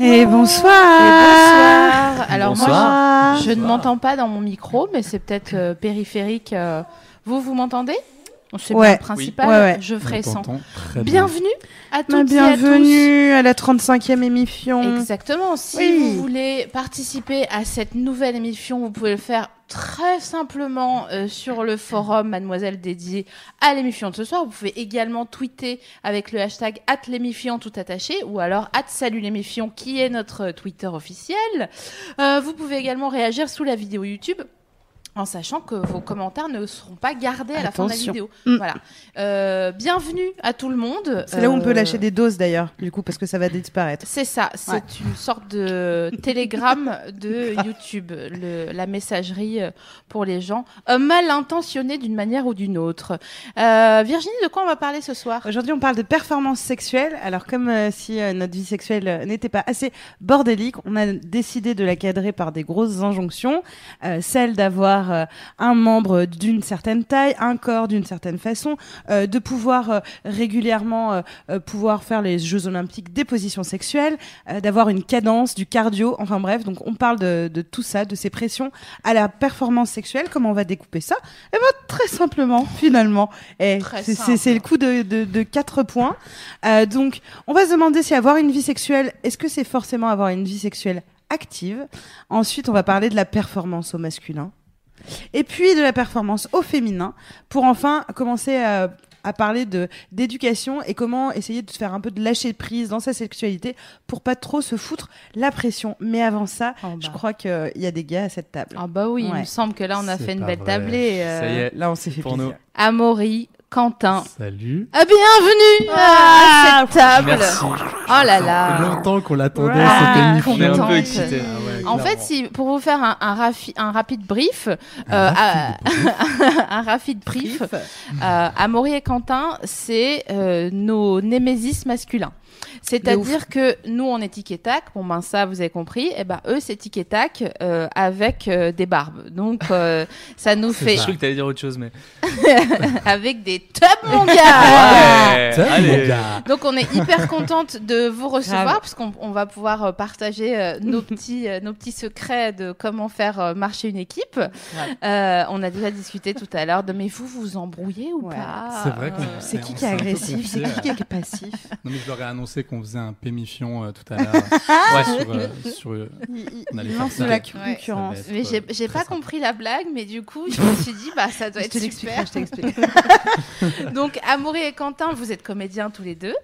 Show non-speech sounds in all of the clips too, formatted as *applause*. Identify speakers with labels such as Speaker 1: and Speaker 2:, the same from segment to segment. Speaker 1: Et bonsoir.
Speaker 2: bonsoir. Alors moi,
Speaker 1: Bonsoir.
Speaker 2: je- je, ne m'entends pas dans mon micro, mais c'est peut-être euh, périphérique. euh. vous, vous m'entendez C'est
Speaker 1: Ouais.
Speaker 2: bien le principal.
Speaker 1: Oui. Ouais, ouais.
Speaker 2: Je ferai sans.
Speaker 3: Très bien.
Speaker 2: Bienvenue à toutes
Speaker 1: Ma
Speaker 2: et à tous.
Speaker 1: bienvenue à, la 35e émission.
Speaker 2: Exactement. Si
Speaker 1: Oui.
Speaker 2: vous voulez participer à cette nouvelle émission, vous pouvez le faire très simplement euh, sur le forum Mademoiselle dédié à l'émission de ce soir. Vous pouvez également tweeter avec le hashtag @lémifiant tout attaché ou alors @salulémifiant qui est notre Twitter officiel. Euh, vous pouvez également réagir sous la vidéo YouTube. En sachant que vos commentaires ne seront pas gardés à la fin de la
Speaker 1: Attention.
Speaker 2: vidéo.
Speaker 1: Mm.
Speaker 2: Voilà. Euh, bienvenue à tout le monde.
Speaker 1: C'est là où on peut
Speaker 2: Euh,
Speaker 1: lâcher des doses d'ailleurs, du coup, parce que ça va disparaître.
Speaker 2: c'est ça, c'est
Speaker 1: Ouais.
Speaker 2: une sorte de télégramme
Speaker 1: *laughs*
Speaker 2: de YouTube, le- la messagerie euh, pour les gens euh, mal intentionnés d'une manière ou d'une autre. Euh, Virginie, de quoi on va parler ce soir
Speaker 1: Aujourd'hui, on parle de performance sexuelle. Alors, comme euh, si euh, notre vie sexuelle euh, n'était pas assez bordélique, on a décidé de la cadrer par des grosses injonctions. Euh, celle d'avoir euh, un membre d'une certaine taille, un corps d'une certaine façon, euh, de pouvoir euh, régulièrement euh, euh, pouvoir faire les Jeux Olympiques des positions sexuelles, euh, d'avoir une cadence, du cardio, enfin bref, donc on parle de, de tout ça, de ces pressions à la performance sexuelle, comment on va découper ça Eh ben très simplement finalement. Eh,
Speaker 2: Très
Speaker 1: c'est-
Speaker 2: simple.
Speaker 1: c'est c'est le coup de, de, de 4 points. Euh, donc on va se demander si avoir une vie sexuelle, est-ce que c'est forcément avoir une vie sexuelle active Ensuite, on va parler de la performance au masculin et puis de la performance au féminin pour enfin commencer à, à parler de d'éducation et comment essayer de se faire un peu de lâcher prise dans sa sexualité pour pas trop se foutre la pression. Mais avant ça,
Speaker 2: Ah bah.
Speaker 1: je crois qu'il y a des gars à cette table.
Speaker 2: Ah bah oui, il
Speaker 1: Oh, Ouais.
Speaker 2: me semble que là on a
Speaker 3: C'est
Speaker 2: fait une
Speaker 3: pas
Speaker 2: belle
Speaker 3: vrai.
Speaker 2: tablée. euh,
Speaker 3: Ça y est,
Speaker 1: Là, on s'est fait
Speaker 3: pour
Speaker 1: plaisir.
Speaker 3: nous.
Speaker 2: Amaury, Quentin.
Speaker 3: Salut.
Speaker 2: Ah, bienvenue
Speaker 1: Ah,
Speaker 2: à cette table.
Speaker 3: Merci.
Speaker 2: Oh là là.
Speaker 3: Longtemps qu'on l'attendait,
Speaker 1: Ouais.
Speaker 3: cette émission.
Speaker 2: On est un peu
Speaker 1: excités.
Speaker 3: Ah
Speaker 2: En fait, si, pour vous faire un, un, rafi- un rapide brief, *laughs* euh,
Speaker 3: Ah,
Speaker 2: à- un rapide brief, Euh, Amaury et Quentin, c'est euh, nos némésis masculins. C'est-à-dire que nous, on est tic et tac. Bon, ben ça, vous avez compris. Et ben eux, c'est tic et tac euh, avec euh, des barbes. Donc, euh, ça nous fait
Speaker 3: ça.
Speaker 4: Je crois que t'allais dire autre chose, mais.
Speaker 2: *laughs* avec des tubs, mon Ah. gars.
Speaker 3: Eh, Allez.
Speaker 2: Donc on est hyper contente de vous
Speaker 1: Grave.
Speaker 2: recevoir parce qu'on on va pouvoir euh, partager euh, nos petits euh, nos petits secrets de comment faire euh, marcher une équipe. Euh, on a déjà discuté tout à l'heure de mais vous vous embrouillez ou
Speaker 1: Ouais.
Speaker 2: pas
Speaker 3: C'est vrai qu'on-
Speaker 2: Euh,
Speaker 1: C'est qui qui
Speaker 3: on
Speaker 1: est
Speaker 3: s'est un peu
Speaker 1: agressif C'est
Speaker 3: confié,
Speaker 1: qui qui est passif
Speaker 3: Non, mais je leur ai annoncé qu'on faisait un pémifion euh, tout à l'heure.
Speaker 2: Ah.
Speaker 3: ouais, sur. euh, sur euh,
Speaker 1: Il
Speaker 3: On allait
Speaker 1: il
Speaker 3: faire
Speaker 1: lance
Speaker 3: ça.
Speaker 1: de la
Speaker 3: Ouais.
Speaker 1: concurrence.
Speaker 3: Ça va être,
Speaker 2: Mais j'ai
Speaker 3: euh,
Speaker 2: j'ai
Speaker 3: très
Speaker 2: pas
Speaker 3: sympa.
Speaker 2: compris la blague, mais du coup, je me suis dit, bah, ça
Speaker 3: *laughs*
Speaker 2: doit
Speaker 1: Je
Speaker 2: être
Speaker 1: te l'expliquerai,
Speaker 2: super.
Speaker 1: je t'explique.
Speaker 2: Donc, Amaury et Quentin, vous êtes comédiens tous les deux.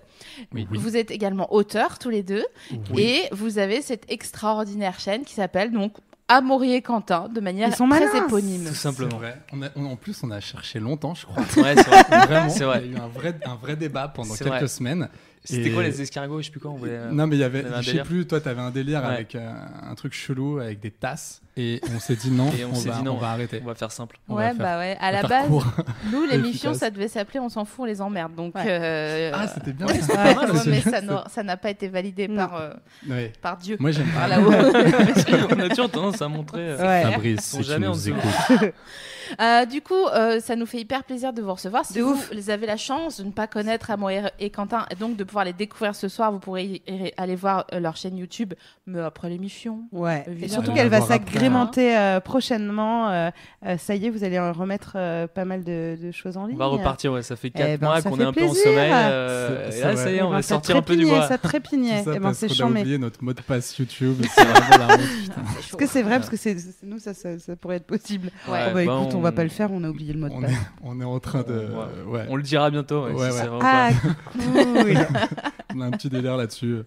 Speaker 3: Oui.
Speaker 2: Vous êtes également auteurs tous les deux.
Speaker 3: Oui.
Speaker 2: Et vous avez cette extraordinaire chaîne qui s'appelle donc Amaury et Quentin, de manière
Speaker 1: Ils sont
Speaker 2: très
Speaker 1: malins.
Speaker 2: éponyme.
Speaker 4: Tout simplement.
Speaker 3: C'est vrai. On a- on- en plus, on a cherché longtemps,
Speaker 2: *laughs*
Speaker 3: je crois.
Speaker 4: Ouais, c'est vrai.
Speaker 3: Vraiment.
Speaker 4: C'est vrai.
Speaker 3: Il y a eu un vrai, un vrai débat pendant
Speaker 4: C'est
Speaker 3: quelques
Speaker 4: vrai.
Speaker 3: semaines.
Speaker 4: C'était
Speaker 3: Et-
Speaker 4: quoi les escargots Je sais plus quoi, on voulait. euh,
Speaker 3: Non, mais il y avait,
Speaker 4: il y avait un
Speaker 3: je sais
Speaker 4: délire.
Speaker 3: plus, toi, t'avais un délire
Speaker 4: Ouais.
Speaker 3: avec euh, un truc chelou, avec des tasses, et on s'est dit non,
Speaker 4: Et on
Speaker 3: on,
Speaker 4: s'est
Speaker 3: va,
Speaker 4: dit non.
Speaker 3: on va arrêter.
Speaker 4: On va faire simple. *laughs*
Speaker 3: On
Speaker 2: ouais,
Speaker 3: va faire-
Speaker 2: bah ouais. À
Speaker 3: on va
Speaker 2: la
Speaker 3: faire
Speaker 2: bas
Speaker 3: court.
Speaker 2: nous, l'émission,
Speaker 3: Efficace.
Speaker 2: ça devait s'appeler On s'en fout, on les emmerde. Donc,
Speaker 1: Ouais.
Speaker 2: euh, *laughs*
Speaker 3: Ah, c'était bien.
Speaker 2: ouais,
Speaker 3: c'était pas
Speaker 2: ouais,
Speaker 3: mal, aussi.
Speaker 2: mais ça n'a- ça n'a pas été validé
Speaker 1: Non.
Speaker 2: par, euh,
Speaker 3: Ouais.
Speaker 2: par Dieu.
Speaker 3: Moi, j'aime
Speaker 2: Par
Speaker 3: pas.
Speaker 2: là-haut.
Speaker 3: *laughs*
Speaker 2: *laughs*
Speaker 4: on a toujours tendance à montrer. euh,
Speaker 1: Ouais.
Speaker 3: Fabrice,
Speaker 4: On
Speaker 3: si tu
Speaker 4: jamais en
Speaker 3: nous
Speaker 4: dessous.
Speaker 3: écoutes.
Speaker 2: Euh, du coup, euh, ça nous fait hyper plaisir de vous recevoir. Si
Speaker 1: De
Speaker 2: vous
Speaker 1: ouf.
Speaker 2: les avez la chance de ne pas connaître Amaury et Quentin, et donc de pouvoir les découvrir ce soir, vous pourrez y- y- aller voir euh, leur chaîne YouTube, mais
Speaker 1: *laughs*
Speaker 2: après l'émission.
Speaker 1: Ouais. Et
Speaker 2: Évidemment.
Speaker 1: surtout
Speaker 3: On
Speaker 1: qu'elle
Speaker 3: va
Speaker 1: va
Speaker 3: voir après.
Speaker 1: s'agrémenter euh, prochainement. euh, euh, ça y est, vous allez en remettre euh, pas mal de, de choses en
Speaker 4: On
Speaker 1: ligne.
Speaker 4: va repartir, ouais. Ça fait 4
Speaker 1: Eh ben,
Speaker 4: mois
Speaker 1: ça
Speaker 4: qu'on
Speaker 1: fait
Speaker 4: est un peu en
Speaker 1: plaisir.
Speaker 4: sommeil. euh,
Speaker 3: C'est-
Speaker 4: et
Speaker 3: c'est
Speaker 4: là,
Speaker 3: vrai.
Speaker 4: ça y
Speaker 1: Eh
Speaker 4: est, on
Speaker 1: ben,
Speaker 4: va
Speaker 1: ça
Speaker 4: sortir un peu du
Speaker 1: trépignait,
Speaker 4: bois.
Speaker 1: Ça
Speaker 3: *laughs*
Speaker 1: trépignait.
Speaker 3: Tout ça
Speaker 1: Eh ben,
Speaker 3: parce
Speaker 1: c'est
Speaker 3: qu'on a
Speaker 1: chambé.
Speaker 3: oublié notre mot de
Speaker 1: *laughs*
Speaker 3: passe YouTube. C'est vraiment la honte.
Speaker 1: Est-ce que c'est vrai Parce que c'est c'est- nous, ça, ça, ça pourrait être possible.
Speaker 2: Ouais.
Speaker 1: Oh, bah,
Speaker 4: bah,
Speaker 1: écoute, on...
Speaker 4: on-
Speaker 1: va pas le faire, on a oublié le mot de
Speaker 3: On
Speaker 1: passe.
Speaker 3: est, on est en train de.
Speaker 4: Ouais.
Speaker 3: ouais.
Speaker 4: On le dira bientôt. ouais,
Speaker 3: Ouais,
Speaker 4: si
Speaker 3: ouais.
Speaker 4: c'est vraiment
Speaker 1: Ah, *laughs*
Speaker 4: pas-
Speaker 1: cool
Speaker 3: On a un petit délire là-dessus.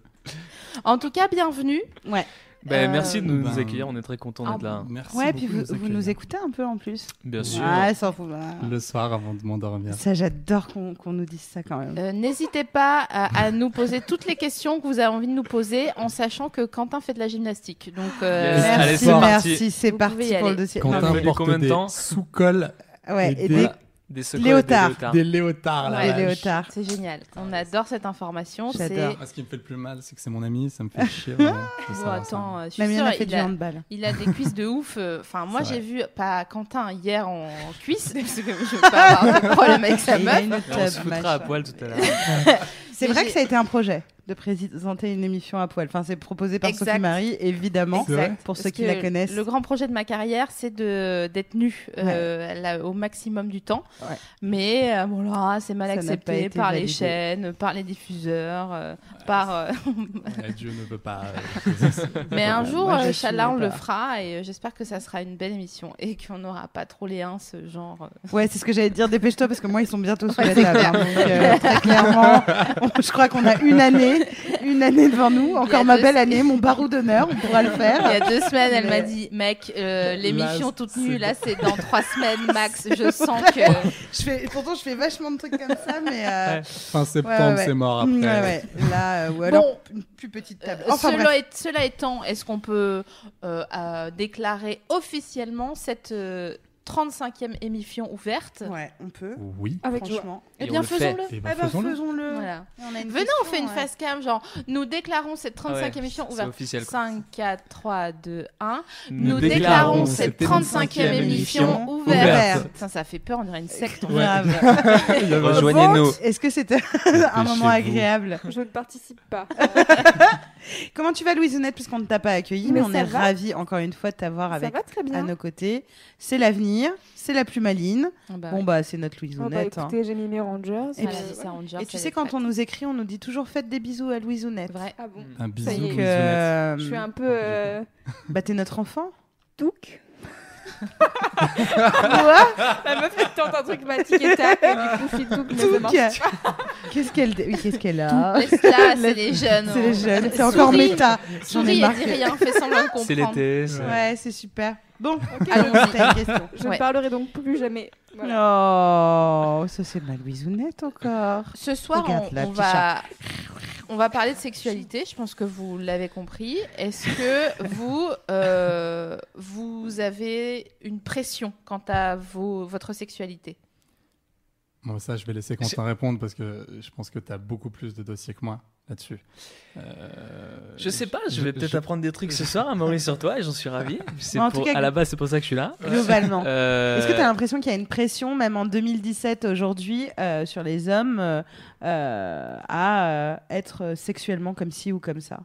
Speaker 2: En tout cas, bienvenue.
Speaker 1: Ouais,
Speaker 4: Bah, Merci de nous
Speaker 3: Ben-
Speaker 4: accueillir. On est très contents d'être là.
Speaker 3: Merci.
Speaker 1: ouais
Speaker 3: beaucoup
Speaker 1: puis
Speaker 3: de
Speaker 1: vous, vous nous
Speaker 3: accueillir.
Speaker 1: écoutez un peu en plus.
Speaker 4: Bien sûr.
Speaker 1: Ouais, ça, faut- bah,
Speaker 3: Le soir avant de m'endormir.
Speaker 1: ça j'adore qu'on qu'on nous dise ça quand même.
Speaker 2: Euh, N'hésitez pas euh, à, à nous poser toutes les questions que vous avez envie de nous poser, en sachant que Quentin fait de la gymnastique. Donc, euh,
Speaker 4: Yes. Allez,
Speaker 1: merci,
Speaker 4: c'est parti.
Speaker 1: merci, c'est
Speaker 2: Vous
Speaker 1: parti
Speaker 2: pouvez y
Speaker 1: pour le
Speaker 2: aller.
Speaker 1: dossier.
Speaker 4: Quentin,
Speaker 1: Non,
Speaker 3: Quand
Speaker 4: mais-
Speaker 3: porte
Speaker 4: combien de
Speaker 3: des
Speaker 4: temps
Speaker 3: sous-cols,
Speaker 1: mais- ouais, et
Speaker 3: des-
Speaker 1: des,
Speaker 4: Des secrets.
Speaker 1: Léotard.
Speaker 4: Des léotards.
Speaker 3: des léotards là.
Speaker 2: Ouais.
Speaker 1: des léotards.
Speaker 2: c'est génial. On adore cette information.
Speaker 1: J'adore.
Speaker 2: C'est-
Speaker 3: Ah, ce qui me fait le plus mal, c'est que c'est mon ami, ça me fait
Speaker 1: *laughs*
Speaker 3: chier. vraiment, de
Speaker 2: Oh,
Speaker 3: savoir
Speaker 2: attends, euh, je suis
Speaker 1: Mamie, on
Speaker 2: sûre,
Speaker 1: a fait
Speaker 2: il
Speaker 1: du
Speaker 2: a-
Speaker 1: handball.
Speaker 2: Il a des cuisses de ouf. euh, Enfin, moi,
Speaker 3: C'est
Speaker 2: j'ai vu pas Quentin hier en cuisse, *laughs* parce que je veux pas avoir de problème avec sa
Speaker 1: Et il
Speaker 2: meuf.
Speaker 1: a une
Speaker 4: Là, On se
Speaker 1: teub,
Speaker 4: foutra
Speaker 1: machin.
Speaker 4: à poil tout à l'heure.
Speaker 1: C'est
Speaker 2: Mais
Speaker 1: vrai
Speaker 2: j'ai-
Speaker 1: que ça a été un projet. de présenter une émission à poil. Enfin, c'est proposé par
Speaker 2: Exact.
Speaker 1: Sophie Marie, évidemment,
Speaker 3: C'est vrai
Speaker 1: pour ceux
Speaker 2: Parce
Speaker 1: qui
Speaker 2: que
Speaker 1: la connaissent.
Speaker 2: Le grand projet de ma carrière, c'est de d'être nue euh, là, au maximum du temps.
Speaker 1: Ouais.
Speaker 2: Mais euh, bon là, c'est mal
Speaker 1: Ça n'a pas
Speaker 2: accepté
Speaker 1: été
Speaker 2: par les
Speaker 1: validé.
Speaker 2: chaînes, par les diffuseurs, euh, par. euh,
Speaker 3: Ouais, Dieu ne veut pas.
Speaker 1: *laughs*
Speaker 3: euh,
Speaker 2: Mais un
Speaker 1: Voilà,
Speaker 2: jour,
Speaker 1: moi,
Speaker 2: euh,
Speaker 1: je
Speaker 2: Inch'Allah, on
Speaker 1: suis
Speaker 2: le
Speaker 1: pas.
Speaker 2: fera et euh, j'espère que ça sera une belle émission et qu'on n'aura pas trop les uns ce genre. euh.
Speaker 1: Ouais, c'est ce que j'allais te dire. Dépêche-toi parce que moi, ils sont bientôt sous la table. hein. donc, euh, très clairement, on- je crois qu'on a une année, une année devant nous. Encore ma
Speaker 2: deux-
Speaker 1: belle année, mon barreau d'honneur, on pourra le
Speaker 2: Il y
Speaker 1: faire.
Speaker 2: a deux semaines, elle
Speaker 1: Mais-
Speaker 2: m'a dit, mec, euh, l'émission
Speaker 3: Là,
Speaker 2: toute
Speaker 3: c'est
Speaker 2: nue,
Speaker 3: bon.
Speaker 2: là, c'est dans trois semaines max. Je sens que. euh,
Speaker 1: Je fais, pourtant, je fais vachement de trucs comme ça, mais. euh,
Speaker 3: Fin septembre,
Speaker 1: Ouais, ouais, ouais.
Speaker 3: c'est mort après.
Speaker 1: mm, ouais, ouais. Là, euh, ou alors
Speaker 2: Bon,
Speaker 1: une plus petite
Speaker 2: euh,
Speaker 1: table. Enfin, bref.
Speaker 2: cela, est- cela étant, est-ce qu'on peut euh, euh, déclarer officiellement cette euh, 35e émission ouverte
Speaker 1: Ouais, on peut.
Speaker 3: Oui.
Speaker 5: Avec joie.
Speaker 1: Franchement.
Speaker 2: Eh
Speaker 4: Et
Speaker 2: bien,
Speaker 4: on le fait.
Speaker 2: faisons-le.
Speaker 3: Et
Speaker 1: Eh ben, faisons-le.
Speaker 2: Voilà.
Speaker 1: Et on a une
Speaker 2: Venez, on
Speaker 1: question,
Speaker 2: fait une
Speaker 1: ouais.
Speaker 2: face cam, genre, nous déclarons cette 35e
Speaker 4: Ah ouais,
Speaker 2: émission
Speaker 4: C'est
Speaker 2: ouverte.
Speaker 4: officiel. quoi.
Speaker 2: 5, 4, 3, 2, 1.
Speaker 4: Nous
Speaker 2: Nous déclarons
Speaker 4: déclarons
Speaker 2: cette
Speaker 4: cette
Speaker 2: 35e émission
Speaker 1: émission
Speaker 2: ouverte.
Speaker 1: ouverte.
Speaker 2: Putain, ça fait peur, on dirait une secte.
Speaker 3: Ouais.
Speaker 1: Grave. *laughs*
Speaker 3: *laughs*
Speaker 4: Rejoignez-nous.
Speaker 1: Donc, Est-ce que c'était un moment
Speaker 3: Dépêchez-vous.
Speaker 1: agréable
Speaker 5: Je ne participe pas.
Speaker 6: Euh,
Speaker 1: Comment tu vas, Louisounette, puisqu'on ne t'a pas accueillie, mais,
Speaker 5: Mais
Speaker 1: on
Speaker 5: ça
Speaker 1: est
Speaker 5: va.
Speaker 1: ravis encore une fois de t'avoir
Speaker 5: Ça
Speaker 1: avec
Speaker 5: va très
Speaker 1: à
Speaker 5: bien.
Speaker 1: nos côtés. C'est l'avenir, c'est la plus maline.
Speaker 2: Ah bah
Speaker 1: Bon,
Speaker 2: ouais.
Speaker 1: bah, c'est notre
Speaker 5: Oh, bah,
Speaker 1: Louisounette. hein.
Speaker 5: écoutez, j'ai mis mes Rangers.
Speaker 1: Et
Speaker 5: euh,
Speaker 1: puis-
Speaker 5: voilà.
Speaker 2: c'est Ranger,
Speaker 1: Et
Speaker 2: ça
Speaker 1: tu
Speaker 2: les
Speaker 1: sais, quand
Speaker 2: fait.
Speaker 1: on nous écrit, on nous dit toujours faites des bisous à Louisounette.
Speaker 2: Vrai.
Speaker 5: Ah
Speaker 1: Mm.
Speaker 5: bon
Speaker 3: Un bisou.
Speaker 5: Ça y est.
Speaker 1: Donc,
Speaker 3: bisou,
Speaker 1: euh,
Speaker 5: Je suis un peu euh,
Speaker 1: bah, t'es notre enfant.
Speaker 5: touc. Quoi La meuf elle tente un truc matic et tac et du coup je suis touc mais ça
Speaker 1: Touc
Speaker 5: marche.
Speaker 1: Qu'est-ce qu'elle oui, qu'est-ce qu'elle a
Speaker 2: Laisse là, c'est les jeunes.
Speaker 1: Ah.
Speaker 2: hein.
Speaker 1: C'est les jeunes, c'est
Speaker 2: Souris.
Speaker 1: encore méta. J'en ai
Speaker 2: Souris et dis
Speaker 1: marqué.
Speaker 2: rien, fais
Speaker 1: *laughs*
Speaker 2: semblant de comprendre.
Speaker 4: C'est l'été. c'est-
Speaker 1: Ouais, c'est super. Bon,
Speaker 2: Allons-y.
Speaker 1: t'as une question.
Speaker 5: Je
Speaker 2: Ouais.
Speaker 5: ne parlerai donc plus jamais. Voilà.
Speaker 1: Oh, ça c'est ma Louisounette encore.
Speaker 2: Ce soir,
Speaker 1: Regarde,
Speaker 2: on,
Speaker 1: là,
Speaker 2: on
Speaker 1: petit
Speaker 2: va, on va parler de sexualité. Je pense que vous l'avez compris. Est-ce que vous, euh, vous avez une pression quant à vos, votre sexualité
Speaker 3: Bon, ça, je vais laisser Quentin répondre parce que je pense que tu as beaucoup plus de dossiers que moi là-dessus. Euh,
Speaker 4: Je sais pas, je vais peut-être apprendre des trucs ce soir à Maurice sur toi et j'en
Speaker 1: *laughs*
Speaker 4: suis ravi. C'est
Speaker 1: En
Speaker 4: pour-
Speaker 1: tout cas,
Speaker 4: à la base, c'est pour ça que je suis là.
Speaker 1: Globalement.
Speaker 4: Euh,
Speaker 1: Est-ce que tu as l'impression qu'il y a une pression, même en 2017 aujourd'hui, euh, sur les hommes euh, euh, à euh, être sexuellement comme ci ou comme ça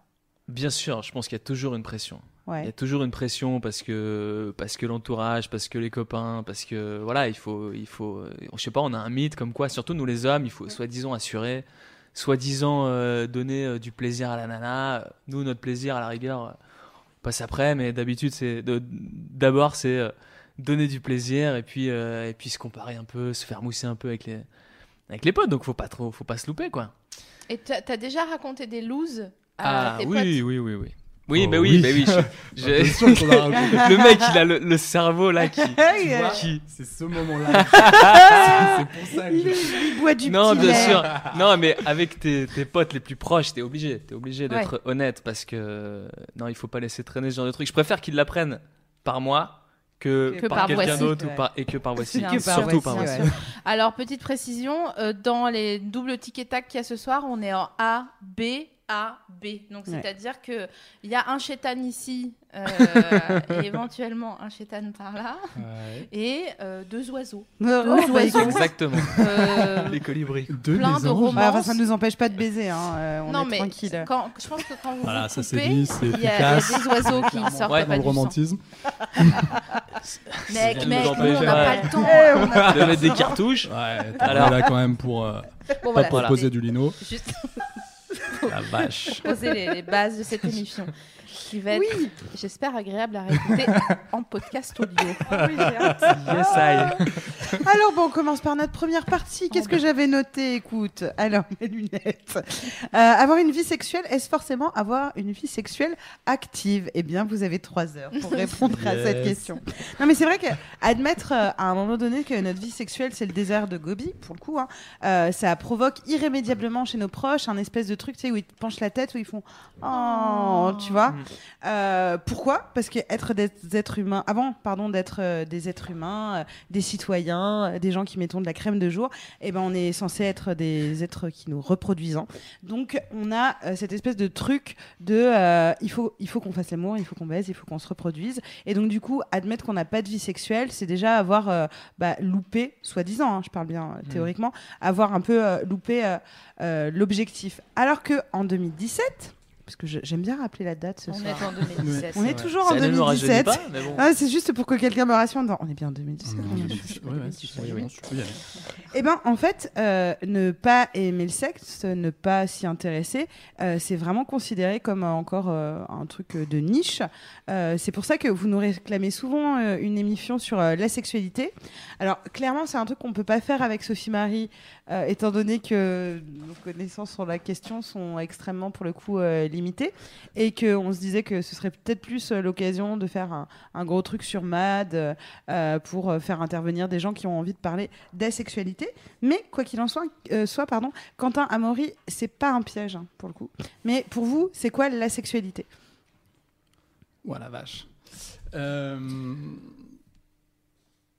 Speaker 4: Bien sûr, je pense qu'il y a toujours une pression. Il y a
Speaker 1: Ouais.
Speaker 4: toujours une pression parce que parce que l'entourage, parce que les copains, parce que voilà, il faut il faut euh, je sais pas, on a un mythe comme quoi surtout nous les hommes, il faut soi-disant assurer, soi-disant euh, donner euh, du plaisir à la nana, Euh, nous notre plaisir à la rigueur euh, on passe après mais d'habitude c'est de- d'abord c'est euh, donner du plaisir et puis euh, et puis se comparer un peu, se faire mousser un peu avec les avec les potes donc faut pas trop faut pas se louper quoi.
Speaker 2: Et t'as t'as déjà raconté des looses à tes Ah, potes
Speaker 4: Ah, oui, oui oui oui. Oui,
Speaker 3: Oh,
Speaker 4: bah oui,
Speaker 3: oui.
Speaker 4: bah oui.
Speaker 3: *laughs*
Speaker 4: je- je-
Speaker 3: Attention qu'on a raconté.
Speaker 4: *laughs* le mec, il a le, le cerveau là
Speaker 1: *laughs*
Speaker 4: qui.
Speaker 1: Hey,
Speaker 3: Tu vois,
Speaker 1: euh,
Speaker 4: qui-
Speaker 3: C'est ce
Speaker 4: *laughs*
Speaker 3: moment-là. C'est- c'est pour ça que
Speaker 1: il,
Speaker 3: je-
Speaker 1: est- il boit du
Speaker 4: non,
Speaker 1: petit
Speaker 4: bien
Speaker 1: lait.
Speaker 4: sûr. Non, mais avec tes, tes potes les plus proches, t'es obligé. T'es obligé d'être honnête parce que. euh, Non, il faut pas laisser traîner ce genre de truc. Je préfère qu'ils l'apprennent par moi que,
Speaker 1: Que
Speaker 4: par,
Speaker 2: par
Speaker 4: quelqu'un
Speaker 2: voici.
Speaker 4: d'autre ou
Speaker 1: Ouais.
Speaker 4: par- et que par voici.
Speaker 1: Que par voici,
Speaker 4: Surtout par
Speaker 1: ouais.
Speaker 4: voici.
Speaker 2: Alors, petite précision, euh, dans les doubles tickets tac qu'il y a ce soir, on est en A, B, A, B. Donc,
Speaker 1: Ouais.
Speaker 2: c'est-à-dire que il y a un chétan ici, euh, et éventuellement un chétan par là,
Speaker 3: Ouais.
Speaker 2: et euh, deux oiseaux.
Speaker 1: Non,
Speaker 2: Deux
Speaker 1: bah, écoute,
Speaker 2: oiseaux.
Speaker 4: Exactement.
Speaker 2: Euh,
Speaker 4: *laughs*
Speaker 3: *laughs*
Speaker 4: les colibris.
Speaker 3: Deux
Speaker 2: Plein
Speaker 3: des
Speaker 2: de
Speaker 3: anges.
Speaker 2: romans.
Speaker 1: bah, enfin, ça ne nous empêche pas de baiser, hein, euh, on
Speaker 2: non,
Speaker 1: est
Speaker 2: mais
Speaker 1: tranquille.
Speaker 2: quand, je pense que quand vous
Speaker 3: Voilà,
Speaker 2: vous
Speaker 3: ça, c'est
Speaker 2: coupez,
Speaker 3: dit, c'est
Speaker 2: il y, a- il y a
Speaker 3: efficace.
Speaker 2: des oiseaux qui
Speaker 3: Clairement,
Speaker 2: sortent
Speaker 4: Ouais.
Speaker 2: pas
Speaker 3: Dans le
Speaker 2: du sang.
Speaker 3: romantisme.
Speaker 2: Mec,
Speaker 4: Rien
Speaker 2: mec,
Speaker 4: nous
Speaker 2: nous,
Speaker 4: empêche.
Speaker 2: on n'a pas
Speaker 4: Ouais.
Speaker 1: *laughs*
Speaker 2: le temps.
Speaker 1: Eh, on a-
Speaker 4: De mettre des cartouches.
Speaker 3: Ouais, t'es
Speaker 4: Alors-
Speaker 3: là quand même pour, euh,
Speaker 2: Bon, voilà,
Speaker 3: pas pour poser
Speaker 2: c'était
Speaker 3: du lino.
Speaker 2: Juste *laughs*
Speaker 3: La vache.
Speaker 2: poser les, les bases de cette émission qui va être, j'espère, agréable à réécouter en podcast audio.
Speaker 6: Ah
Speaker 5: Oui, j'ai hâte.
Speaker 4: Yes, I.
Speaker 1: Alors bon, on commence par notre première partie. Qu'est-ce que j'avais noté Écoute, alors *laughs* mes lunettes. Euh, avoir une vie sexuelle, est-ce forcément avoir une vie sexuelle active Eh bien, vous avez trois heures pour répondre à cette
Speaker 3: Yes.
Speaker 1: question. Non, mais c'est vrai que admettre euh, à un moment donné que notre vie sexuelle c'est le désert de Gobi, pour le coup, hein, euh, ça provoque irrémédiablement chez nos proches un espèce de truc, tu sais, où ils te penchent la tête, où ils font oh, tu vois.
Speaker 4: Mm.
Speaker 1: Euh, pourquoi Parce que être des êtres humains, avant, pardon, d'être euh, des êtres humains, euh, des citoyens, euh, des gens qui mettons de la crème de jour, eh ben on est censé être des êtres qui nous reproduisons. Donc on a euh, cette espèce de truc de euh, il faut il faut qu'on fasse l'amour, il faut qu'on baise, il faut qu'on se reproduise. Et donc du coup admettre qu'on n'a pas de vie sexuelle, c'est déjà avoir euh, bah, loupé, soi-disant, hein, je parle bien euh,
Speaker 4: Mm.
Speaker 1: théoriquement, avoir un peu euh, loupé euh, euh, l'objectif. Alors que que en 2017, parce que je- j'aime bien rappeler la date ce
Speaker 5: On
Speaker 1: soir.
Speaker 5: est en 2017.
Speaker 1: On est
Speaker 3: vrai.
Speaker 1: toujours
Speaker 4: Ça
Speaker 1: en
Speaker 4: ne nous rajeunit
Speaker 1: 2017.
Speaker 4: pas, mais bon.
Speaker 1: Ah, c'est juste pour que quelqu'un me rassure. Non, on est bien en 2017.
Speaker 3: Mmh.
Speaker 1: on est en
Speaker 3: Ouais,
Speaker 1: 2017.
Speaker 3: ouais, oui, oui. Oui, allez.
Speaker 1: Eh ben, en fait, euh, ne pas aimer le sexe, ne pas s'y intéresser, euh, c'est vraiment considéré comme euh, encore euh, un truc euh, de niche. Euh, c'est pour ça que vous nous réclamez souvent euh, une émission sur euh, la sexualité. Alors, clairement, c'est un truc qu'on peut pas faire avec Sophie Marie, euh, étant donné que nos connaissances sur la question sont extrêmement, pour le coup, euh, limitées, et qu'on se disait que ce serait peut-être plus euh, l'occasion de faire un, un gros truc sur MAD euh, euh, pour euh, faire intervenir des gens qui ont envie de parler d'asexualité. Mais quoi qu'il en soit, euh, soit pardon, Quentin Amaury, c'est pas un piège hein, pour le coup. Mais pour vous, c'est quoi la sexualité
Speaker 3: Ouah la vache. Euh,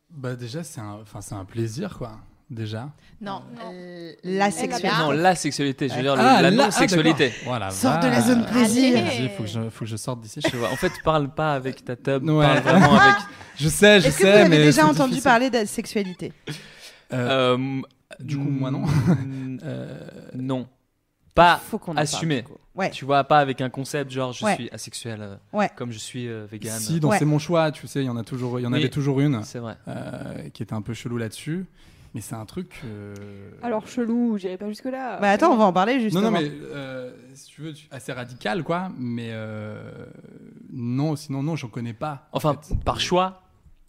Speaker 3: Bah déjà c'est un, enfin c'est un plaisir quoi. Déjà.
Speaker 2: Non,
Speaker 5: Non.
Speaker 2: euh,
Speaker 1: La
Speaker 2: là-
Speaker 1: sexualité.
Speaker 4: Ah. Non, la sexualité, je veux dire, le-
Speaker 3: Ah,
Speaker 4: la
Speaker 3: là, ah,
Speaker 4: non-sexualité.
Speaker 3: d'accord. Ouah, la
Speaker 1: Sors de la
Speaker 3: vache.
Speaker 1: zone plaisir.
Speaker 3: Vas-y, faut que je, faut que je sorte d'ici. Je,
Speaker 4: Je vois. En fait, parle pas avec ta tub,
Speaker 3: Ouais.
Speaker 4: parle vraiment avec.
Speaker 3: je sais, je
Speaker 1: Est-ce que
Speaker 3: sais,
Speaker 1: vous avez
Speaker 3: mais
Speaker 1: déjà
Speaker 3: c'est
Speaker 1: entendu
Speaker 3: difficile.
Speaker 1: parler d'asexualité
Speaker 3: Euh,
Speaker 4: Euh,
Speaker 3: du coup, moi, non.
Speaker 1: *laughs*
Speaker 4: mm,
Speaker 3: euh,
Speaker 4: non. Pas
Speaker 1: Faut qu'on en parle,
Speaker 4: assumé.
Speaker 1: du coup. Ouais.
Speaker 4: Tu vois, pas avec un concept genre je
Speaker 1: Ouais.
Speaker 4: suis asexuel, euh,
Speaker 1: Ouais.
Speaker 4: comme je suis euh, vegan.
Speaker 3: si, donc
Speaker 1: Ouais.
Speaker 3: c'est mon choix. Tu sais, il y en a toujours, il y en
Speaker 4: Oui.
Speaker 3: avait toujours une
Speaker 4: C'est vrai.
Speaker 3: euh, qui était un peu chelou là-dessus. Mais c'est un truc. euh,
Speaker 6: Alors chelou, j'irai pas jusque là.
Speaker 1: Bah attends, on va en parler
Speaker 3: Non,
Speaker 1: justement.
Speaker 3: non, mais euh, si tu veux, tu- assez radical, quoi. Mais euh, non, sinon, non, j'en connais pas. en
Speaker 4: Enfin,
Speaker 3: fait.
Speaker 4: par choix.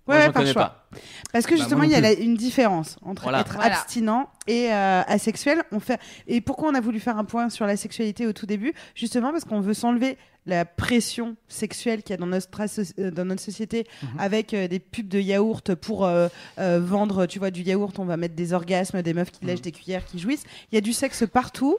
Speaker 1: Ouais,
Speaker 4: moi,
Speaker 1: ouais,
Speaker 4: j'en
Speaker 1: par
Speaker 4: connais
Speaker 1: choix.
Speaker 4: pas.
Speaker 1: Parce que
Speaker 3: Bah,
Speaker 1: justement,
Speaker 3: moi
Speaker 1: il
Speaker 3: non
Speaker 1: y a
Speaker 3: plus.
Speaker 1: la- une différence entre
Speaker 4: Voilà.
Speaker 1: être
Speaker 2: Voilà.
Speaker 1: abstinent et euh, asexuel. On fait... Et pourquoi on a voulu faire un point sur la sexualité au tout début Justement parce qu'on veut s'enlever la pression sexuelle qu'il y a dans notre, asso- euh, dans notre société
Speaker 3: Mhm.
Speaker 1: avec euh, des pubs de yaourt pour euh, euh, vendre, tu vois, du yaourt, on va mettre des orgasmes, des meufs qui
Speaker 3: Mhm.
Speaker 1: lèchent des cuillères, qui jouissent. Il y a du sexe partout.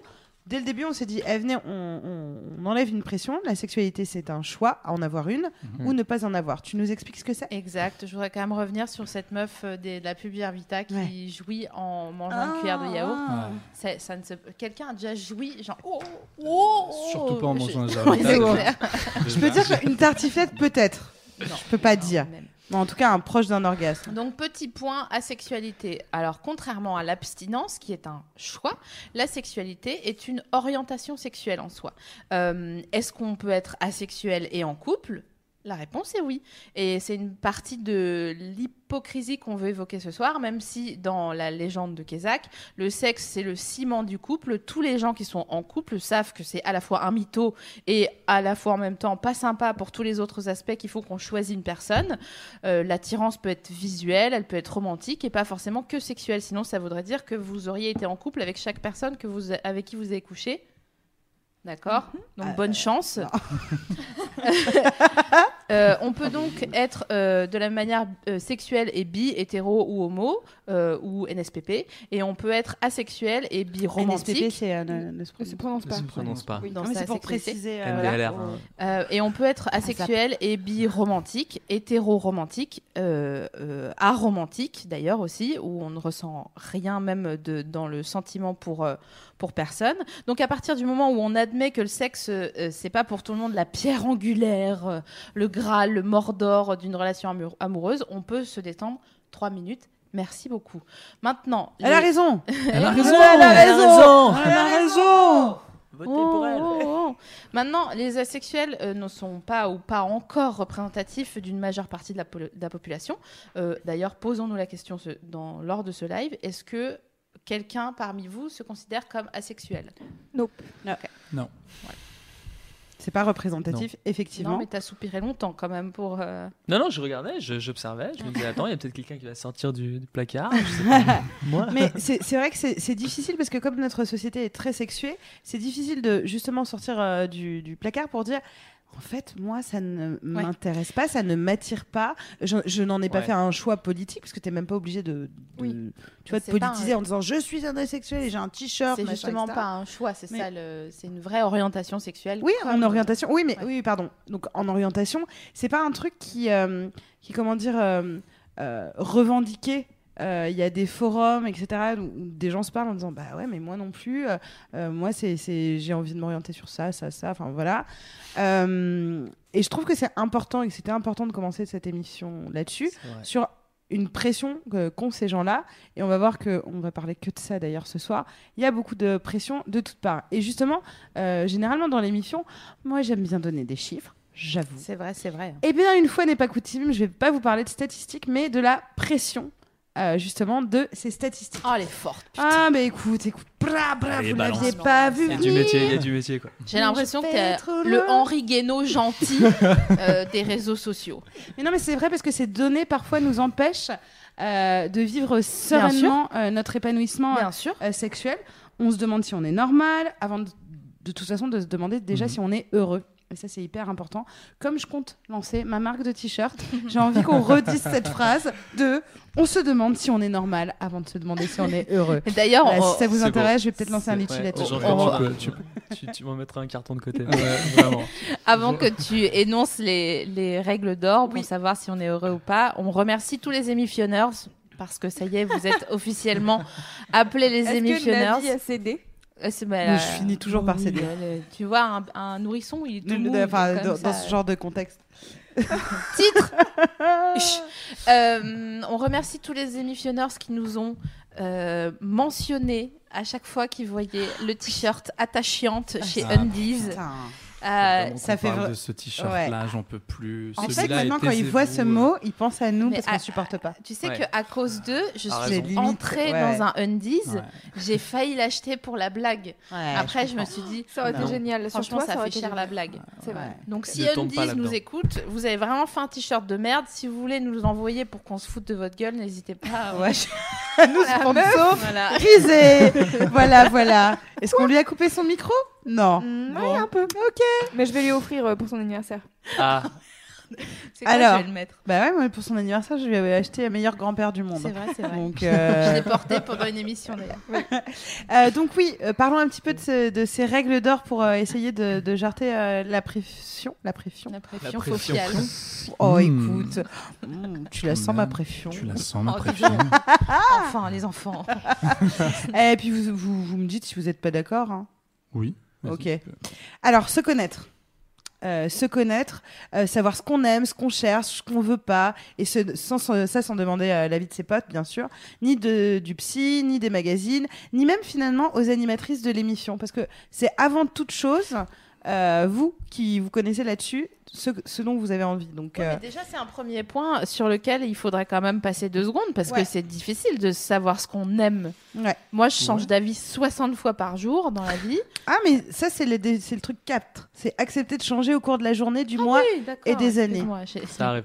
Speaker 1: Dès le début, on s'est dit, eh, venez, on, on- on enlève une pression. La sexualité, c'est un choix à en avoir une
Speaker 3: Mhm. Bah,
Speaker 1: ou ne pas en avoir. Tu nous expliques ce que c'est
Speaker 2: Exact, je voudrais quand même revenir sur cette meuf euh, des- de la pub Vita qui
Speaker 1: Ouais. Ah.
Speaker 2: jouit en mangeant une cuillère de yaourt. Ça, ça ne se... Quelqu'un a déjà joui, genre, oh, oh, oh.
Speaker 3: Surtout pas en
Speaker 1: *laughs*
Speaker 2: Je-
Speaker 3: mangeant un
Speaker 1: Ouais, c'est
Speaker 3: jardin.
Speaker 1: clair. Je peux dire qu'une tartiflette, peut-être.
Speaker 2: Non,
Speaker 1: peux pas
Speaker 2: non,
Speaker 1: dire.
Speaker 2: même.
Speaker 1: Mais en tout cas, un proche d'un orgasme.
Speaker 2: *laughs* Donc, petit point, asexualité. Alors, contrairement à l'abstinence, qui est un choix, la sexualité est une orientation sexuelle en soi. Euh, Est-ce qu'on peut être asexuel et en couple la réponse est oui. Et c'est une partie de l'hypocrisie qu'on veut évoquer ce soir, même si dans la légende de Kézak, le sexe, c'est le ciment du couple. Tous les gens qui sont en couple savent que c'est à la fois un mytho et à la fois en même temps pas sympa pour tous les autres aspects qu'il faut qu'on choisisse une personne. Euh, L'attirance peut être visuelle, elle peut être romantique et pas forcément que sexuelle. Sinon, ça voudrait dire que vous auriez été en couple avec chaque personne que vous, avec qui vous avez couché. D'accord Donc,
Speaker 1: Euh,
Speaker 2: bonne chance. *laughs*
Speaker 1: *laughs*
Speaker 2: Euh, on peut donc être euh, de la même manière euh, sexuelle et bi, hétéro ou homo, euh, ou NSPP, et on peut être asexuel et bi
Speaker 1: NSPP,
Speaker 2: romantique.
Speaker 1: c'est euh, ne- ne se
Speaker 6: Ça
Speaker 1: prononce
Speaker 6: se
Speaker 1: pas.
Speaker 6: prononce
Speaker 4: Je
Speaker 6: pas.
Speaker 4: ne prononce pas.
Speaker 6: Oui.
Speaker 2: dans
Speaker 1: Non, mais
Speaker 2: sa
Speaker 1: c'est pour
Speaker 2: sexualité.
Speaker 1: préciser. euh, voilà.
Speaker 4: MDLR.
Speaker 6: voilà.
Speaker 4: hein.
Speaker 2: Euh, et on peut être
Speaker 1: Ah,
Speaker 2: asexuel et bi-romantique, hétéro-romantique, euh, euh, aromantique d'ailleurs aussi, où on ne ressent rien même de, dans le sentiment pour, euh, pour personne. Donc à partir du moment où on admet que le sexe, euh, c'est pas pour tout le monde la pierre angulaire, euh, le graal, le mordor d'une relation amour- amoureuse, on peut se détendre trois minutes. Merci beaucoup. Maintenant,
Speaker 1: Elle a
Speaker 2: les-
Speaker 1: raison.
Speaker 3: Elle a raison.
Speaker 1: Elle a
Speaker 4: Elle a raison.
Speaker 1: Elle a raison.
Speaker 4: Votez
Speaker 2: Oh, oh, oh. *laughs* Maintenant, les asexuels euh, ne sont pas ou pas encore représentatifs d'une majeure partie de la, polo- de la population. Euh, D'ailleurs, posons-nous la question ce- dans, lors de ce live. Est-ce que quelqu'un parmi vous se considère comme asexuel
Speaker 6: Nope.
Speaker 1: C'est pas représentatif, effectivement.
Speaker 2: Non, mais t'as soupiré longtemps quand même pour... euh,
Speaker 4: Non, non, je regardais, je- j'observais, je me disais, attends, il y a peut-être quelqu'un qui va sortir du, du placard.
Speaker 1: *laughs*
Speaker 4: Moi.
Speaker 1: Mais c'est c'est vrai que c'est c'est difficile parce que comme notre société est très sexuée, c'est difficile de justement sortir euh, du, du placard pour dire. En fait, moi, ça ne m'intéresse pas, ça ne m'attire pas. Je, je n'en ai pas
Speaker 4: Ouais.
Speaker 1: fait un choix politique parce que tu n'es même pas obligé de, de-
Speaker 6: Oui.
Speaker 1: tu vois, de
Speaker 2: C'est pas
Speaker 1: politiser
Speaker 2: un-
Speaker 1: en disant je suis un asexuel et j'ai un t-shirt.
Speaker 2: C'est
Speaker 1: machin,
Speaker 2: justement
Speaker 1: etc.
Speaker 2: pas un choix, c'est
Speaker 1: Mais-
Speaker 2: ça, le- c'est une vraie orientation sexuelle.
Speaker 1: Oui,
Speaker 2: Comme-
Speaker 1: en orientation. Oui, mais
Speaker 2: Ouais.
Speaker 1: oui, pardon. Donc en orientation, c'est pas un truc qui, euh, qui comment dire, euh, euh, revendiqué. Euh, Il y a des forums, etc., où, où des gens se parlent en disant bah ouais, mais moi non plus. euh, euh, moi, c'est, c'est- j'ai envie de m'orienter sur ça, ça, ça. Enfin voilà. Euh, et je trouve que c'est important et que c'était important de commencer cette émission là-dessus
Speaker 4: C'est vrai.
Speaker 1: sur une pression euh, qu'ont ces gens-là. Et on va voir que on va parler que de ça d'ailleurs ce soir. Il y a beaucoup de pression de toutes parts. Et justement, euh, généralement dans l'émission, moi j'aime bien donner des chiffres, j'avoue.
Speaker 2: C'est vrai, c'est vrai.
Speaker 1: Eh bien, une fois n'est pas coutume, je vais pas vous parler de statistiques, mais de la pression, euh, justement, de ces statistiques.
Speaker 2: Oh, elle est forte. putain.
Speaker 1: Ah, mais écoute, écoute, bra, bra,
Speaker 4: Allez,
Speaker 1: vous
Speaker 4: balance.
Speaker 1: l'aviez pas vu
Speaker 4: Il y a
Speaker 1: venir.
Speaker 4: du métier, il y a du métier, quoi.
Speaker 2: J'ai l'impression
Speaker 1: Je
Speaker 2: que
Speaker 1: vais
Speaker 2: t'es
Speaker 1: être
Speaker 2: le
Speaker 1: loin.
Speaker 2: Henri Guénaud gentil
Speaker 1: *laughs*
Speaker 2: euh, des réseaux sociaux.
Speaker 1: Mais non, mais c'est vrai parce que ces données parfois nous empêchent euh, de vivre sereinement euh, notre épanouissement
Speaker 2: Bien sûr.
Speaker 1: euh, sexuel. On se demande si on est normal avant de, de toute façon de se demander déjà
Speaker 3: Mhm.
Speaker 1: si on est heureux. Et ça, c'est hyper important. Comme je compte lancer ma marque de t-shirt, *laughs* j'ai envie qu'on redise cette phrase de on se demande si on est normal avant de se demander si on est heureux.
Speaker 2: *laughs* Et D'ailleurs,
Speaker 6: Bah,
Speaker 1: Voilà,
Speaker 2: on-
Speaker 1: si ça vous
Speaker 4: c'est
Speaker 1: intéresse, je vais peut-être lancer un
Speaker 3: C'est-
Speaker 1: litchi
Speaker 4: ouais,
Speaker 1: là-dessus. Oh.
Speaker 4: genre,
Speaker 1: On-
Speaker 4: quand
Speaker 3: on-
Speaker 4: tu, peux- tu, tu m'en mettras un carton de côté.
Speaker 3: Ouais, vraiment.
Speaker 2: avant que tu énonces les, les règles d'or pour savoir si on est heureux ou pas, on remercie tous les émissionneurs parce que ça y est, vous
Speaker 6: *laughs*
Speaker 2: êtes officiellement appelés les
Speaker 6: Est-ce que
Speaker 2: émissionneurs.
Speaker 6: Navi a cédé
Speaker 2: Euh, c'est- bah,
Speaker 1: Mais
Speaker 2: euh,
Speaker 1: je finis toujours par
Speaker 2: oui,
Speaker 1: céder.
Speaker 2: euh, le- Tu vois, un, un nourrisson, il est tout
Speaker 1: Enfin,
Speaker 2: mou, il est comme
Speaker 1: dans, dans
Speaker 2: ça.
Speaker 1: ce genre de contexte.
Speaker 2: *laughs* Titre Chut. Euh, On remercie tous les émissionneurs qui nous ont euh, mentionné à chaque fois qu'ils voyaient le t-shirt attachante
Speaker 1: Ah,
Speaker 2: chez
Speaker 3: ça.
Speaker 2: Undies.
Speaker 1: Putain.
Speaker 2: Euh,
Speaker 1: ça
Speaker 3: ça
Speaker 1: fait
Speaker 3: fait
Speaker 1: vra-
Speaker 3: de ce t-shirt-là, j'en peux plus.
Speaker 1: En fait,
Speaker 3: Celui-là est
Speaker 1: maintenant, quand ils voient ce
Speaker 3: taisez-vous.
Speaker 1: mot, ils pensent à nous
Speaker 2: Mais
Speaker 1: parce qu'on
Speaker 2: à-
Speaker 1: supporte pas.
Speaker 2: tu sais
Speaker 4: Ouais.
Speaker 2: que à cause d'eux, je
Speaker 4: Ah,
Speaker 2: suis
Speaker 4: raison.
Speaker 1: limite,
Speaker 2: entrée
Speaker 1: ouais.
Speaker 2: dans un Undies.
Speaker 3: Ouais.
Speaker 2: J'ai failli l'acheter pour la blague. Après, je, me suis dit,
Speaker 6: Ça aurait été
Speaker 1: Non.
Speaker 6: génial. Oh, Sur
Speaker 2: franchement,
Speaker 6: toi,
Speaker 2: ça
Speaker 6: aurait
Speaker 2: fait
Speaker 6: été
Speaker 2: cher la
Speaker 6: génial.
Speaker 2: blague.
Speaker 6: C'est vrai.
Speaker 2: Donc si
Speaker 4: Ne tombe pas
Speaker 2: Undies nous
Speaker 4: là-dedans.
Speaker 2: écoute, vous avez vraiment fait un t-shirt de merde. Si vous voulez nous envoyer pour qu'on se foute de votre gueule, n'hésitez pas.
Speaker 1: Ouais. Nous,
Speaker 2: *laughs* La
Speaker 1: sponsor,
Speaker 2: Voilà.
Speaker 1: Risé *laughs* Voilà, voilà. Est-ce qu'on lui a coupé son micro Non.
Speaker 6: Mm,
Speaker 1: Bon.
Speaker 6: Ouais, un peu. Ok. Mais je vais lui offrir euh, pour son anniversaire.
Speaker 4: Ah,
Speaker 2: C'est quoi,
Speaker 1: Alors.
Speaker 2: je vais le mettre.
Speaker 1: Bah ouais, moi, pour son anniversaire, je lui avais acheté le meilleur grand-père du
Speaker 2: C'est
Speaker 1: monde.
Speaker 2: vrai, c'est vrai.
Speaker 1: Donc,
Speaker 2: *laughs* Je
Speaker 1: euh,
Speaker 2: l'ai porté pendant une émission d'ailleurs.
Speaker 1: euh, donc oui, euh, parlons un petit peu de, ce- de ces règles d'or pour euh, essayer de, de jarter euh, la pression. La pression.
Speaker 2: La
Speaker 4: la
Speaker 2: pression
Speaker 4: pression.
Speaker 2: faciale.
Speaker 1: Oh,
Speaker 3: Mm.
Speaker 1: écoute, Mm, tu la sens ma pression.
Speaker 3: Tu la sens, ma
Speaker 2: Oh,
Speaker 3: pression.
Speaker 2: Enfin, les enfants.
Speaker 1: Et Eh, puis vous, vous, vous me dites si vous n'êtes pas d'accord. hein.
Speaker 3: Oui. vas-y,
Speaker 1: Ok.
Speaker 3: tu peux.
Speaker 1: Alors, se connaître. Euh, se connaître, euh, savoir ce qu'on aime, ce qu'on cherche, ce qu'on veut pas, et ce- sans, sans- ça sans demander euh, l'avis de ses potes, bien sûr, ni de, du psy, ni des magazines, ni même finalement aux animatrices de l'émission, parce que c'est avant toute chose, euh, vous qui vous connaissez là-dessus, ce, ce dont vous avez envie. Donc, euh,
Speaker 2: Mais déjà, c'est un premier point sur lequel il faudrait quand même passer deux secondes parce
Speaker 1: Ouais.
Speaker 2: que c'est difficile de savoir ce qu'on aime.
Speaker 1: ouais.
Speaker 2: Moi, je change d'avis 60 fois par jour dans la vie.
Speaker 1: *laughs* Ah, mais ça, c'est le, dé- c'est le truc 4, c'est accepter de changer au cours de la journée, du mois.
Speaker 2: Oui, d'accord,
Speaker 1: et des années.
Speaker 2: excuse-moi, j'ai- *laughs*
Speaker 4: ça arrive.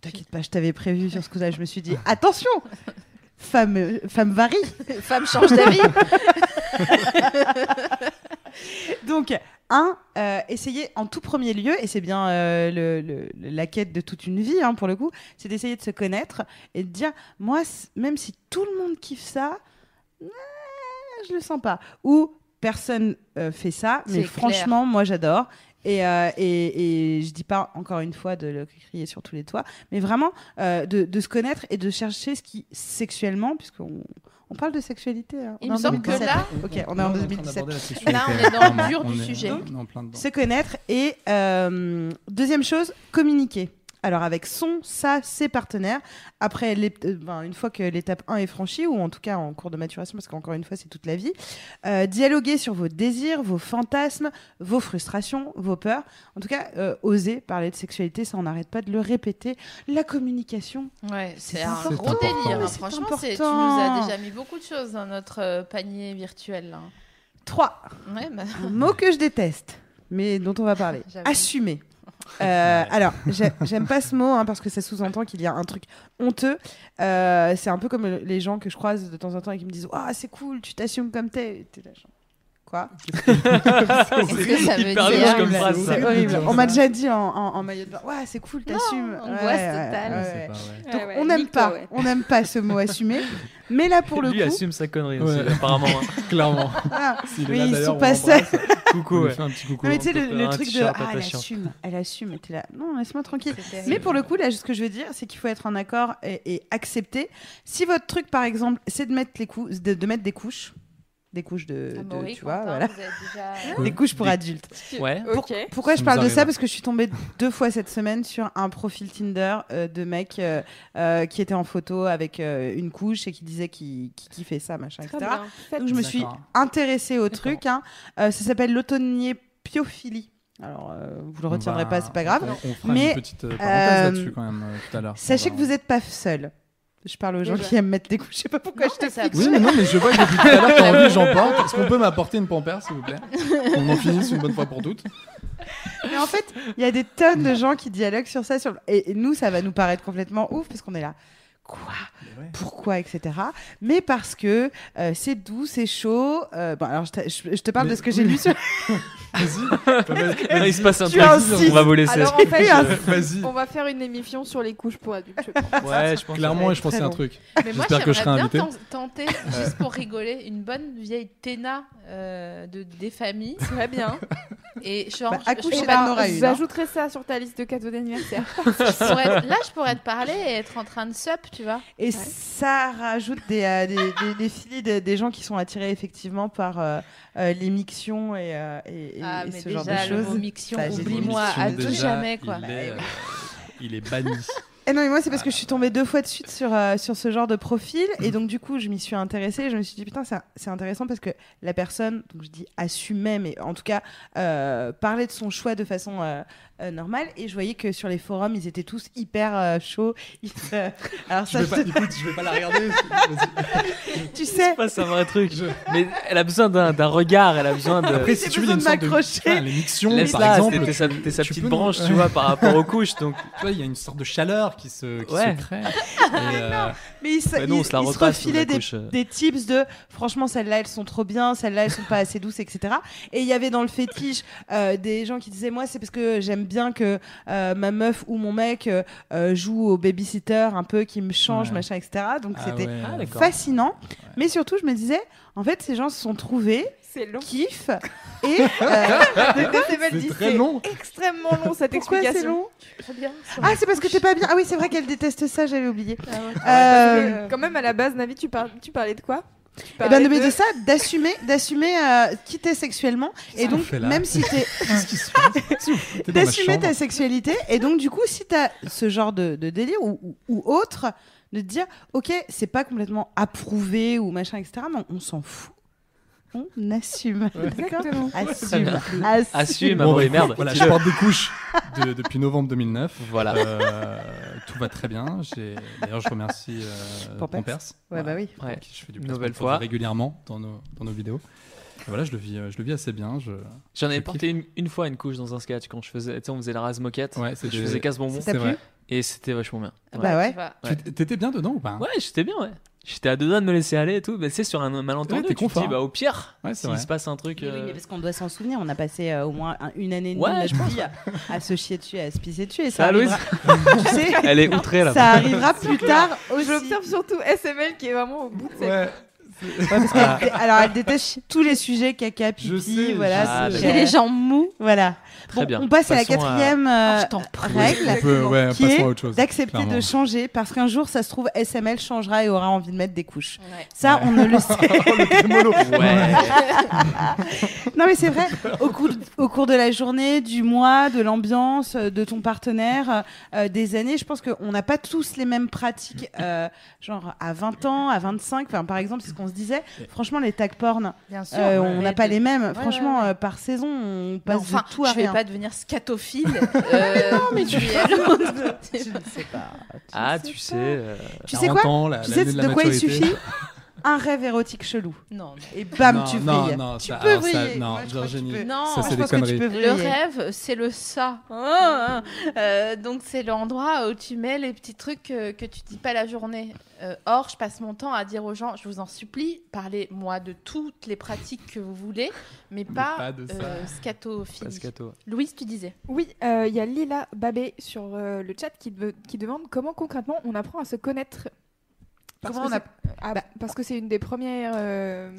Speaker 1: T'inquiète pas, je t'avais prévu sur ce coup-là, je me suis dit, attention, femme, euh, femme varie.
Speaker 2: Femme change d'avis.
Speaker 1: Donc, un, euh, essayer en tout premier lieu, et c'est bien euh, le- le- la quête de toute une vie, hein, pour le coup, c'est d'essayer de se connaître et de dire, moi, c- même si tout le monde kiffe ça, euh, je le sens pas. Ou personne euh, fait ça,
Speaker 2: C'est
Speaker 1: mais
Speaker 2: clair.
Speaker 1: franchement, moi, j'adore. Et, euh, et, et je dis pas encore une fois de le crier sur tous les toits, mais vraiment euh, de, de se connaître et de chercher ce qui sexuellement, puisqu'on on parle de sexualité. hein, on
Speaker 2: Il
Speaker 1: est
Speaker 2: me
Speaker 1: en
Speaker 2: semble que
Speaker 1: 2017.
Speaker 2: là,
Speaker 1: Ok, on est en
Speaker 3: train
Speaker 1: 2017.
Speaker 3: d'aborder la sexualité.
Speaker 2: Là, on est dans le
Speaker 3: Vraiment,
Speaker 2: dur du
Speaker 3: on est-
Speaker 2: sujet.
Speaker 3: on est en plein dedans.
Speaker 1: se connaître et euh, deuxième chose, communiquer. Alors avec son, ça, ses partenaires, après l'ép- euh, ben, une fois que l'étape 1 est franchie, ou en tout cas en cours de maturation, parce qu'encore une fois c'est toute la vie, euh, dialoguer sur vos désirs, vos fantasmes, vos frustrations, vos peurs. En tout cas, euh, oser parler de sexualité, ça on n'arrête pas de le répéter. La communication,
Speaker 2: *laughs* ouais, c'est
Speaker 1: C'est
Speaker 2: un
Speaker 1: important.
Speaker 2: gros
Speaker 3: C'est
Speaker 2: délire. hein.
Speaker 1: important.
Speaker 2: Franchement,
Speaker 1: C'est
Speaker 2: c'est- tu nous
Speaker 1: important.
Speaker 2: as déjà mis beaucoup de choses dans notre euh, panier virtuel. hein. là.
Speaker 1: 3.
Speaker 2: Ouais, bah,
Speaker 1: Un mot que je déteste, mais dont on va *laughs* parler.
Speaker 2: J'avoue.
Speaker 1: Assumer. Euh, alors, j'ai- j'aime pas ce mot hein, parce que ça sous-entend qu'il y a un truc honteux. Euh, c'est un peu comme les gens que je croise de temps en temps et qui me disent Ah, c'est cool, tu t'assumes comme t'es. T'es là, genre, Quoi
Speaker 2: Qu'est-ce que ça veut
Speaker 4: Hyper
Speaker 2: dire
Speaker 4: louche Ah comme phrase, ça.
Speaker 1: C'est horrible. On m'a déjà dit en, en- en maillot de bain Ouais, c'est cool, t'assumes.
Speaker 2: angoisse totale.
Speaker 3: Ouais,
Speaker 1: ouais,
Speaker 3: c'est
Speaker 1: ouais.
Speaker 3: pas vrai.
Speaker 6: Ah
Speaker 1: Donc, on n'aime pas, on n'aime pas ce mot *laughs* assumer, mais là pour le
Speaker 4: Lui
Speaker 1: coup,
Speaker 4: assume sa connerie
Speaker 3: Ouais.
Speaker 4: aussi, apparemment. hein.
Speaker 3: *laughs* Clairement.
Speaker 1: ah,
Speaker 3: S'il est
Speaker 1: mais
Speaker 3: là,
Speaker 1: ils
Speaker 3: d'ailleurs,
Speaker 1: sont
Speaker 3: on
Speaker 1: pas
Speaker 3: l'embrasse.
Speaker 4: Coucou,
Speaker 3: On lui
Speaker 4: ouais.
Speaker 3: fait un petit coucou.
Speaker 1: non mais tu sais
Speaker 4: on peut
Speaker 1: le,
Speaker 4: faire
Speaker 1: le
Speaker 4: un
Speaker 1: truc de
Speaker 4: t-shirt
Speaker 1: ah elle
Speaker 4: attachant.
Speaker 1: assume, elle assume, et t'es là non laisse-moi tranquille.
Speaker 2: C'est terrible.
Speaker 1: Mais pour le coup, là, ce que je veux dire, c'est qu'il faut être en accord et, et accepter. Si votre truc, par exemple, c'est de mettre les cou- de, de mettre des couches, des couches
Speaker 2: Ah bah
Speaker 1: de, de-
Speaker 5: Amaury,
Speaker 1: Euh, tu vois,
Speaker 5: Quentin,
Speaker 1: voilà.
Speaker 5: vous êtes déjà-
Speaker 2: *laughs*
Speaker 1: Des couches pour
Speaker 4: Des-
Speaker 1: adultes.
Speaker 4: Ouais.
Speaker 5: Ok.
Speaker 1: Pour- Bah, pourquoi
Speaker 3: Ça
Speaker 1: je
Speaker 3: nous
Speaker 1: parle de ça
Speaker 3: arrive. hein.
Speaker 1: Parce que je suis tombée deux fois cette semaine sur un profil Tinder euh, de mec euh, euh, qui était en photo avec euh, une couche et qui disait qu'il qu'il kiffait ça, machin,
Speaker 6: Très
Speaker 1: etc.
Speaker 6: bien. Faites-
Speaker 1: Donc je me suis
Speaker 3: D'accord.
Speaker 1: intéressée au truc. hein. Euh, ça s'appelle l'automnier-piophilie. Alors, euh, vous le
Speaker 3: On
Speaker 1: retiendrez
Speaker 3: va-
Speaker 1: pas, c'est pas grave.
Speaker 3: On, on fera
Speaker 1: Mais,
Speaker 3: une petite euh, parenthèse
Speaker 1: euh,
Speaker 3: là-dessus quand même euh, tout à l'heure.
Speaker 1: Sachez que vous n'êtes pas seul. Je parle aux gens
Speaker 5: Déjà.
Speaker 1: qui aiment mettre des couches. Je sais pas pourquoi
Speaker 2: bah. Non,
Speaker 1: je
Speaker 2: mais
Speaker 1: te
Speaker 2: ça-
Speaker 1: fixe.
Speaker 3: Oui, mais non, mais je vois que depuis tout à l'heure, t'as envie, j'en porte. Est-ce qu'on peut m'apporter une pampère, s'il vous plaît On en finisse une bonne fois pour toutes.
Speaker 1: Mais en fait, il y a des tonnes de gens qui dialoguent sur ça. Sur... Et, et nous, ça va nous paraître complètement ouf parce qu'on est là. Quoi Pourquoi Etc. Mais parce que euh, c'est doux, c'est chaud. Euh, bon, alors je, t'a- je- je te parle
Speaker 3: Mais-
Speaker 1: de ce que j'ai
Speaker 3: oui,
Speaker 1: lu
Speaker 3: *laughs*
Speaker 1: sur.
Speaker 3: Vas-y.
Speaker 4: Non, il se passe un
Speaker 1: Tu
Speaker 4: truc.
Speaker 1: insistes.
Speaker 4: On va vous laisser.
Speaker 6: Alors en fait,
Speaker 1: un-
Speaker 6: *laughs*
Speaker 3: Vas-y.
Speaker 6: on va faire une émission sur les couches pour adultes. je pense.
Speaker 4: Ouais, je pense.
Speaker 3: Clairement,
Speaker 1: Ouais,
Speaker 3: je pense
Speaker 1: très
Speaker 3: c'est un
Speaker 1: bon.
Speaker 3: truc.
Speaker 2: Mais moi,
Speaker 3: J'espère que je serai
Speaker 2: j'aimerais
Speaker 3: invité.
Speaker 2: bien ten- tenter, juste
Speaker 1: Euh.
Speaker 2: pour rigoler, une bonne vieille Téna euh, de, des familles.
Speaker 6: Très *laughs* bien.
Speaker 2: Et genre,
Speaker 1: Bah,
Speaker 2: je- je
Speaker 6: Eh
Speaker 1: accouche
Speaker 6: ben,
Speaker 2: pourrais-
Speaker 1: pas de Nora, une, hein.
Speaker 6: J'ajouterai ça sur ta liste de cadeaux d'anniversaire.
Speaker 2: je pourrais- là, je pourrais te parler et être en train de sup, tu vois.
Speaker 1: Et ça rajoute des, euh, des, des- des filies de- des gens qui sont attirés effectivement par euh, euh, les mictions et, euh, et, et-
Speaker 2: ah,
Speaker 1: et
Speaker 2: mais
Speaker 1: ce genre de
Speaker 2: déjà, le mot
Speaker 1: choses.
Speaker 2: miction,
Speaker 1: Bah, j'ai dit
Speaker 2: oublie-moi,
Speaker 1: miction,
Speaker 2: à
Speaker 1: déjà,
Speaker 2: tout jamais, quoi. Bah
Speaker 3: Il est, euh, il est banni.
Speaker 1: Et Eh non, mais moi, c'est parce que je suis tombée deux fois de suite sur, euh, sur ce genre de profil.
Speaker 4: Mm.
Speaker 1: Et donc, du coup, je m'y suis intéressée. Et je me suis dit, putain, ça- c'est intéressant parce que la personne, donc je dis assumait, mais en tout cas, euh, parlait de son choix de façon euh, euh, normale. Et je voyais que sur les forums, ils étaient tous hyper euh, chauds.
Speaker 4: *laughs*
Speaker 1: hyper- Alors,
Speaker 3: Je
Speaker 1: ça,
Speaker 3: vais pas,
Speaker 1: je-
Speaker 3: écoute, je vais pas la regarder. Vas-y.
Speaker 1: tu sais,
Speaker 4: C'est pas un vrai truc.
Speaker 3: Je-
Speaker 4: Mais elle a besoin d'un d'un regard, elle a besoin de.
Speaker 3: Après,
Speaker 1: j'ai
Speaker 3: Euh, si tu veux, il y a une
Speaker 1: besoin
Speaker 3: sorte
Speaker 1: de
Speaker 3: de.
Speaker 1: m'accrocher.
Speaker 3: Putain, les mictions,
Speaker 4: Laisse
Speaker 3: par
Speaker 4: là,
Speaker 3: exemple.
Speaker 4: t'es sa, t'es sa
Speaker 3: tu
Speaker 4: petite
Speaker 3: peux nous-
Speaker 4: branche, tu vois, par rapport aux couches. Donc,
Speaker 3: Tu vois, il y a une sorte de chaleur qui se, qui
Speaker 4: Ouais.
Speaker 3: se crée. Et, euh,
Speaker 1: mais ils, se-
Speaker 4: bah non, on
Speaker 1: ils-
Speaker 4: se la
Speaker 1: ils se
Speaker 4: repasse. ou la
Speaker 1: refilaient des
Speaker 4: couche, euh.
Speaker 1: des tips de franchement celles-là elles sont trop bien celles-là elles sont pas assez douces etc et il y avait dans le fétiche euh, des gens qui disaient moi c'est parce que j'aime bien que euh, ma meuf ou mon mec euh, euh, joue au babysitter un peu qui me change
Speaker 3: Ouais.
Speaker 1: machin etc donc
Speaker 3: ah
Speaker 1: c'était
Speaker 3: ouais.
Speaker 4: Ah, d'accord.
Speaker 1: fascinant mais surtout je me disais en fait ces gens se sont trouvés
Speaker 6: C'est *laughs* long.
Speaker 1: kiffent et euh,
Speaker 3: C'est très long.
Speaker 6: Extrêmement long cette
Speaker 1: pourquoi c'est
Speaker 6: explication.
Speaker 1: long
Speaker 2: Très bien.
Speaker 1: ah c'est parce que t'es pas bien ah oui c'est vrai qu'elle déteste ça j'avais oublié
Speaker 6: Parce
Speaker 1: Euh,
Speaker 6: que, quand même, à la base, Navi, tu, parles- tu parlais de quoi Tu
Speaker 1: Eh
Speaker 6: parlais
Speaker 1: ben, mais de ça, d'assumer, d'assumer euh, qui t'es sexuellement, et
Speaker 3: qu'on
Speaker 1: donc
Speaker 3: fait là *laughs*
Speaker 1: même si t'es,
Speaker 3: *laughs* Qu'est-ce qui se passe Qu'est-ce que vous foutez dans ma
Speaker 1: d'assumer
Speaker 3: chambre
Speaker 1: ta sexualité, et donc du coup, si t'as ce genre de, de délire ou, ou- ou autre, de te dire, ok, c'est pas complètement approuvé ou machin, etc., mais on, on s'en fout, on assume, d'accord
Speaker 6: Exactement.
Speaker 1: assume,
Speaker 4: bien.
Speaker 1: assume,
Speaker 4: Assume.
Speaker 3: Bon,
Speaker 4: Ah oui,
Speaker 3: bah, écoute,
Speaker 4: merde.
Speaker 3: Voilà, je porte des couches de- depuis novembre 2009.
Speaker 4: Voilà.
Speaker 3: Euh, tout va très bien. J'ai- D'ailleurs, je remercie euh,
Speaker 1: Pompers.
Speaker 3: Pompers.
Speaker 1: Ouais,
Speaker 3: Voilà,
Speaker 1: bah oui.
Speaker 4: Ouais.
Speaker 3: avec qui je fais du
Speaker 4: Nouvelle
Speaker 3: placement de
Speaker 4: fois.
Speaker 3: produits régulièrement dans nos, dans nos vidéos. Et voilà, je le vis, euh, je le vis assez bien. Je...
Speaker 4: J'en avais
Speaker 3: Je
Speaker 4: porté une, une fois une couche dans un sketch quand je faisais, tu sais, on faisait la rase moquette.
Speaker 3: Ouais, c'est-
Speaker 4: je faisais casse bonbon
Speaker 1: T'as
Speaker 3: C'est vrai.
Speaker 4: et c'était vachement bien.
Speaker 1: Ah bah ouais.
Speaker 4: Ouais.
Speaker 3: Tu- T'étais bien dedans ou pas
Speaker 4: Ouais, j'étais bien, ouais. J'étais à deux doigts de me laisser aller et tout. Mais c'est sur un
Speaker 3: Ouais,
Speaker 4: malentendu.
Speaker 3: t'es
Speaker 4: tu te
Speaker 3: confort.
Speaker 4: dis, bah, au pire,
Speaker 3: Ouais, c'est
Speaker 4: s'il
Speaker 3: vrai.
Speaker 4: se passe un truc.
Speaker 1: Oui,
Speaker 4: euh,
Speaker 1: mais parce qu'on doit s'en souvenir, on a passé euh, au moins un- une année et demie
Speaker 4: Ouais,
Speaker 1: de
Speaker 4: je
Speaker 1: notre vie à, à se chier dessus, à se pisser dessus, et ça,
Speaker 4: Ça, Louise
Speaker 1: arrivera, tu sais,
Speaker 4: Elle est outrée là.
Speaker 1: ça arrivera plus tard aussi.
Speaker 6: Je l'observe surtout SML qui est vraiment au bout de cette.
Speaker 3: Ouais.
Speaker 1: Parce qu'elle dé- alors elle déteste tous les sujets caca, pipi,
Speaker 3: Je sais,
Speaker 1: voilà.
Speaker 4: je
Speaker 1: c'est-
Speaker 4: sais.
Speaker 2: J'ai les jambes mous.
Speaker 1: Voilà.
Speaker 4: Très
Speaker 1: Bon,
Speaker 4: bien.
Speaker 1: On passe à la
Speaker 4: Passons à-
Speaker 1: quatrième
Speaker 2: Ah,
Speaker 1: euh,
Speaker 2: je t'en prie.
Speaker 1: règle.
Speaker 3: On peut, ouais,
Speaker 1: Qui
Speaker 3: passons
Speaker 1: est
Speaker 3: à autre chose.
Speaker 1: D'accepter
Speaker 3: clairement.
Speaker 1: de changer parce qu'un jour, ça se trouve, SML changera et aura envie de mettre des couches.
Speaker 2: Ouais.
Speaker 1: Ça, on ne le sait.
Speaker 3: Oh, le trémolo.
Speaker 4: Ouais.
Speaker 1: non, mais c'est vrai. Au cours, au cours de la journée, du mois, de l'ambiance, euh, de ton partenaire, euh, des années, je pense qu'on n'a pas tous les mêmes pratiques. euh, genre à 20 ans, à 25, enfin, par exemple, c'est ce qu'on se disait. Franchement, les tags porn,
Speaker 2: Bien sûr.
Speaker 1: euh, on
Speaker 2: Mais
Speaker 1: n'a pas
Speaker 2: de-
Speaker 1: les mêmes.
Speaker 2: ouais,
Speaker 1: Franchement,
Speaker 2: ouais, ouais.
Speaker 1: euh, par saison, on
Speaker 2: Mais
Speaker 1: passe
Speaker 2: Bah, enfin,
Speaker 1: de tout à
Speaker 2: je vais
Speaker 1: rien.
Speaker 2: pas devenir scatophile.
Speaker 1: *laughs*
Speaker 2: euh,
Speaker 1: non, mais tu-
Speaker 2: du *laughs* dialogue.
Speaker 1: Je ne sais pas.
Speaker 4: Ah,
Speaker 1: Je ne
Speaker 4: tu sais. euh,
Speaker 1: Tu sais
Speaker 3: 40
Speaker 1: quoi
Speaker 3: ans, la-
Speaker 1: Tu sais
Speaker 3: l'année
Speaker 1: de,
Speaker 3: la
Speaker 1: quoi il
Speaker 3: maturité.
Speaker 1: suffit Un rêve érotique chelou.
Speaker 2: non,
Speaker 1: Et bam,
Speaker 3: Non,
Speaker 1: tu
Speaker 3: non,
Speaker 1: brilles.
Speaker 3: non,
Speaker 1: tu
Speaker 3: ça-
Speaker 1: peux
Speaker 3: alors ça-
Speaker 1: briller.
Speaker 3: non,
Speaker 1: Moi, je crois que tu
Speaker 3: Virginie,
Speaker 1: peux.
Speaker 2: non.
Speaker 3: Ça,
Speaker 1: Moi,
Speaker 3: c'est
Speaker 1: je
Speaker 3: des
Speaker 1: pense que tu
Speaker 3: conneries.
Speaker 1: peux
Speaker 2: Le
Speaker 1: briller.
Speaker 2: rêve, c'est le ça.
Speaker 1: Ah,
Speaker 2: Hein, hein. Euh, donc c'est l'endroit où tu mets les petits trucs que, que tu dis pas la journée. Euh, or, je passe mon temps à dire aux gens, je vous en supplie, parlez-moi de toutes les pratiques que vous voulez, mais
Speaker 3: Mais
Speaker 2: pas,
Speaker 3: pas de ça.
Speaker 2: euh, scatophilie.
Speaker 4: Pascato.
Speaker 2: Louise, tu disais.
Speaker 6: Oui, euh, il y a Lila Babé sur euh, le chat qui, de- qui demande comment concrètement on apprend à se connaître. Parce
Speaker 1: Comment
Speaker 6: que
Speaker 1: on a-
Speaker 6: c'est- ah, Parce que c'est une des premières euh,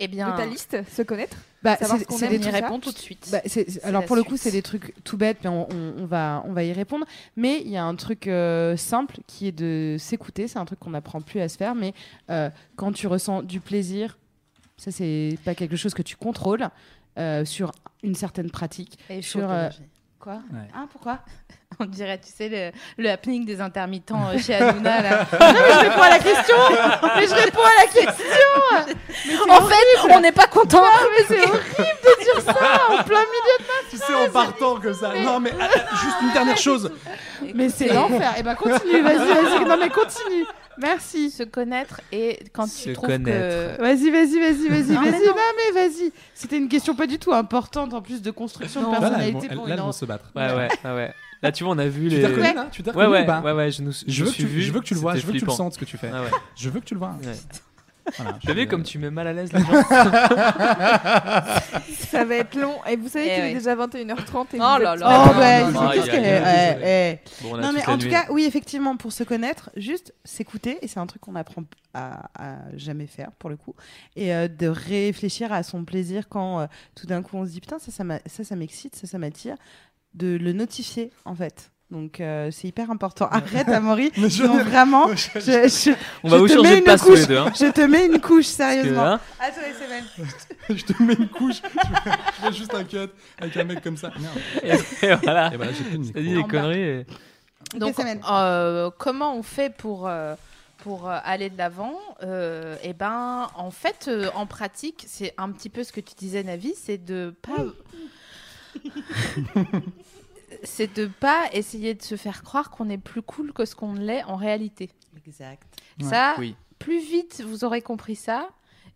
Speaker 2: Eh bien,
Speaker 6: de ta liste, se connaître.
Speaker 1: Bah,
Speaker 6: Savoir
Speaker 1: c'est-
Speaker 6: ce qu'on
Speaker 1: c'est
Speaker 6: aime,
Speaker 1: des
Speaker 2: on y
Speaker 6: tout
Speaker 1: trucs-
Speaker 2: répond tout de suite.
Speaker 1: Bah, c'est- c'est-
Speaker 2: C'est
Speaker 1: alors
Speaker 2: la
Speaker 1: pour le coup,
Speaker 2: suite.
Speaker 1: c'est des trucs tout bêtes, mais on, on- on va, on va y répondre. Mais il y a un truc euh, simple qui est de s'écouter. C'est un truc qu'on n'apprend plus à se faire, mais euh, quand tu ressens du plaisir, Ça, c'est pas quelque chose que tu contrôles euh, sur une certaine pratique.
Speaker 2: Et
Speaker 1: sur,
Speaker 2: chaud,
Speaker 1: euh,
Speaker 2: Roger. Quoi
Speaker 3: Ouais.
Speaker 1: Hein, pourquoi
Speaker 2: *laughs* On dirait, tu sais, le, le happening des intermittents euh, chez Hanouna. Là. non, mais *laughs* je réponds à
Speaker 1: *laughs*
Speaker 2: la question Mais je réponds à la question En fait, on n'est pas content mais c'est horrible de dire ça en plein milieu
Speaker 3: Tu sais, en partant comme ça. Non, mais ah, ah, juste une dernière chose.
Speaker 1: Mais c'est l'enfer. Et ben continue, vas-y,
Speaker 2: *laughs*
Speaker 1: vas-y. Non mais continue. Merci.
Speaker 2: Se connaître et quand
Speaker 4: Se
Speaker 2: tu trouves
Speaker 4: connaître.
Speaker 2: que...
Speaker 1: Vas-y, vas-y, vas-y, vas-y,
Speaker 2: Non, mais
Speaker 1: vas-y.
Speaker 2: non.
Speaker 1: Non mais vas-y. C'était une question pas du tout importante en plus de construction de
Speaker 3: Là, là, elles vont,
Speaker 1: personnalité
Speaker 3: elles-
Speaker 1: pour une
Speaker 3: là, elles vont
Speaker 1: enfant.
Speaker 3: se battre.
Speaker 4: Ouais, ouais, ouais, ouais. Là, tu vois, on a vu
Speaker 3: Tu
Speaker 4: les.
Speaker 3: t'es reconnu là Tu t'es
Speaker 4: Ouais,
Speaker 3: reconnu
Speaker 4: ouais,
Speaker 3: ou pas
Speaker 4: ouais, ouais, je nous.
Speaker 3: Je
Speaker 4: me
Speaker 3: veux, que
Speaker 4: suis
Speaker 3: tu,
Speaker 4: vu,
Speaker 3: je veux que tu le vois,
Speaker 4: c'était
Speaker 3: je veux que tu le
Speaker 4: flippant.
Speaker 3: sentes ce que tu fais.
Speaker 4: Ah ouais.
Speaker 3: *laughs* Je veux que tu le vois.
Speaker 4: Ouais.
Speaker 3: Voilà,
Speaker 4: T'as
Speaker 3: je-
Speaker 4: vu comme tu mets mal à l'aise les gens
Speaker 6: Ça va être long. Et vous savez
Speaker 2: Eh
Speaker 6: qu'il
Speaker 2: ouais.
Speaker 6: est déjà 21h30. Et
Speaker 2: Oh
Speaker 6: vous
Speaker 2: là
Speaker 6: êtes-
Speaker 2: là.
Speaker 1: Oh
Speaker 2: Non,
Speaker 1: ben, ils
Speaker 2: non,
Speaker 4: Ah, non,
Speaker 1: sont
Speaker 4: non,
Speaker 1: tous
Speaker 4: il y a-
Speaker 1: que-
Speaker 4: il y a-
Speaker 1: ouais,
Speaker 4: désolé.
Speaker 1: ouais.
Speaker 4: *laughs* Bon, on a
Speaker 1: Non
Speaker 4: toute
Speaker 1: mais
Speaker 4: la
Speaker 1: en tout
Speaker 4: nuit.
Speaker 1: cas, oui, effectivement, pour se connaître, juste s'écouter, et c'est un truc qu'on apprend à, à jamais faire pour le coup, et euh, de réfléchir à son plaisir quand euh, tout d'un coup on se dit putain ça ça m'a- ça ça m'excite, ça ça m'attire, de le notifier en fait. Donc euh, c'est hyper important. Arrête, Amaury.
Speaker 3: Mais je-
Speaker 1: Non, vraiment, je, je-
Speaker 4: On
Speaker 1: je
Speaker 4: va vous
Speaker 1: te
Speaker 4: changer
Speaker 1: mets
Speaker 4: de
Speaker 1: une
Speaker 4: passe tous
Speaker 1: couche.
Speaker 4: les
Speaker 1: *laughs*
Speaker 4: deux. Hein.
Speaker 1: je te mets une couche,
Speaker 4: Parce que,
Speaker 1: sérieusement.
Speaker 4: hein,
Speaker 3: je te mets une couche. je fais juste un cut avec un mec comme ça. Merde.
Speaker 4: et, et voilà.
Speaker 3: Et voilà, j'ai plus de micro.
Speaker 4: T'as dit des
Speaker 2: En bas.
Speaker 4: conneries. et-
Speaker 2: Donc,
Speaker 1: Des semaines.
Speaker 2: euh, comment on fait pour, euh, pour euh, aller de l'avant Euh, Eh ben, en fait, euh, en pratique, c'est un petit peu ce que tu disais, Navi, c'est de pas.
Speaker 4: *laughs*
Speaker 2: c'est de pas essayer de se faire croire qu'on est plus cool que ce qu'on l'est en réalité.
Speaker 1: Exact.
Speaker 3: Ouais.
Speaker 2: Ça,
Speaker 4: Oui.
Speaker 2: plus vite vous aurez compris ça,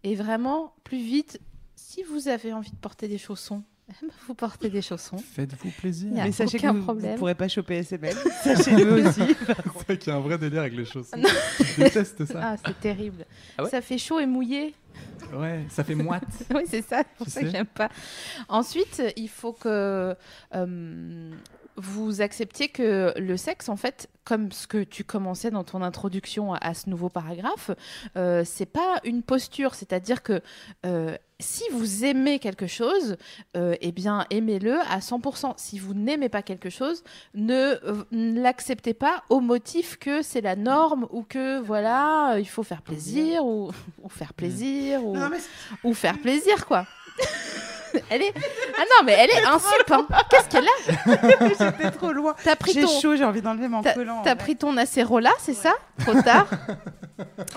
Speaker 2: et vraiment, plus vite, si vous avez envie de porter des chaussons, *laughs* eh ben, vous portez des chaussons.
Speaker 3: Faites-vous plaisir.
Speaker 2: Il y a
Speaker 1: Mais sachez que
Speaker 2: aucun
Speaker 1: vous- vous
Speaker 2: problème.
Speaker 1: ne pourrez pas choper SML.
Speaker 2: *laughs*
Speaker 1: Sachez-le aussi.
Speaker 3: C'est *laughs* vrai qu'il y a un vrai délire avec les choses.
Speaker 2: Non.
Speaker 3: je déteste ça.
Speaker 2: Ah, c'est terrible.
Speaker 4: Ah ouais
Speaker 2: ça fait chaud et mouillé.
Speaker 1: Ah.
Speaker 3: Ouais, ça fait moite.
Speaker 1: *laughs*
Speaker 2: *laughs* Oui, c'est ça, c'est pour
Speaker 3: Tu
Speaker 2: ça que
Speaker 3: sais.
Speaker 2: j'aime pas. Ensuite, il faut que euh, vous acceptiez que le sexe, en fait, comme ce que tu commençais dans ton introduction à, à ce nouveau paragraphe, euh, c'est pas une posture. C'est-à-dire que euh, si vous aimez quelque chose, euh, eh bien, aimez-le à 100%. Si vous n'aimez pas quelque chose, ne euh, ne l'acceptez pas au motif que c'est la norme ou que, voilà, euh, il faut faire plaisir ou, ou faire plaisir. Ou
Speaker 1: Non, mais
Speaker 2: ou faire plaisir, quoi. *laughs* elle est. Ah non, mais elle est insup, hein. Qu'est-ce qu'elle a
Speaker 1: j'étais trop loin.
Speaker 2: T'as pris
Speaker 1: J'ai
Speaker 2: ton.
Speaker 1: chaud, j'ai envie d'enlever mon collant.
Speaker 2: T'as pris ton acérola, c'est ça Trop tard.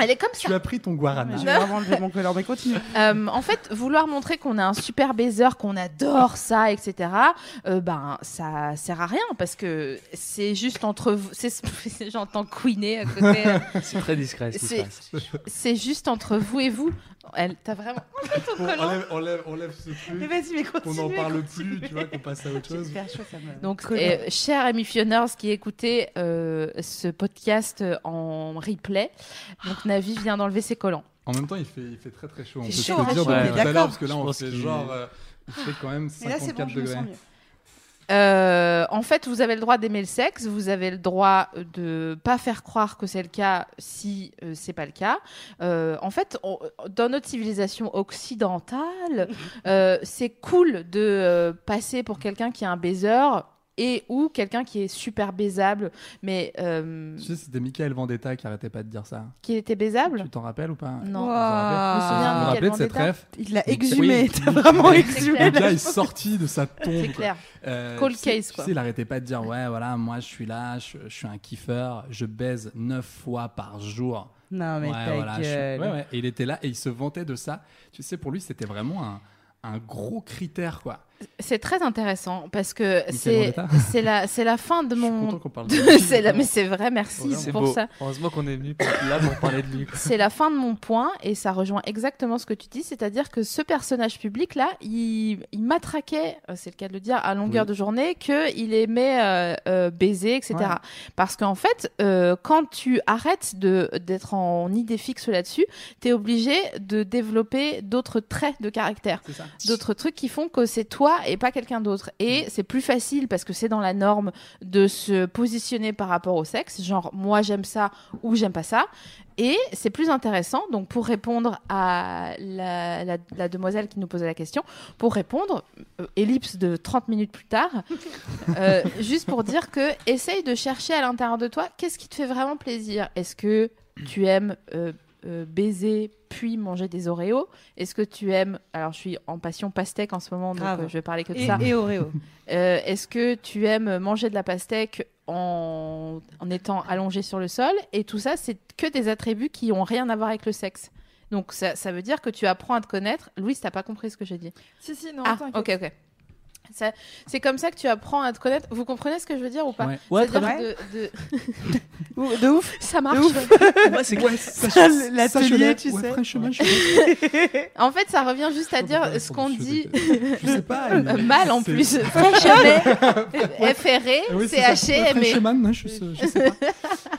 Speaker 2: Elle est comme ça.
Speaker 3: tu as pris ton
Speaker 1: Ah, mais
Speaker 3: guarana.
Speaker 1: J'ai vraiment enlevé mon collant, mais *laughs* continue.
Speaker 2: Euh, en fait, vouloir montrer qu'on a un super baiser, qu'on adore ça, etc. euh, ben, ça sert à rien parce que c'est juste entre vous. *laughs* c'est- J'entends couiner à côté.
Speaker 4: C'est très discret ce qui se
Speaker 2: C'est-
Speaker 4: passe.
Speaker 2: c'est juste entre vous et vous. Elle, t'as vraiment. ton
Speaker 3: Bon,
Speaker 2: collant.
Speaker 3: enlève, enlève, enlève ce
Speaker 1: Mais
Speaker 3: truc.
Speaker 1: vas-y, mais
Speaker 3: Qu'on
Speaker 1: continue.
Speaker 3: n'en parle
Speaker 1: continue.
Speaker 3: plus, tu vois, qu'on passe à autre
Speaker 1: J'ai *laughs*
Speaker 3: chose.
Speaker 1: super chaud, ça me-
Speaker 2: Donc,
Speaker 1: Collant.
Speaker 2: euh, chers amis Fionners qui écoutez euh, ce podcast en replay, donc Navi vient d'enlever ses collants.
Speaker 3: En même temps, il fait, il fait très très chaud. On
Speaker 1: Il
Speaker 3: peut
Speaker 1: fait
Speaker 3: se
Speaker 1: chaud,
Speaker 3: le
Speaker 1: hein,
Speaker 3: dire
Speaker 1: chaud,
Speaker 3: depuis
Speaker 1: mais
Speaker 3: tout à l'heure,
Speaker 1: d'accord.
Speaker 3: parce que là,
Speaker 4: Je
Speaker 3: on
Speaker 4: pense
Speaker 3: fait
Speaker 4: qu'il-
Speaker 3: genre. euh, il fait quand même
Speaker 1: Mais là, c'est
Speaker 3: 54
Speaker 1: bon, je me
Speaker 3: degrés.
Speaker 1: sens mieux.
Speaker 2: Euh, en fait, vous avez le droit d'aimer le sexe, vous avez le droit de pas faire croire que c'est le cas si euh, c'est pas le cas. Euh, en fait, on- dans notre civilisation occidentale, euh, c'est cool de euh, passer pour quelqu'un qui est un baiser et ou quelqu'un qui est super baisable, mais euh,
Speaker 3: Tu sais, c'était Michael Vendetta qui arrêtait pas de dire ça.
Speaker 2: qui était baisable.
Speaker 3: Tu t'en rappelles ou pas
Speaker 2: Non.
Speaker 3: Vous vous rappelez
Speaker 2: Je me souviens
Speaker 3: Vous vous
Speaker 1: Ah,
Speaker 2: Michael
Speaker 3: rappelez de cette
Speaker 2: Vendetta
Speaker 1: *laughs*
Speaker 3: ref
Speaker 1: Il l'a
Speaker 3: Oui.
Speaker 1: exhumé,
Speaker 3: Oui.
Speaker 1: t'as vraiment
Speaker 2: Oui,
Speaker 1: exhumé.
Speaker 2: c'est
Speaker 3: Le
Speaker 1: la-
Speaker 3: gars est sorti de sa tombe.
Speaker 2: C'est
Speaker 3: quoi.
Speaker 2: clair.
Speaker 3: Euh,
Speaker 2: Cold
Speaker 3: tu sais-
Speaker 2: case, quoi.
Speaker 3: Tu sais, il arrêtait pas de dire Ouais, voilà, moi je suis là, je, je suis un kiffeur, je baise 9 fois par jour.
Speaker 1: Non, mais
Speaker 3: ouais,
Speaker 1: ta
Speaker 3: voilà, je suis-
Speaker 1: gueule.
Speaker 3: ouais, ouais. Et il était là et il se vantait de ça. Tu sais, pour lui, c'était vraiment un, un gros critère, quoi.
Speaker 2: C'est très intéressant parce que
Speaker 3: Michael
Speaker 2: c'est
Speaker 3: Vendetta.
Speaker 2: *laughs* c'est la c'est la fin de
Speaker 3: Je
Speaker 2: *laughs*
Speaker 3: suis content
Speaker 2: mon
Speaker 3: qu'on parle de lui,
Speaker 2: c'est la-
Speaker 3: vraiment.
Speaker 2: mais c'est vrai merci
Speaker 3: C'est
Speaker 2: pour
Speaker 4: beau.
Speaker 2: ça.
Speaker 4: Heureusement qu'on est venu pour- là pour parler de lui. quoi.
Speaker 2: C'est la fin de mon point et ça rejoint exactement ce que tu dis, c'est-à-dire que ce personnage public là, il, il m'attraquait, euh, c'est le cas de le dire, à longueur
Speaker 3: Oui.
Speaker 2: de journée, que il aimait euh, euh, baiser, etc.
Speaker 3: Ouais.
Speaker 2: Parce qu'en fait, euh, quand tu arrêtes de d'être en idée fixe là-dessus, t'es obligé de développer d'autres traits de caractère.
Speaker 3: C'est ça.
Speaker 2: d'autres trucs qui font que c'est toi et pas quelqu'un d'autre. Et c'est plus facile parce que c'est dans la norme de se positionner par rapport au sexe, genre moi j'aime ça ou j'aime pas ça. Et c'est plus intéressant, donc pour répondre à la, la- la demoiselle qui nous posait la question, pour répondre, euh, ellipse de 30 minutes plus tard,
Speaker 1: *laughs*
Speaker 2: euh, juste pour dire que essaye de chercher à l'intérieur de toi qu'est-ce qui te fait vraiment plaisir. Est-ce que tu aimes euh, euh, baiser puis manger des Oreos Est-ce que tu aimes Alors, je suis en passion pastèque en ce moment, donc
Speaker 1: Grave.
Speaker 2: euh, je vais parler que de
Speaker 1: Et,
Speaker 2: ça.
Speaker 1: et Oreo.
Speaker 2: Euh, Est-ce que tu aimes manger de la pastèque en, en étant allongé sur le sol Et tout ça, c'est que des attributs qui ont rien à voir avec le sexe. Donc ça, ça veut dire que tu apprends à te connaître. Louis, t'as pas compris ce que j'ai dit.
Speaker 6: Si, si, non,
Speaker 2: Ah,
Speaker 6: t'inquiète.
Speaker 2: ok, ok. Ça- C'est comme ça que tu apprends à te connaître. Vous comprenez ce que je veux dire ou pas
Speaker 3: Ouais.
Speaker 4: Ouais,
Speaker 2: C'est-à-dire
Speaker 1: très
Speaker 2: de- de-
Speaker 1: Ou- De ouf.
Speaker 2: Ça marche.
Speaker 4: Moi,
Speaker 1: *laughs*
Speaker 4: c'est quoi
Speaker 1: Ça, L'atelier, tu
Speaker 3: Ouais,
Speaker 1: sais.
Speaker 3: franchement,
Speaker 1: *laughs*
Speaker 3: je-
Speaker 2: En fait, ça revient juste à
Speaker 3: Je sais pas
Speaker 2: dire
Speaker 3: pourquoi
Speaker 2: ce qu'on
Speaker 3: je suis
Speaker 2: dit
Speaker 3: dégueu. Je sais pas.
Speaker 2: euh,
Speaker 3: mais
Speaker 2: *laughs* mal en
Speaker 3: c'est-
Speaker 2: plus. Fréchamé, *laughs* FRE,
Speaker 3: Ah oui, c'est ça.
Speaker 2: CHE, E, mais
Speaker 3: Frenchman, hein, je, sais- je sais
Speaker 2: *laughs*
Speaker 3: pas.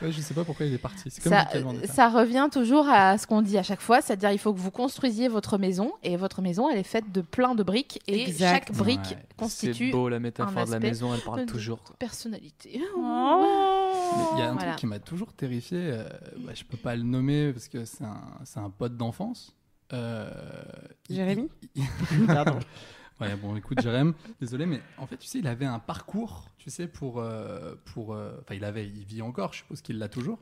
Speaker 3: Ouais, je sais pas pourquoi il est parti. C'est comme
Speaker 2: ça,
Speaker 3: Michael Van Etten.
Speaker 2: ça revient toujours à ce qu'on dit à chaque fois, c'est-à-dire il faut que vous construisiez votre maison et votre maison elle est faite de plein de briques et
Speaker 1: Exact.
Speaker 2: chaque brique
Speaker 3: Ouais.
Speaker 2: *laughs* constitue
Speaker 4: C'est beau la métaphore de la
Speaker 2: aspect
Speaker 4: maison, elle
Speaker 2: de
Speaker 4: parle toujours. quoi.
Speaker 2: personnalité. *laughs*
Speaker 3: Mais
Speaker 1: Oh.
Speaker 3: Il y a un
Speaker 2: Voilà.
Speaker 3: truc qui m'a toujours terrifié. euh, bah, je peux pas le nommer parce que c'est un, c'est un pote d'enfance. Euh, il-
Speaker 1: Jérémy
Speaker 3: il-
Speaker 1: *laughs* Pardon.
Speaker 3: Ouais, bon, écoute, Jérém, désolé, mais en fait, tu sais, il avait un parcours, tu sais, pour. euh, pour euh, Enfin, il avait, il vit encore, je suppose qu'il l'a toujours.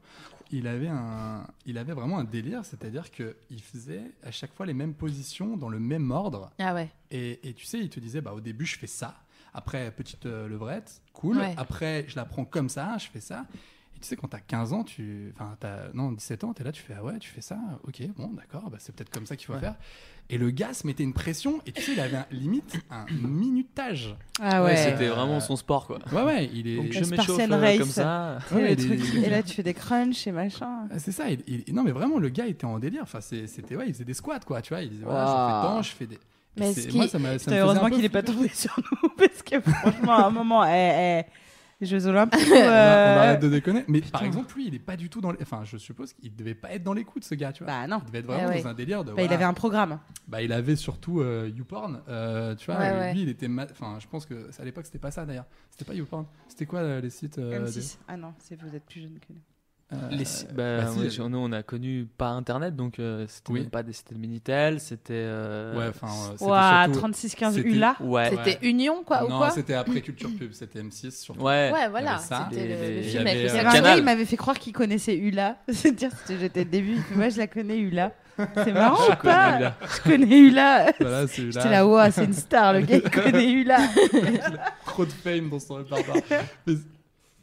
Speaker 3: Il avait, un, il avait vraiment un délire, c'est-à-dire qu'il faisait à chaque fois les mêmes positions dans le même ordre.
Speaker 2: Ah ouais.
Speaker 3: Et, et tu sais, il te disait, bah, au début, je fais ça. Après, petite euh, levrette, cool.
Speaker 2: Ouais.
Speaker 3: Après, je la prends comme ça, je fais ça. Et tu sais, quand t'as 15 ans, tu... enfin, t'as... non, 17 ans, t'es là, tu fais, ah ouais, tu fais ça, ok, bon, d'accord, bah, c'est peut-être comme ça qu'il faut faire. Et le gars se mettait une pression, et tu sais, il avait un- limite un minutage.
Speaker 1: Ah
Speaker 3: Ouais,
Speaker 1: ouais.
Speaker 4: C'était
Speaker 3: Euh,
Speaker 4: vraiment son sport quoi.
Speaker 3: Ouais, ouais, il est.
Speaker 4: Donc je
Speaker 1: Une
Speaker 4: m'échauffe
Speaker 1: Spartan
Speaker 4: euh,
Speaker 1: race.
Speaker 4: comme ça.
Speaker 1: Et,
Speaker 3: Ouais,
Speaker 1: le
Speaker 3: il est-
Speaker 1: truc- et là, tu fais des crunchs et machin.
Speaker 3: Ah, C'est ça, il, il- non mais vraiment le gars était en délire, enfin c'est- c'était ouais, il faisait des squats quoi, tu vois, il disait voilà,
Speaker 4: Waouh.
Speaker 3: je fais tant, je fais des.
Speaker 2: Mais
Speaker 3: Et
Speaker 2: ce
Speaker 3: c'est-
Speaker 2: qui-
Speaker 3: moi, ça m'a- ça me
Speaker 1: Putain,
Speaker 3: faisait un
Speaker 1: heureusement
Speaker 3: peu
Speaker 1: qu'il n'est pas
Speaker 3: flipper.
Speaker 1: tombé sur nous, *laughs* parce que franchement, à un moment, eh, eh, Jeux Olympiques. ou,
Speaker 3: *laughs* On, a- on
Speaker 1: euh,
Speaker 3: arrête de déconner. Mais par exemple, lui, il est pas du tout dans. Les... Enfin, je suppose qu'il devait pas être dans les coups de ce gars, tu vois.
Speaker 1: Bah non.
Speaker 3: Il devait être vraiment
Speaker 2: Ah ouais.
Speaker 3: dans un délire
Speaker 1: Bah,
Speaker 3: de.
Speaker 1: il
Speaker 3: voilà.
Speaker 1: avait un programme.
Speaker 3: Bah, il avait surtout euh, YouPorn, euh, tu vois.
Speaker 2: Ouais,
Speaker 3: et
Speaker 2: ouais.
Speaker 3: Lui, il était. ma- Enfin, je pense que à l'époque, c'était pas ça d'ailleurs. C'était pas YouPorn. C'était quoi euh, les sites euh,
Speaker 1: M6. Ah non, c'est- vous êtes plus jeune que nous.
Speaker 3: des- euh,
Speaker 4: Les- bah,
Speaker 3: bah, si,
Speaker 4: ouais,
Speaker 3: euh,
Speaker 4: sur- nous on a connu pas internet donc euh, c'était
Speaker 3: Oui.
Speaker 4: même pas des c'était le Minitel, c'était euh,
Speaker 3: Ouais, enfin. euh, c'était
Speaker 1: Ouah,
Speaker 3: surtout-
Speaker 1: 36-15
Speaker 3: c'était-
Speaker 1: ULA.
Speaker 4: ouais.
Speaker 3: Ouais.
Speaker 2: C'était Union quoi ou
Speaker 3: non,
Speaker 2: quoi
Speaker 3: c'était après Culture Pub, c'était M6 surtout.
Speaker 4: Ouais.
Speaker 2: Ouais, voilà,
Speaker 3: avait ça,
Speaker 2: c'était
Speaker 4: les-
Speaker 2: le, le
Speaker 4: les-
Speaker 2: film
Speaker 3: il y
Speaker 2: avec le
Speaker 3: avait,
Speaker 1: Il y avait
Speaker 3: euh,
Speaker 1: un
Speaker 2: serpent.
Speaker 1: gars,
Speaker 4: Canal.
Speaker 1: il m'avait fait croire qu'il connaissait Ula. *laughs* C'est-à-dire, c'était- j'étais le début. Il fait, moi, je la connais, Ula. C'est marrant ou pas
Speaker 4: Ula.
Speaker 1: Je connais Ula.
Speaker 3: Voilà, c'est là.
Speaker 1: J'étais là, ouah, c'est une star, le gars, il connaît Ula.
Speaker 3: Trop de fame dans son répertoire.
Speaker 1: *laughs*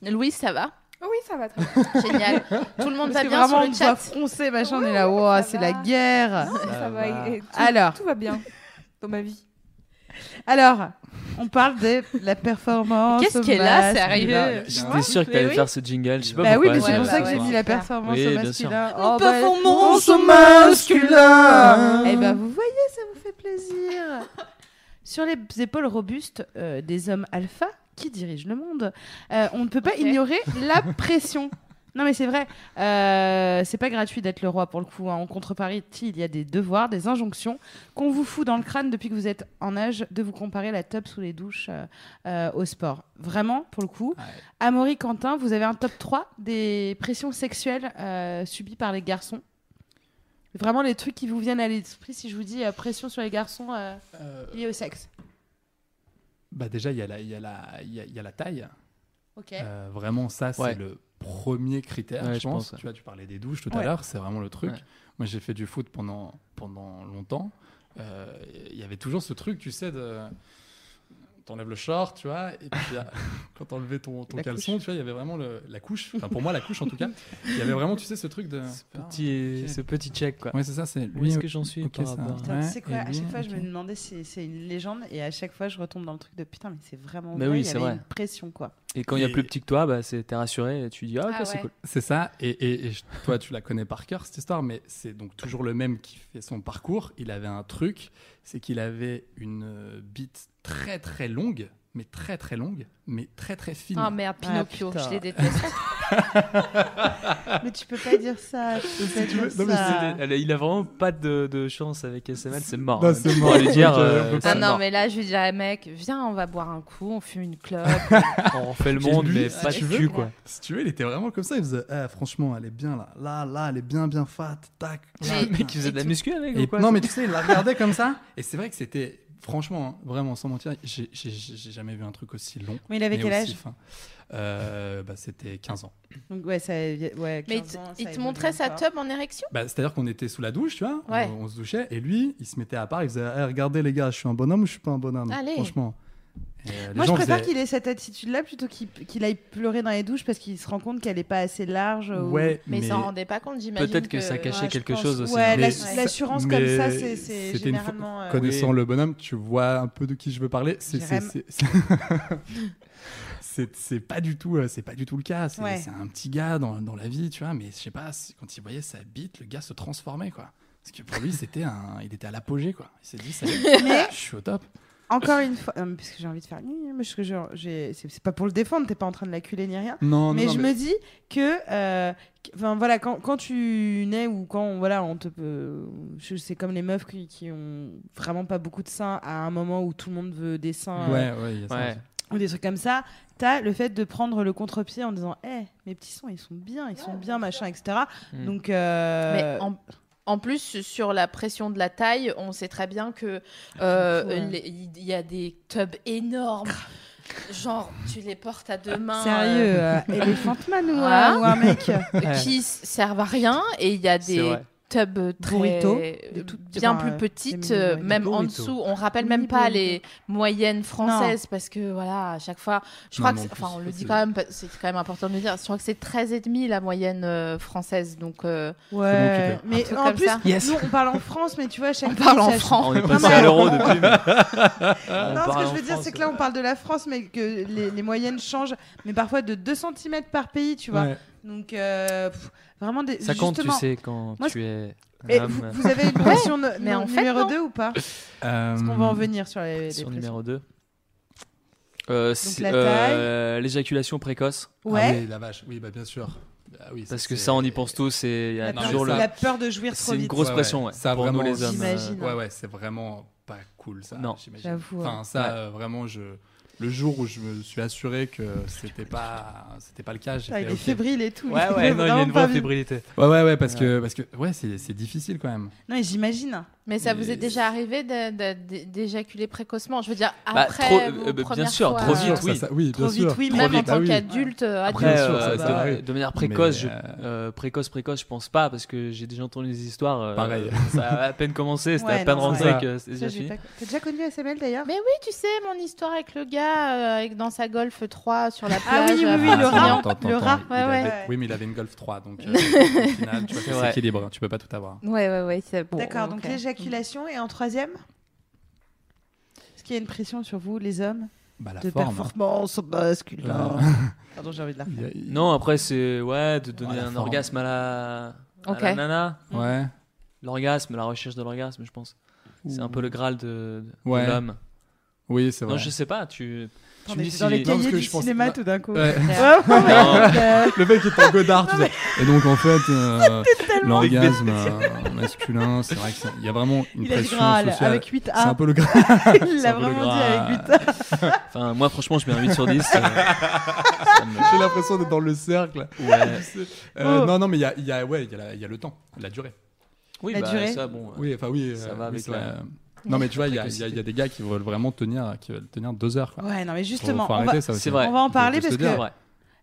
Speaker 3: Mais-
Speaker 2: Louis, ça va
Speaker 6: Ah Oui, ça va très
Speaker 2: *laughs*
Speaker 6: bien.
Speaker 2: Génial. Tout le monde
Speaker 1: Parce
Speaker 2: va
Speaker 1: que
Speaker 2: bien
Speaker 1: vraiment,
Speaker 2: sur
Speaker 1: on
Speaker 2: le
Speaker 1: me voit
Speaker 2: chat.
Speaker 1: froncer, machin. On est là, ouah,
Speaker 6: ça
Speaker 1: c'est
Speaker 6: va.
Speaker 1: la guerre.
Speaker 6: ça va.
Speaker 4: va.
Speaker 6: et- et tout,
Speaker 2: Ah.
Speaker 1: Alors.
Speaker 6: Tout va bien dans ma vie.
Speaker 1: Alors, on parle de la performance.
Speaker 2: Qu'est-ce
Speaker 1: au
Speaker 2: qu'elle a,
Speaker 1: masque,
Speaker 2: sérieux
Speaker 1: masculin.
Speaker 4: J'étais sûr que t'allais
Speaker 2: oui.
Speaker 4: faire ce jingle, je sais pas
Speaker 1: Bah oui,
Speaker 4: pourquoi.
Speaker 1: mais
Speaker 2: Ouais,
Speaker 1: c'est pour
Speaker 2: bah
Speaker 1: ça que j'ai
Speaker 2: ouais.
Speaker 1: mis la performance
Speaker 4: Oui,
Speaker 1: au
Speaker 4: bien
Speaker 1: masculin. Oh, bah,
Speaker 2: Nous performons
Speaker 1: on
Speaker 2: son
Speaker 1: se masculin Eh ben, vous voyez, ça vous fait plaisir Sur les épaules robustes euh, des hommes alpha qui dirigent le monde, euh, on ne peut pas
Speaker 2: Ok.
Speaker 1: ignorer la pression. Non mais c'est vrai, euh, c'est pas gratuit d'être le roi pour le coup. hein. En contrepartie, il y a des devoirs, des injonctions qu'on vous fout dans le crâne depuis que vous êtes en âge de vous comparer la top sous les douches euh, euh, au sport. Vraiment, pour le coup,
Speaker 3: Ouais.
Speaker 1: Amaury Quentin, vous avez un top 3 des pressions sexuelles euh, subies par les garçons. Vraiment les trucs qui vous viennent à l'esprit si je vous dis euh, pression sur les garçons euh,
Speaker 3: Euh,
Speaker 1: liée au sexe.
Speaker 3: Bah déjà, il y, a la- il y, a la- il y a, il y a la taille.
Speaker 1: Ok.
Speaker 3: Euh, vraiment, ça, c'est
Speaker 4: Ouais.
Speaker 3: le premier critère,
Speaker 4: Ouais,
Speaker 3: je,
Speaker 4: je
Speaker 3: pense.
Speaker 4: pense, ouais.
Speaker 3: Tu vois, tu parlais des douches tout à
Speaker 1: Ouais.
Speaker 3: l'heure, c'est vraiment le truc.
Speaker 4: Ouais.
Speaker 3: Moi, j'ai fait du foot pendant, pendant longtemps. Euh, Il y avait toujours ce truc, tu sais, de... T'enlèves le short, tu vois, et
Speaker 4: *laughs*
Speaker 3: puis ah, quand t'enlevais ton, ton
Speaker 1: La
Speaker 3: caleçon, tu vois, il y avait vraiment le- la couche. Enfin, pour moi, la couche, en tout cas. Il y avait vraiment, tu sais, ce truc de...
Speaker 4: Ce petit
Speaker 3: Ok.
Speaker 4: ce petit check quoi.
Speaker 3: Ouais, c'est ça, c'est...
Speaker 4: Où
Speaker 3: Lui,
Speaker 4: est-ce que j'en suis
Speaker 3: ok,
Speaker 4: par
Speaker 3: ça.
Speaker 4: rapport à-
Speaker 1: Putain, tu
Speaker 3: Ouais,
Speaker 1: sais quoi,
Speaker 3: et
Speaker 1: à
Speaker 3: lui,
Speaker 1: chaque fois je me
Speaker 3: ok.
Speaker 1: demandais si c'est une légende et à chaque fois je retombe dans le truc de putain mais c'est vraiment
Speaker 4: Mais
Speaker 1: vrai,
Speaker 4: oui,
Speaker 1: il y
Speaker 4: c'est
Speaker 1: avait
Speaker 4: vrai.
Speaker 1: une pression quoi. *laughs*
Speaker 4: Et quand il y a
Speaker 3: Et-
Speaker 4: plus petit que toi, bah c'est t'es rassuré et tu dis ah, ok,
Speaker 2: Ah
Speaker 4: c'est
Speaker 2: ouais.
Speaker 4: cool.
Speaker 3: C'est ça, et, et- et je- toi tu la connais par cœur cette histoire, mais c'est donc toujours le même qui fait son parcours. Il avait un truc, c'est qu'il avait une euh, bite très très longue, mais très très longue, mais très très fine.
Speaker 2: Ah merde,
Speaker 1: Ah,
Speaker 2: Pinocchio,
Speaker 1: putain.
Speaker 2: je les déteste.
Speaker 1: mais tu peux pas dire ça, tu peux pas
Speaker 3: tu veux-
Speaker 1: dire
Speaker 3: non, mais
Speaker 1: ça.
Speaker 4: Elle a- il a vraiment pas de, de chance avec SML, c'est mort.
Speaker 3: Non,
Speaker 4: hein.
Speaker 3: c'est
Speaker 4: Tu
Speaker 3: mort.
Speaker 4: pourras
Speaker 3: *laughs*
Speaker 4: lui dire,
Speaker 3: Ok,
Speaker 4: euh,
Speaker 3: on peut pas.
Speaker 4: c'est
Speaker 2: Ah non,
Speaker 4: mort.
Speaker 2: mais là, je lui dirais, mec, viens, on va boire un coup, on fume une clope.
Speaker 4: on refait le
Speaker 3: J'ai
Speaker 4: monde,
Speaker 3: lu,
Speaker 4: mais
Speaker 3: si
Speaker 4: pas
Speaker 3: tu
Speaker 4: de
Speaker 3: veux.
Speaker 4: cul quoi.
Speaker 3: Si tu veux, il était vraiment comme ça, il faisait Ah, franchement, elle est bien là, là, là, elle est bien bien fat, tac. là,
Speaker 2: Mais-
Speaker 4: *laughs* Le mec, il faisait de la muscu avec
Speaker 3: Et-
Speaker 4: ou quoi
Speaker 3: non,
Speaker 4: ça
Speaker 3: mais tu sais, il la regardait comme ça. Et c'est vrai que c'était franchement, hein, vraiment, sans mentir, j'ai j'ai- j'ai jamais vu un truc aussi long.
Speaker 1: Mais il avait
Speaker 3: mais
Speaker 1: quel
Speaker 3: aussi
Speaker 1: âge
Speaker 3: fin. Euh, bah, C'était 15 ans.
Speaker 1: Donc, ouais, ça, ouais,
Speaker 2: Mais il
Speaker 1: 15
Speaker 2: te,
Speaker 1: ans, ça
Speaker 2: il te
Speaker 1: évolue
Speaker 2: montrait sa
Speaker 1: encore.
Speaker 2: tub en érection
Speaker 3: Bah, C'est-à-dire qu'on était sous la douche, tu vois, on-
Speaker 2: Ouais.
Speaker 3: on, se douchait, et lui, il se mettait à part, il faisait Eh, Regardez les gars, je suis un bonhomme ou je suis pas un bonhomme
Speaker 2: Allez.
Speaker 3: Franchement. Et, euh, les
Speaker 1: Moi, je
Speaker 3: gens
Speaker 1: préfère
Speaker 3: faisaient-
Speaker 1: qu'il ait cette attitude-là plutôt qu'il qu'il aille pleurer dans les douches parce qu'il se rend compte qu'elle est pas assez large. ou-
Speaker 3: Ouais,
Speaker 2: Mais, il
Speaker 3: mais-
Speaker 2: s'en rendait pas compte, j'imagine.
Speaker 4: Peut-être que ça cachait
Speaker 1: ouais, je
Speaker 4: quelque
Speaker 1: pense.
Speaker 4: chose aussi.
Speaker 1: Ouais,
Speaker 4: hein.
Speaker 1: la-
Speaker 2: Mais-
Speaker 1: l'assurance
Speaker 3: mais
Speaker 1: comme ça, c'est- c'est
Speaker 3: c'était une fois-
Speaker 1: généralement. euh,
Speaker 3: Connaissant
Speaker 4: Oui.
Speaker 3: le bonhomme, tu vois un peu de qui je veux parler. C'est c'est-
Speaker 1: Jérém.
Speaker 3: c'est- *laughs* c'est c'est pas du tout euh, c'est pas du tout le cas. C'est
Speaker 1: Ouais.
Speaker 3: c'est un petit gars dans, dans la vie, tu vois. Mais je sais pas c'est- quand il voyait sa bite, le gars se transformait quoi. Parce que pour lui c'était un il était à l'apogée quoi. Il s'est dit
Speaker 1: *laughs*
Speaker 3: ça y est,
Speaker 1: *laughs* Mais-
Speaker 3: je suis au top.
Speaker 1: Encore une fois, non, mais parce que j'ai envie de faire. Parce que je- j'ai- c'est c'est pas pour le défendre, t'es pas en train de l'acculer ni rien.
Speaker 3: Non non
Speaker 1: mais
Speaker 3: non,
Speaker 1: je
Speaker 3: mais-
Speaker 1: me dis que. euh, qu- Enfin voilà, quand, quand tu nais ou quand voilà, on te peut. je- C'est comme les meufs qui, qui ont vraiment pas beaucoup de seins à un moment où tout le monde veut des seins euh,
Speaker 3: ouais ouais. il y a ça
Speaker 4: Ouais.
Speaker 3: aussi.
Speaker 1: ou des trucs comme ça. T'as le fait de prendre le contre-pied en disant Eh, mes petits seins, ils sont bien, ils sont bien, machin, etc.
Speaker 4: Mm.
Speaker 1: Donc. euh,
Speaker 2: Mais en, en plus, sur la pression de la taille, on sait très bien que euh,
Speaker 1: Ouais.
Speaker 2: les- il y a des tubs énormes. Genre, tu les portes à deux mains.
Speaker 1: Sérieux,
Speaker 2: *laughs*
Speaker 1: euh, Elephant Man ou,
Speaker 2: Ah.
Speaker 1: euh, ou un
Speaker 3: *laughs*
Speaker 1: mec
Speaker 2: euh, qui s- servent à rien. Et il y a
Speaker 4: C'est
Speaker 2: des
Speaker 4: vrai.
Speaker 2: tubs très
Speaker 1: Burrito,
Speaker 2: euh,
Speaker 1: toutes-
Speaker 2: bien
Speaker 1: enfin, euh,
Speaker 2: plus petites,
Speaker 1: des mini-
Speaker 2: euh,
Speaker 1: des
Speaker 2: même en
Speaker 3: burritos.
Speaker 2: dessous. On rappelle
Speaker 1: Mini
Speaker 2: même pas
Speaker 1: burritos.
Speaker 2: les moyennes françaises parce que voilà, à chaque fois, je
Speaker 3: Non,
Speaker 2: crois
Speaker 3: mais
Speaker 2: que,
Speaker 3: en
Speaker 2: c'est-
Speaker 3: plus,
Speaker 2: enfin, on le
Speaker 3: c'est-
Speaker 2: dit quand même, parce- c'est quand même important de le dire. Je crois que c'est 13,5 la moyenne euh, française, donc euh,
Speaker 1: Ouais,
Speaker 2: Un
Speaker 1: mais
Speaker 2: truc
Speaker 1: en
Speaker 2: comme
Speaker 1: plus,
Speaker 2: ça.
Speaker 4: Yes.
Speaker 1: nous on parle en France, mais tu
Speaker 2: *laughs*
Speaker 1: vois, chaque
Speaker 2: on
Speaker 1: pays,
Speaker 2: parle en
Speaker 1: ça-
Speaker 2: francs.
Speaker 3: *laughs*
Speaker 4: On est
Speaker 1: Non,
Speaker 4: passé
Speaker 1: mais-
Speaker 4: à l'euro depuis. mais- On
Speaker 1: Non, ce
Speaker 4: parle
Speaker 1: que je
Speaker 4: Euh, en
Speaker 1: veux dire,
Speaker 4: France, euh,
Speaker 1: c'est que là on Euh, parle de la France, mais que les, les moyennes changent, mais parfois de 2 cm par pays, tu vois.
Speaker 3: Ouais.
Speaker 1: Donc, euh, pff, vraiment des.
Speaker 4: Ça compte, tu
Speaker 1: justement.
Speaker 4: sais, quand
Speaker 1: Moi,
Speaker 4: tu es
Speaker 1: Et
Speaker 4: un
Speaker 1: vous,
Speaker 4: homme
Speaker 1: vous avez une pression de-
Speaker 2: mais
Speaker 1: non,
Speaker 2: en fait,
Speaker 1: numéro
Speaker 2: non.
Speaker 1: 2 ou pas Parce qu'on
Speaker 3: Euh,
Speaker 1: va en venir sur les, les
Speaker 4: sur
Speaker 1: pressions.
Speaker 4: numéro 2. Euh, c'est-
Speaker 1: la
Speaker 4: euh, L'éjaculation précoce.
Speaker 3: ah
Speaker 1: Ouais,
Speaker 3: oui, la vache. Oui bah bien sûr. Ah oui,
Speaker 4: Parce
Speaker 3: c'est-
Speaker 4: que
Speaker 3: c'est-
Speaker 4: ça, on y pense tous. et Il y a
Speaker 1: la,
Speaker 3: non,
Speaker 1: peur,
Speaker 4: toujours
Speaker 3: mais
Speaker 4: le.
Speaker 1: la peur de jouir trop
Speaker 4: C'est une
Speaker 1: vite.
Speaker 4: grosse pression, ouais.
Speaker 3: Ça,
Speaker 4: pour nous
Speaker 3: vraiment,
Speaker 4: les hommes. euh,
Speaker 1: J'imagine.
Speaker 3: Ouais, ouais, c'est vraiment pas cool ça.
Speaker 4: Non.
Speaker 3: j'imagine.
Speaker 1: J'avoue, hein.
Speaker 3: Enfin,
Speaker 1: ouais.
Speaker 3: ça,
Speaker 4: Ouais.
Speaker 3: euh, vraiment, je. Le jour où je me suis assuré que c'était pas, c'était pas le cas, j'ai
Speaker 1: Putain,
Speaker 3: fait,
Speaker 1: Ah, Il est
Speaker 3: ok.
Speaker 1: fébrile et tout. *laughs*
Speaker 4: Ouais,
Speaker 1: il
Speaker 4: ouais,
Speaker 1: veut
Speaker 4: non, il y a
Speaker 1: vraiment
Speaker 4: une
Speaker 1: pas
Speaker 4: vraie
Speaker 1: vivre.
Speaker 4: fébrilité.
Speaker 3: Ouais, ouais, ouais, parce que, parce que, ouais, c'est, c'est difficile quand même.
Speaker 1: Non, mais j'imagine.
Speaker 2: Mais ça vous
Speaker 3: Mais-
Speaker 2: est déjà arrivé de- de- de- d'éjaculer précocement Je veux dire,
Speaker 4: Bah,
Speaker 2: après.
Speaker 4: trop-
Speaker 2: vos
Speaker 4: euh, bien
Speaker 2: premières
Speaker 4: sûr,
Speaker 2: fois,
Speaker 4: trop
Speaker 2: euh,
Speaker 4: vite, oui.
Speaker 3: Ça, ça- oui,
Speaker 1: Trop
Speaker 3: bien
Speaker 1: vite,
Speaker 3: sûr.
Speaker 1: oui,
Speaker 2: Même
Speaker 1: trop
Speaker 2: en
Speaker 1: vite.
Speaker 2: tant
Speaker 3: Ah oui.
Speaker 2: qu'adulte, euh,
Speaker 4: Après,
Speaker 2: adulte.
Speaker 3: Bien sûr, ça,
Speaker 4: euh,
Speaker 3: c'est
Speaker 4: de,
Speaker 3: vrai.
Speaker 4: de manière précoce,
Speaker 3: Mais,
Speaker 4: je- euh, précoce, précoce, je pense pas parce que j'ai déjà entendu des histoires. euh,
Speaker 3: Pareil.
Speaker 4: Ça a à peine commencé, c'était
Speaker 1: Ouais,
Speaker 4: à peine
Speaker 1: non,
Speaker 4: rentré
Speaker 3: ouais.
Speaker 4: que c'était
Speaker 1: Ça,
Speaker 4: déjà
Speaker 1: j'ai
Speaker 4: fini.
Speaker 1: pas- T'as déjà connu SML d'ailleurs
Speaker 2: Mais oui, tu sais, mon histoire avec le gars euh, avec dans sa Golf 3 sur la plage. euh,
Speaker 1: Ah oui, oui,
Speaker 2: à
Speaker 1: oui,
Speaker 2: Marseille.
Speaker 1: le rat.
Speaker 3: Attends, attends,
Speaker 1: le
Speaker 3: attends,
Speaker 1: rat,
Speaker 3: il
Speaker 2: ouais,
Speaker 3: avait-
Speaker 1: ouais.
Speaker 3: Oui, mais il avait une Golf 3, donc
Speaker 1: *laughs*
Speaker 3: euh, au final, tu vois,
Speaker 4: C'est
Speaker 3: c'est
Speaker 4: vrai.
Speaker 3: équilibre, hein. tu peux pas tout avoir.
Speaker 2: Ouais, ouais, ouais. c'est bon,
Speaker 1: D'accord,
Speaker 2: ok.
Speaker 1: donc l'éjaculation et en troisième Est-ce qu'il y a une pression sur vous, les hommes
Speaker 3: Bah, la
Speaker 1: De
Speaker 3: forme.
Speaker 1: performance oh, bah, au bascule.
Speaker 3: Euh,
Speaker 1: *laughs* Pardon, j'ai envie de la
Speaker 3: il y a- il-
Speaker 4: Non, après, c'est ouais, de donner
Speaker 3: la
Speaker 4: un
Speaker 3: forme.
Speaker 4: orgasme à la, à
Speaker 2: Ok.
Speaker 4: la nana.
Speaker 3: Ouais.
Speaker 4: L'orgasme, la recherche de l'orgasme, je pense. C'est un peu le graal de, de
Speaker 3: Ouais.
Speaker 4: l'homme.
Speaker 3: Oui, c'est vrai.
Speaker 4: Non, je sais pas, tu, tu
Speaker 1: Attends,
Speaker 4: me
Speaker 1: mais
Speaker 4: dis
Speaker 1: c'est
Speaker 4: si.
Speaker 1: dans les
Speaker 3: Non, parce
Speaker 1: cahiers
Speaker 3: que
Speaker 1: du
Speaker 3: je pense-
Speaker 1: cinéma
Speaker 3: non.
Speaker 1: tout d'un coup.
Speaker 3: Ouais.
Speaker 1: Ouais, ouais, ouais,
Speaker 4: Non.
Speaker 1: euh,
Speaker 3: Le mec est en godard, tout ça. Et donc,
Speaker 1: *laughs*
Speaker 3: en fait, euh, l'orgasme euh, masculin, c'est vrai qu'il y a vraiment une
Speaker 1: Il a dit
Speaker 3: pression
Speaker 1: Graal
Speaker 3: sociale.
Speaker 1: avec 8
Speaker 3: C'est un
Speaker 1: A.
Speaker 3: peu le gras.
Speaker 1: *laughs* Il
Speaker 4: c'est
Speaker 1: l'a
Speaker 4: un peu le
Speaker 1: vraiment dit
Speaker 4: gras.
Speaker 1: avec 8 A.
Speaker 4: Enfin, moi, franchement, je mets un 8 *laughs* sur 10. euh, ça me-
Speaker 3: *laughs* J'ai l'impression d'être dans le cercle. *laughs*
Speaker 4: Ouais.
Speaker 3: Euh,
Speaker 1: Oh.
Speaker 3: Non, non, mais il y a, il y, a, ouais, il y, a la- il y a le temps, la durée.
Speaker 4: Oui,
Speaker 1: La
Speaker 4: bah,
Speaker 1: durée.
Speaker 4: ça, bon. euh,
Speaker 3: Oui, enfin oui. euh,
Speaker 4: Ça va
Speaker 3: oui,
Speaker 4: avec
Speaker 3: c'est
Speaker 4: la-
Speaker 3: vrai. Non, mais tu vois, il y, a- il y a- il y a des gars qui veulent vraiment tenir, qui veulent tenir deux heures. Quoi.
Speaker 1: Ouais, non, mais
Speaker 3: Faut-
Speaker 1: justement,
Speaker 3: faut
Speaker 1: on
Speaker 3: arrêter
Speaker 1: va-
Speaker 3: ça aussi.
Speaker 4: C'est vrai.
Speaker 1: on va en
Speaker 3: De-
Speaker 1: parler
Speaker 3: de se
Speaker 1: parce
Speaker 4: C'est
Speaker 3: dire.
Speaker 1: que
Speaker 4: vrai.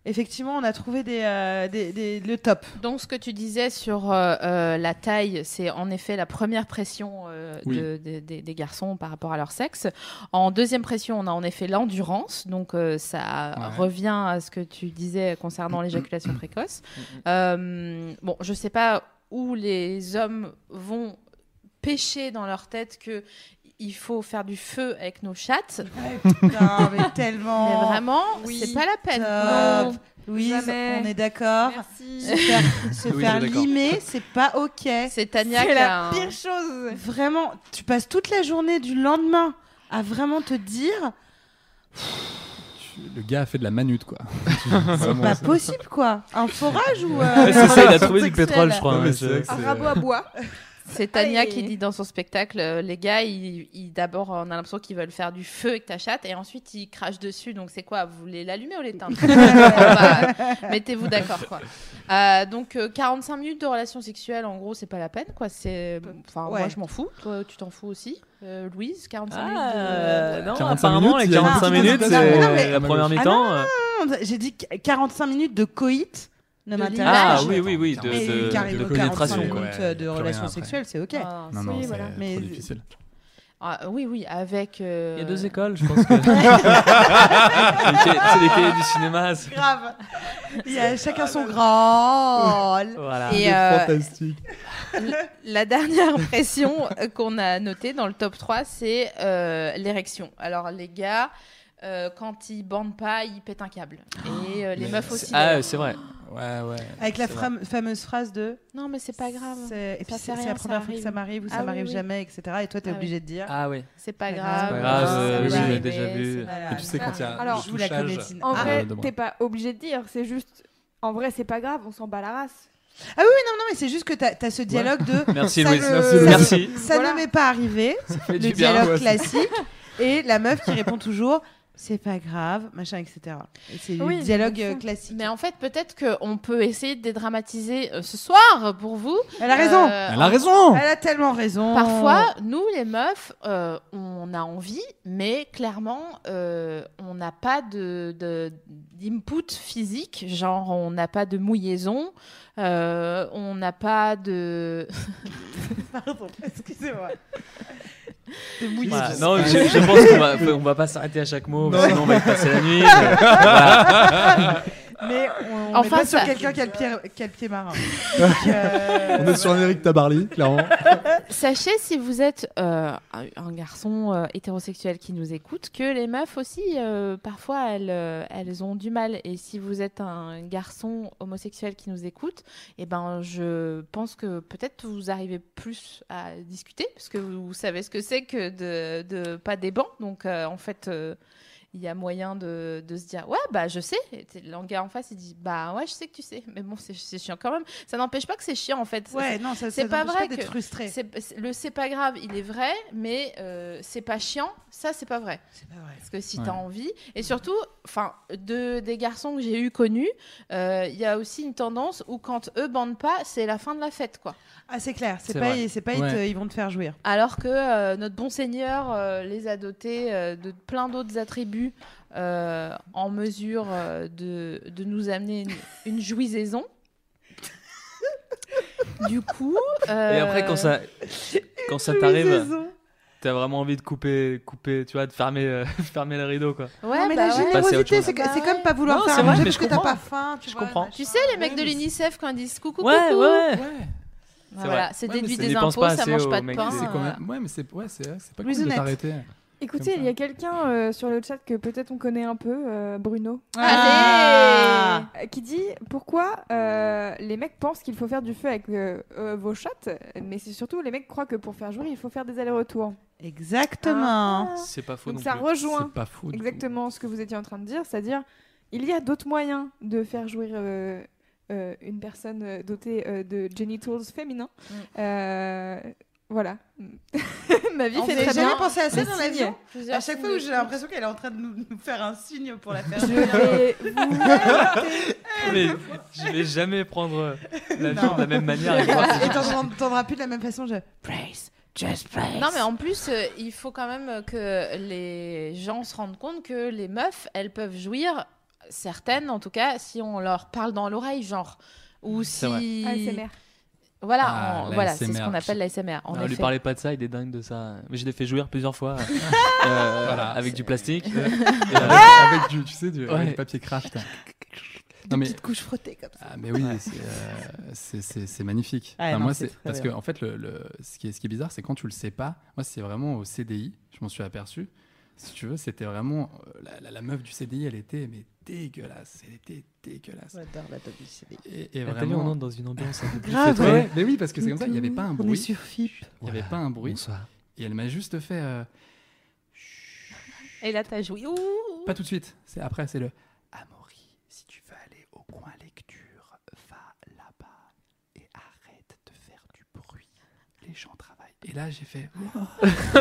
Speaker 1: effectivement, on a trouvé des, euh, des- des- le top.
Speaker 2: Donc, ce que tu disais sur euh, euh, la taille, c'est en effet la première pression euh,
Speaker 3: Oui.
Speaker 2: de- de- des- des garçons par rapport à leur sexe. En deuxième pression, on a en effet l'endurance. Donc, euh, ça
Speaker 3: Ouais.
Speaker 2: revient à ce que tu disais
Speaker 3: *clears throat*
Speaker 2: concernant l'éjaculation précoce.
Speaker 3: Mm,
Speaker 2: Euh, bon, je sais pas où les hommes vont pêcher dans leur tête que il faut faire du feu avec nos chattes.
Speaker 1: Putain, mais tellement.
Speaker 2: Mais vraiment,
Speaker 1: Oh, oui,
Speaker 2: c'est pas la peine.
Speaker 1: top. Louise,
Speaker 6: Jamais.
Speaker 1: on est d'accord. Se
Speaker 6: Merci.
Speaker 1: faire, se
Speaker 4: Oui,
Speaker 1: faire
Speaker 4: je suis d'accord.
Speaker 1: limer, c'est pas ok.
Speaker 2: C'est Tania
Speaker 1: C'est
Speaker 2: qui
Speaker 1: la
Speaker 2: a un-
Speaker 1: pire chose. Vraiment, tu passes toute la journée du lendemain à vraiment te dire,
Speaker 3: Tu- Le gars a fait de la manute,
Speaker 1: *laughs*
Speaker 3: quoi.
Speaker 1: c'est
Speaker 3: Vraiment,
Speaker 1: pas
Speaker 3: c'est-
Speaker 1: possible quoi. Un forage ou.
Speaker 4: Ouais,
Speaker 1: euh,
Speaker 4: Ah, c'est ça, il a trouvé du
Speaker 1: sexuel.
Speaker 4: pétrole, je crois.
Speaker 3: Non, mais
Speaker 4: ouais,
Speaker 3: c'est
Speaker 4: c'est-
Speaker 3: vrai que
Speaker 6: Un
Speaker 3: c'est-
Speaker 6: rabot à bois.
Speaker 2: C'est Tania
Speaker 6: Aïe.
Speaker 2: qui dit dans son spectacle, euh, les gars, ils, ils- d'abord on a l'impression qu'ils veulent faire du feu avec ta chatte et ensuite ils crachent dessus. Donc c'est quoi Vous voulez l'allumer ou l'éteindre Bah, Mettez-vous d'accord quoi. Euh, donc euh, 45 minutes de relation sexuelle, en gros c'est pas la peine quoi. C'est, enfin moi
Speaker 1: Ouais.
Speaker 2: je m'en fous. Toi tu t'en fous aussi, Euh, Louise 45 minutes.
Speaker 4: Ah,
Speaker 2: De... euh,
Speaker 4: non,
Speaker 3: 45
Speaker 4: apparemment,
Speaker 3: minutes,
Speaker 4: les
Speaker 3: il y a une
Speaker 4: 45
Speaker 1: petite
Speaker 4: minutes,
Speaker 1: hésitation. Non, mais-
Speaker 4: euh, la première
Speaker 3: Ah,
Speaker 4: mi-temps. euh,
Speaker 1: Non, J'ai dit qu- 45 minutes de coït ne
Speaker 2: De
Speaker 1: m'intéresse.
Speaker 4: Ah
Speaker 2: l'image.
Speaker 4: oui, oui, oui, de,
Speaker 1: Mais
Speaker 4: de,
Speaker 1: carrément,
Speaker 4: de
Speaker 1: 45
Speaker 4: pénétration.
Speaker 1: minutes
Speaker 4: quoi.
Speaker 3: ouais,
Speaker 1: euh,
Speaker 3: plus
Speaker 1: de
Speaker 3: rien
Speaker 1: relations
Speaker 3: après.
Speaker 1: sexuelles, c'est ok.
Speaker 2: Ah,
Speaker 3: Non, non,
Speaker 6: Oui,
Speaker 3: c'est
Speaker 6: voilà.
Speaker 3: trop
Speaker 1: Mais-
Speaker 3: difficile.
Speaker 2: ah, oui oui avec. euh,
Speaker 4: Il y a deux écoles, je *laughs* pense que. c'est les cahiers- c'est les cahiers du cinéma. c'est-
Speaker 2: *laughs*
Speaker 1: Grave. Il y a chacun
Speaker 2: Ah, bah
Speaker 1: son rôle.
Speaker 4: Voilà.
Speaker 2: Et,
Speaker 3: C'est
Speaker 2: euh,
Speaker 3: Ah,
Speaker 1: *laughs*
Speaker 3: fantastique.
Speaker 2: La dernière *laughs* pression euh, qu'on a notée dans le top 3, c'est euh, l'érection. Alors, les gars, euh, quand ils bandent pas, ils pètent un câble. Et euh, les
Speaker 3: mais
Speaker 2: meufs
Speaker 3: c'est-
Speaker 2: aussi.
Speaker 4: Ah,
Speaker 2: d'ailleurs.
Speaker 4: c'est vrai.
Speaker 3: Ouais, ouais.
Speaker 1: Avec la
Speaker 4: C'est vrai.
Speaker 1: fram- fameuse phrase de.
Speaker 2: Non, mais c'est pas grave.
Speaker 1: c'est- Et puis
Speaker 2: Ça fait
Speaker 1: c'est c'est
Speaker 2: rien,
Speaker 1: la
Speaker 2: ça
Speaker 1: première fois que
Speaker 2: arrive.
Speaker 1: ça m'arrive ou
Speaker 2: Ah
Speaker 1: ça
Speaker 2: oui,
Speaker 1: m'arrive
Speaker 2: oui.
Speaker 1: jamais, etc. Et toi, t'es
Speaker 2: Ah
Speaker 1: obligé de dire.
Speaker 4: Ah oui.
Speaker 2: C'est pas
Speaker 1: C'est pas
Speaker 2: grave.
Speaker 4: grave,
Speaker 2: ça
Speaker 4: euh,
Speaker 2: va
Speaker 4: oui, je l'ai
Speaker 2: arriver,
Speaker 4: déjà vu.
Speaker 2: c'est pas
Speaker 1: Voilà.
Speaker 3: Et tu sais, quand il y a
Speaker 6: Alors,
Speaker 3: le
Speaker 1: joue la
Speaker 3: touchage-
Speaker 1: comédie.
Speaker 6: En
Speaker 1: Ah.
Speaker 6: vrai,
Speaker 3: Demande.
Speaker 6: t'es pas obligé de dire, c'est juste. En vrai, c'est pas grave, on s'en bat la race.
Speaker 1: Non, mais c'est juste que t'as as ce dialogue de.
Speaker 4: *laughs* Merci
Speaker 1: Ça
Speaker 4: Louise.
Speaker 1: ne-
Speaker 4: Merci.
Speaker 1: Merci.
Speaker 4: Merci.
Speaker 1: Ça
Speaker 6: Voilà.
Speaker 1: ne m'est pas arrivé.
Speaker 4: fait
Speaker 1: Le
Speaker 4: du bien.
Speaker 1: dialogue
Speaker 3: ouais.
Speaker 1: classique. Et la meuf qui répond toujours. C'est pas grave, machin, etc. Et C'est
Speaker 6: Oui,
Speaker 1: le
Speaker 6: mais
Speaker 1: dialogue
Speaker 6: bien
Speaker 1: euh,
Speaker 6: sûr.
Speaker 1: classique.
Speaker 2: Mais en fait, peut-être qu'on peut essayer de dédramatiser euh, ce soir pour vous.
Speaker 1: Elle a raison.
Speaker 2: Euh,
Speaker 3: Elle a raison
Speaker 1: Elle a tellement raison.
Speaker 2: Parfois, nous, les meufs, euh, on a envie, mais clairement, euh, on n'a pas de, de- d'input physique, genre on n'a pas de mouillaison, euh, on n'a pas de...
Speaker 1: *laughs* Pardon, excusez-moi. De
Speaker 4: Voilà.
Speaker 1: mouillage.
Speaker 4: Bah, Non, je, je pense qu'on va, on va pas s'arrêter à chaque mot, sinon on va y passer la nuit. mais voilà.
Speaker 1: Mais on, on
Speaker 2: Enfin,
Speaker 1: est pas
Speaker 2: ça-
Speaker 1: sur quelqu'un qui a le pied, qui a le pied marin. Donc, euh,
Speaker 3: On est sur un Eric Tabarly, clairement.
Speaker 2: Sachez, si vous êtes euh, un- un garçon euh, hétérosexuel qui nous écoute, que les meufs aussi, euh, parfois, elles, euh, elles ont du mal. Et si vous êtes un garçon homosexuel qui nous écoute, eh ben, je pense que peut-être vous arrivez plus à discuter, parce que vous, vous savez ce que c'est que de, de pas des bancs. Donc, euh, en fait... euh, il y a moyen de, de se dire ouais bah je sais Et t'es- le gars en face il dit bah ouais je sais que tu sais mais bon c'est c'est chiant quand même ça n'empêche pas que c'est chiant en fait
Speaker 1: ouais, non, ça,
Speaker 2: c'est
Speaker 1: ça
Speaker 2: pas
Speaker 1: n'empêche
Speaker 2: vrai
Speaker 1: d'être
Speaker 2: que-
Speaker 1: frustré.
Speaker 2: c'est- c'est- le c'est pas grave, il est vrai, mais euh, c'est pas chiant, ça c'est pas vrai.
Speaker 1: C'est pas vrai.
Speaker 2: Parce que si
Speaker 3: Ouais.
Speaker 2: t'as envie, et surtout, enfin, de, des garçons que j'ai eu connus, euh, il y a aussi une tendance où quand eux bandent pas, c'est la fin de la fête, quoi.
Speaker 1: Ah, c'est clair. C'est
Speaker 4: C'est
Speaker 1: pas,
Speaker 4: vrai.
Speaker 1: c'est pas
Speaker 3: Ouais.
Speaker 1: ils, te- ils vont te faire jouir.
Speaker 2: Alors que euh, notre bon Seigneur euh, les a dotés euh, de plein d'autres attributs euh, en mesure euh, de, de nous amener une, une
Speaker 4: *laughs*
Speaker 2: jouisaison. du coup.
Speaker 4: Et
Speaker 2: euh,
Speaker 4: après, quand ça, quand ça
Speaker 1: Louis
Speaker 4: t'arrive,
Speaker 1: Zezon.
Speaker 4: t'as vraiment envie de couper, couper, tu vois, de fermer, euh, *laughs* fermer le rideau, quoi.
Speaker 2: Ouais,
Speaker 1: non, mais
Speaker 2: bah
Speaker 1: la
Speaker 2: ouais.
Speaker 4: Passer à autre
Speaker 1: générosité,
Speaker 4: chose.
Speaker 1: c'est que-
Speaker 2: Bah
Speaker 1: c'est
Speaker 2: ouais.
Speaker 1: comme pas vouloir
Speaker 4: Non,
Speaker 1: faire
Speaker 4: c'est
Speaker 1: un
Speaker 4: vrai,
Speaker 1: jeu
Speaker 4: mais
Speaker 1: parce
Speaker 4: je
Speaker 1: que t'as
Speaker 4: comprends.
Speaker 1: pas faim. Tu
Speaker 4: Je
Speaker 1: vois,
Speaker 4: comprends.
Speaker 2: Tu sais, les mecs de l'UNICEF, quand ils disent coucou,
Speaker 4: Ouais,
Speaker 2: coucou.
Speaker 4: ouais.
Speaker 2: Voilà, c'est
Speaker 3: Ouais, mais
Speaker 2: déduit
Speaker 3: ça
Speaker 2: des
Speaker 4: dépense
Speaker 2: impôts,
Speaker 4: pas
Speaker 2: ça
Speaker 4: assez
Speaker 2: mange
Speaker 4: aux
Speaker 2: pas de
Speaker 4: mecs
Speaker 2: pain.
Speaker 4: des-
Speaker 3: C'est quand
Speaker 2: voilà.
Speaker 3: même- Ouais, mais c'est ouais, c'est vrai que c'est pas cool
Speaker 1: Louise
Speaker 3: de
Speaker 1: Ah, Honnête.
Speaker 3: t'arrêter.
Speaker 6: Écoutez,
Speaker 3: Comme
Speaker 6: il y a quelqu'un euh, sur le chat que peut-être on connaît un peu, euh, Bruno,
Speaker 1: Ah.
Speaker 6: euh, qui dit pourquoi euh, les mecs pensent qu'il faut faire du feu avec euh, euh, vos chattes, mais c'est surtout les mecs croient que pour faire jouer, il faut faire des allers-retours.
Speaker 1: Exactement.
Speaker 6: Ah.
Speaker 4: C'est pas faux
Speaker 6: Donc
Speaker 4: non
Speaker 6: ça
Speaker 4: plus.
Speaker 6: rejoint
Speaker 3: C'est pas fou. du tout.
Speaker 6: exactement ce que vous étiez en train de dire, c'est-à-dire il y a d'autres moyens de faire jouir euh, euh, une personne euh, dotée euh, de genitals féminins.
Speaker 2: Mm.
Speaker 6: Euh, voilà. *laughs* Ma vie
Speaker 2: On
Speaker 1: Vous
Speaker 6: fait
Speaker 2: faisait
Speaker 1: avez jamais
Speaker 6: très bien.
Speaker 2: bien.
Speaker 1: pensé à ça
Speaker 6: Mais
Speaker 1: dans
Speaker 6: si,
Speaker 1: l'avion
Speaker 2: hein. Plusieurs
Speaker 1: À chaque fois où
Speaker 2: signes
Speaker 1: j'ai
Speaker 2: de-
Speaker 1: l'impression qu'elle est en train de nous nous faire un signe pour la faire
Speaker 6: Je vais vous *laughs*
Speaker 4: Mais je vais jamais prendre euh, l'avion
Speaker 1: Non.
Speaker 4: de la même manière.
Speaker 1: Et
Speaker 4: avec moi.
Speaker 1: t'en entendras plus de la même façon. Je... Praise, just praise.
Speaker 2: Non, mais en plus, euh, il faut quand même euh, que les gens se rendent compte que les meufs, elles peuvent jouir, certaines en tout cas, si on leur parle dans l'oreille, genre. Ou
Speaker 4: C'est vrai.
Speaker 2: si.
Speaker 6: ASMR.
Speaker 2: Voilà,
Speaker 3: Ah,
Speaker 2: en-
Speaker 3: la
Speaker 2: voilà c'est ce
Speaker 3: ASMR.
Speaker 2: qu'on appelle l'ASMR. En
Speaker 4: Non,
Speaker 2: effet.
Speaker 4: lui parlait pas de ça, il est dingue de ça. Mais je l'ai fait jouir plusieurs fois euh,
Speaker 3: Voilà.
Speaker 4: avec du plastique.
Speaker 3: Ouais.
Speaker 4: Et,
Speaker 3: Et
Speaker 4: euh,
Speaker 1: Ah
Speaker 3: avec, avec du, tu sais, du
Speaker 4: Ouais.
Speaker 3: avec le papier
Speaker 1: *laughs*
Speaker 3: craft. Non mais,
Speaker 1: Petite couche frottée comme ça.
Speaker 3: ah, mais oui, c'est, euh, c'est- c'est c'est magnifique.
Speaker 1: Ouais,
Speaker 3: Enfin,
Speaker 1: Ah, non,
Speaker 3: moi,
Speaker 1: c'est
Speaker 3: c'est
Speaker 1: très
Speaker 3: parce que
Speaker 1: bien.
Speaker 3: en fait, le, le- ce, qui est, ce qui est bizarre, c'est quand tu le sais pas. Moi, c'est vraiment au CDI, je m'en suis aperçu. Si tu veux, c'était vraiment euh, la, la- la meuf du CDI, elle était mais dégueulasse. Elle était dégueulasse.
Speaker 1: J'adore la table
Speaker 3: Et, et
Speaker 4: Ah, T'as vu, on
Speaker 3: vraiment. hein.
Speaker 4: entre dans une ambiance un peu plus
Speaker 1: Grave,
Speaker 4: feutrée.
Speaker 3: Ouais, mais oui, parce que c'est comme ça. Il n'y avait pas un
Speaker 1: On est
Speaker 3: bruit.
Speaker 1: sur FIP.
Speaker 3: Il n'y avait pas un bruit.
Speaker 4: Bonsoir.
Speaker 3: Et elle m'a juste fait. euh,
Speaker 2: Et là, t'as joué. Ouh, ouh.
Speaker 3: Pas tout de suite, c'est après, c'est le Amaury, si tu veux aller au coin lecture, va là-bas et arrête de faire du bruit. Les gens Et là, j'ai fait.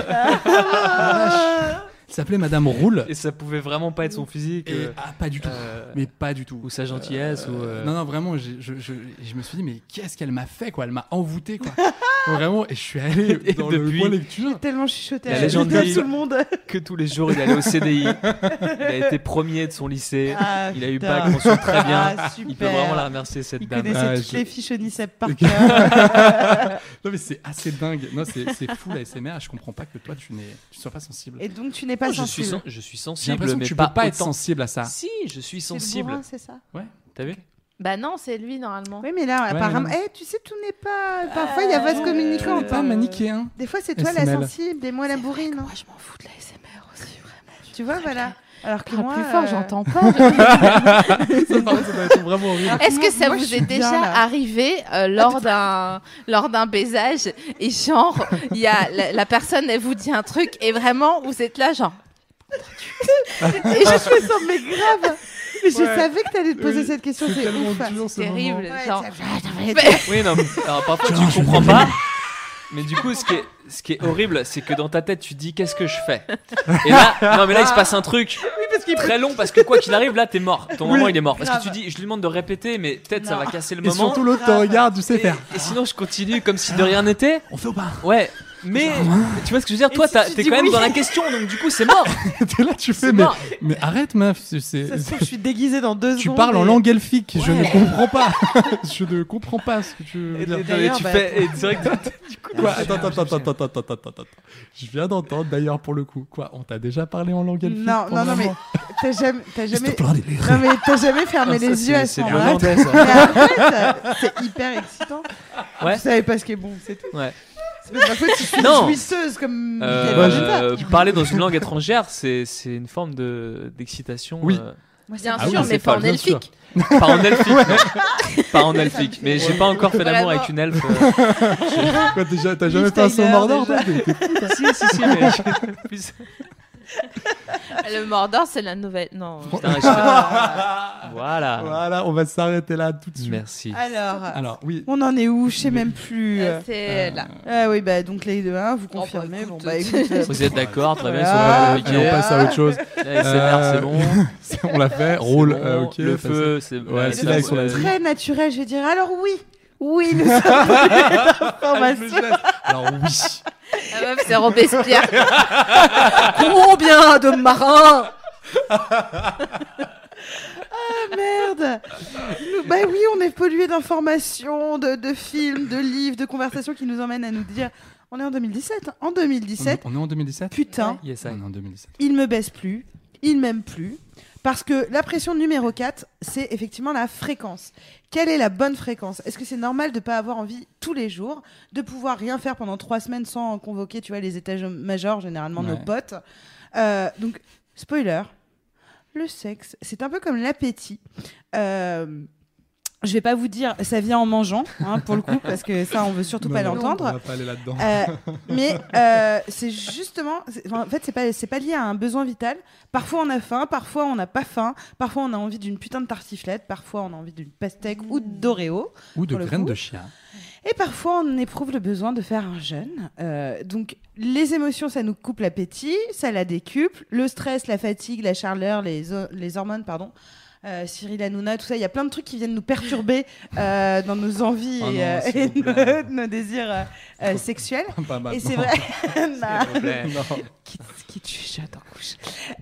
Speaker 3: Ah, vache. Elle s'appelait Madame Roule.
Speaker 4: Et ça pouvait vraiment pas être son physique.
Speaker 3: Et-
Speaker 4: euh,
Speaker 3: ah, pas du tout.
Speaker 4: euh,
Speaker 3: Mais pas du tout.
Speaker 4: Ou sa gentillesse, ou, euh,
Speaker 3: Non, non, vraiment, j'ai- je, je- je me suis dit, mais qu'est-ce qu'elle m'a fait, quoi Elle m'a envoûté, quoi. *laughs* vraiment, et je suis allé
Speaker 4: Et
Speaker 3: dans le
Speaker 4: depuis-
Speaker 3: point lecture.
Speaker 1: Tellement chuchotée.
Speaker 4: La
Speaker 1: à
Speaker 4: légende
Speaker 1: table,
Speaker 4: dit-
Speaker 1: tout le monde.
Speaker 4: que tous les jours il allait au CDI. il a été premier de son lycée.
Speaker 1: Ah,
Speaker 4: il a eu
Speaker 1: putain.
Speaker 4: bac mention très bien.
Speaker 1: Ah,
Speaker 4: il peut
Speaker 1: super.
Speaker 4: vraiment la remercier cette
Speaker 1: Il
Speaker 4: dame.
Speaker 1: connaissait
Speaker 3: Ah,
Speaker 1: toutes
Speaker 3: je-
Speaker 1: les fiches Onicep par
Speaker 4: *laughs*
Speaker 3: Ok.
Speaker 1: cœur.
Speaker 3: Non, mais c'est assez dingue. Non, c'est c'est fou la SMR. Je comprends pas que toi, tu, n'es- tu sois pas sensible.
Speaker 1: Et donc tu n'es pas
Speaker 4: Oh, je, suis
Speaker 1: sensible.
Speaker 4: sen- je suis
Speaker 3: J'ai
Speaker 4: sensible,
Speaker 3: l'impression que
Speaker 4: mais
Speaker 3: tu
Speaker 4: pas,
Speaker 3: peux pas être
Speaker 4: autant.
Speaker 3: sensible à ça.
Speaker 4: Si, je suis
Speaker 1: C'est le
Speaker 4: sensible.
Speaker 1: bourrin, C'est ça.
Speaker 4: T'as vu
Speaker 2: Bah non, c'est lui normalement.
Speaker 1: Oui, mais là,
Speaker 3: Ouais,
Speaker 1: apparemment.
Speaker 3: mais
Speaker 1: Eh, tu sais, tout n'est pas. Parfois, il y a vase
Speaker 2: Euh,
Speaker 3: Tu
Speaker 1: communicant.
Speaker 3: n'es pas
Speaker 1: hein.
Speaker 3: manichéen.
Speaker 1: Des fois, c'est toi la
Speaker 3: SML.
Speaker 1: sensible et moi la bourrine. hein.
Speaker 2: Moi, je m'en fous de la SMR aussi, vraiment.
Speaker 1: Tu hein. vois, voilà. Alors que
Speaker 3: Ah,
Speaker 2: Parle
Speaker 1: moi.
Speaker 2: plus fort,
Speaker 1: euh,
Speaker 2: j'entends pas.
Speaker 3: *laughs* ça, par contre, ça doit être vraiment horrible.
Speaker 2: Est-ce
Speaker 1: Moi,
Speaker 2: que ça
Speaker 1: moi, je
Speaker 2: vous
Speaker 1: suis
Speaker 2: est
Speaker 1: bien,
Speaker 2: déjà
Speaker 1: là.
Speaker 2: arrivé euh, lors d'un lors d'un baisage et genre il y a la, la personne elle vous dit un truc et vraiment vous êtes là genre
Speaker 1: Et je me sens mais
Speaker 3: *laughs*
Speaker 1: grave. Mais je
Speaker 3: Ouais.
Speaker 1: savais que t'allais te poser
Speaker 3: Oui,
Speaker 1: cette question. C'est
Speaker 3: tellement
Speaker 1: ouf.
Speaker 3: dur, ce
Speaker 2: terrible
Speaker 3: moment.
Speaker 1: Ouais,
Speaker 2: genre
Speaker 1: ça- j'arrête, j'arrête.
Speaker 4: Oui, non. mais- Alors parfois
Speaker 3: Tiens,
Speaker 4: tu
Speaker 3: je
Speaker 4: comprends
Speaker 3: vais
Speaker 4: pas. Mais du coup, ce qui est, ce qui est horrible, c'est que dans ta tête, tu dis qu'est-ce que je fais Et là, non, mais là, il se passe un
Speaker 1: *laughs*
Speaker 4: truc très long parce que quoi qu'il arrive, là, t'es mort. Ton
Speaker 3: Oui,
Speaker 4: moment, il est mort. Parce que
Speaker 1: grave. Ah.
Speaker 4: tu dis, je lui demande de répéter, mais peut-être ça
Speaker 1: Non.
Speaker 4: va casser le
Speaker 3: Et
Speaker 4: moment.
Speaker 3: surtout, l'autre te regarde, tu sais
Speaker 4: Et,
Speaker 3: faire.
Speaker 4: et sinon, je continue comme si de rien n'était.
Speaker 3: On fait ou pas
Speaker 4: Ouais, mais tu vois ce que je veux dire Toi,
Speaker 1: si
Speaker 4: t'as-
Speaker 1: tu
Speaker 4: t'es
Speaker 1: dis
Speaker 4: quand même
Speaker 1: oui
Speaker 4: dans la question, donc du coup, c'est mort.
Speaker 3: *laughs* T'es là, tu fais,
Speaker 4: C'est
Speaker 3: mais,
Speaker 4: mort.
Speaker 3: mais arrête, meuf. c'est- c'est-
Speaker 1: Ça se trouve, je suis déguisée dans deux
Speaker 3: Tu
Speaker 1: secondes.
Speaker 3: parles en
Speaker 1: et-
Speaker 3: langue elfique. Je
Speaker 4: Ouais.
Speaker 3: ne comprends *laughs* pas. je ne comprends pas ce que tu
Speaker 4: Et,
Speaker 3: veux
Speaker 4: et-
Speaker 3: dire.
Speaker 4: et
Speaker 1: D'ailleurs,
Speaker 4: tu
Speaker 1: bah,
Speaker 4: fais. et c'est vrai que toi, t'es- du coup,
Speaker 3: Quoi attends, attends, attends, attends, attends, attends, attends, attends. Je viens d'entendre d'ailleurs pour le coup. Quoi On t'a déjà parlé en langue elfique
Speaker 1: Non, non,
Speaker 3: pendant
Speaker 1: non,
Speaker 3: un
Speaker 1: mais
Speaker 3: moment
Speaker 1: t'as jamais, t'as
Speaker 3: S'il te
Speaker 1: jamais,
Speaker 3: plaît,
Speaker 1: *laughs*
Speaker 3: les-
Speaker 1: non, mais t'as
Speaker 3: *laughs*
Speaker 1: jamais fermé
Speaker 4: Ah, ça,
Speaker 1: les hein. yeux à
Speaker 4: c'est-
Speaker 1: ce
Speaker 4: C'est du
Speaker 1: moment-là.
Speaker 4: hollandais, ça.
Speaker 1: Mais en fait, c'est hyper excitant.
Speaker 4: Ouais.
Speaker 1: Je savais pas ce qui est bon, c'est tout.
Speaker 4: Ouais.
Speaker 1: C'est parce qu'en fait, je suis
Speaker 4: Non.
Speaker 1: jouisseuse comme.
Speaker 4: Euh,
Speaker 1: Michael
Speaker 3: j'ai
Speaker 1: Vendetta.
Speaker 4: euh, parler dans une langue étrangère, c'est c'est une forme de d'excitation.
Speaker 3: Oui.
Speaker 4: euh,
Speaker 1: Moi, ça
Speaker 2: bien
Speaker 1: me-
Speaker 3: Ah oui,
Speaker 2: sûr
Speaker 3: c'est
Speaker 2: mais
Speaker 3: pas-
Speaker 2: pas en
Speaker 3: bien sûr.
Speaker 2: elfique.
Speaker 4: pas en elfique. mais- pas en elfique. Mais j'ai pas encore fait d'amour
Speaker 2: Vraiment.
Speaker 4: avec une elfe. euh,
Speaker 3: Quoi, déjà- T'as
Speaker 1: Liv
Speaker 3: jamais fait un saut
Speaker 1: Tyler,
Speaker 3: mordant
Speaker 1: déjà.
Speaker 3: toi T'es- t'es-
Speaker 4: si, si, si, mais j'ai- plus-
Speaker 2: *laughs* Le Mordor c'est la nouvelle non.
Speaker 4: Putain,
Speaker 1: Ah,
Speaker 3: *laughs*
Speaker 4: je- Voilà.
Speaker 3: Voilà, on va s'arrêter là tout de suite.
Speaker 4: Merci.
Speaker 1: Alors,
Speaker 3: Alors, oui.
Speaker 1: on en est où Je sais même plus.
Speaker 2: euh, C'est là.
Speaker 1: Ah oui, bah donc les deux, hein, vous
Speaker 2: Oh, bah,
Speaker 1: confirmez.
Speaker 2: écoute,
Speaker 1: bon, bah écoute. euh,
Speaker 4: Vous êtes d'accord, très bien, ils sont
Speaker 1: Voilà.
Speaker 4: pas
Speaker 3: Allez, on
Speaker 4: compliqués.
Speaker 3: passe à autre chose.
Speaker 4: La SMR, c'est bon.
Speaker 3: C'est- on l'a fait. Roule.
Speaker 4: C'est bon.
Speaker 3: euh, ok,
Speaker 4: le
Speaker 3: ça,
Speaker 4: feu, c'est
Speaker 3: Ouais,
Speaker 4: la-
Speaker 3: si, là, ils sont
Speaker 4: la-
Speaker 3: là-dessus.
Speaker 1: très naturel, je vais dire. Alors oui, oui, *laughs* nous avons eu
Speaker 3: c'est-
Speaker 1: l'information.
Speaker 3: Alors, oui.
Speaker 1: euh.
Speaker 2: La meuf
Speaker 1: *laughs*
Speaker 2: c'est Robespierre.
Speaker 1: Combien de marins *laughs* Ah merde Nous- Bah oui, on est pollué d'informations, de, de films, de livres, de conversations qui nous emmènent à nous dire on est en 2017. hein. En 2017,
Speaker 3: On, on est en 2017
Speaker 1: putain,
Speaker 4: Yes, I.
Speaker 3: On est en 2017.
Speaker 1: il me baisse plus, il m'aime plus. Parce que la pression numéro 4, c'est effectivement la fréquence. Quelle est la bonne fréquence Est-ce que c'est normal de ne pas avoir envie tous les jours, de pouvoir rien faire pendant trois semaines sans convoquer, tu vois, les étages majors, généralement nos
Speaker 3: Ouais.
Speaker 1: potes Euh, Donc, spoiler, le sexe, c'est un peu comme l'appétit. Euh, je vais pas vous dire, ça vient en mangeant, hein, pour le coup, parce que ça, on veut surtout
Speaker 3: Non,
Speaker 1: pas
Speaker 3: non,
Speaker 1: l'entendre.
Speaker 3: On va pas aller là-dedans.
Speaker 1: Euh, mais euh, c'est justement, c'est- enfin, en fait, c'est pas, c'est pas lié à un besoin vital. Parfois on a faim, parfois on n'a pas faim, parfois on a envie d'une putain de tartiflette, parfois on a envie d'une pastèque ou d'oreo,
Speaker 3: Ou de
Speaker 1: pour le
Speaker 3: graines
Speaker 1: coup.
Speaker 3: de chien.
Speaker 1: et parfois on éprouve le besoin de faire un jeûne. Euh, donc les émotions, ça nous coupe l'appétit, ça la décuple, le stress, la fatigue, la chaleur, les, o- les hormones, pardon. euh, Cyril Hanouna, tout ça, il y a plein de trucs qui viennent nous perturber euh, dans nos envies
Speaker 4: Oh
Speaker 1: et,
Speaker 4: non,
Speaker 1: euh,
Speaker 4: s'il
Speaker 1: et
Speaker 4: vous plaît.
Speaker 1: nos, nos désirs euh, euh, sexuels.
Speaker 3: Pas mal.
Speaker 1: Et c'est *laughs*
Speaker 4: *laughs*
Speaker 1: vrai. Non.
Speaker 4: S'il vous plaît.
Speaker 1: qui, qui te chuchote en couche.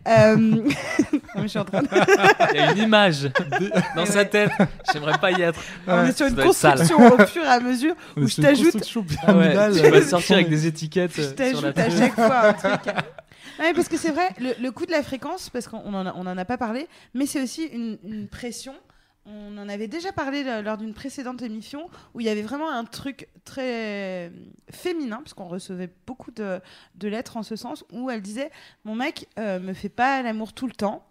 Speaker 1: Euh, *laughs* non, mais je suis en train de...
Speaker 4: Il y a une image
Speaker 3: *laughs*
Speaker 4: dans
Speaker 1: Ouais.
Speaker 4: sa tête. J'aimerais pas y être.
Speaker 1: On est sur
Speaker 4: ça
Speaker 1: une
Speaker 4: doit être sale.
Speaker 1: construction au fur et à
Speaker 4: *laughs*
Speaker 1: mesure où je t'ajoute
Speaker 4: Ah ouais, tu vas
Speaker 1: euh,
Speaker 4: sortir avec des étiquettes
Speaker 1: je
Speaker 4: euh, sur la
Speaker 1: t'ajoute à
Speaker 4: tête.
Speaker 1: chaque fois
Speaker 4: *laughs*
Speaker 1: un truc. Non, mais parce que c'est vrai, le, le coût de la fréquence, parce qu'on n'en a, on en a pas parlé, mais c'est aussi une, une pression. On en avait déjà parlé euh, lors d'une précédente émission où il y avait vraiment un truc très euh, féminin, parce qu'on recevait beaucoup de, de lettres en ce sens, où elle disait Mon mec euh, me fait pas l'amour tout le temps.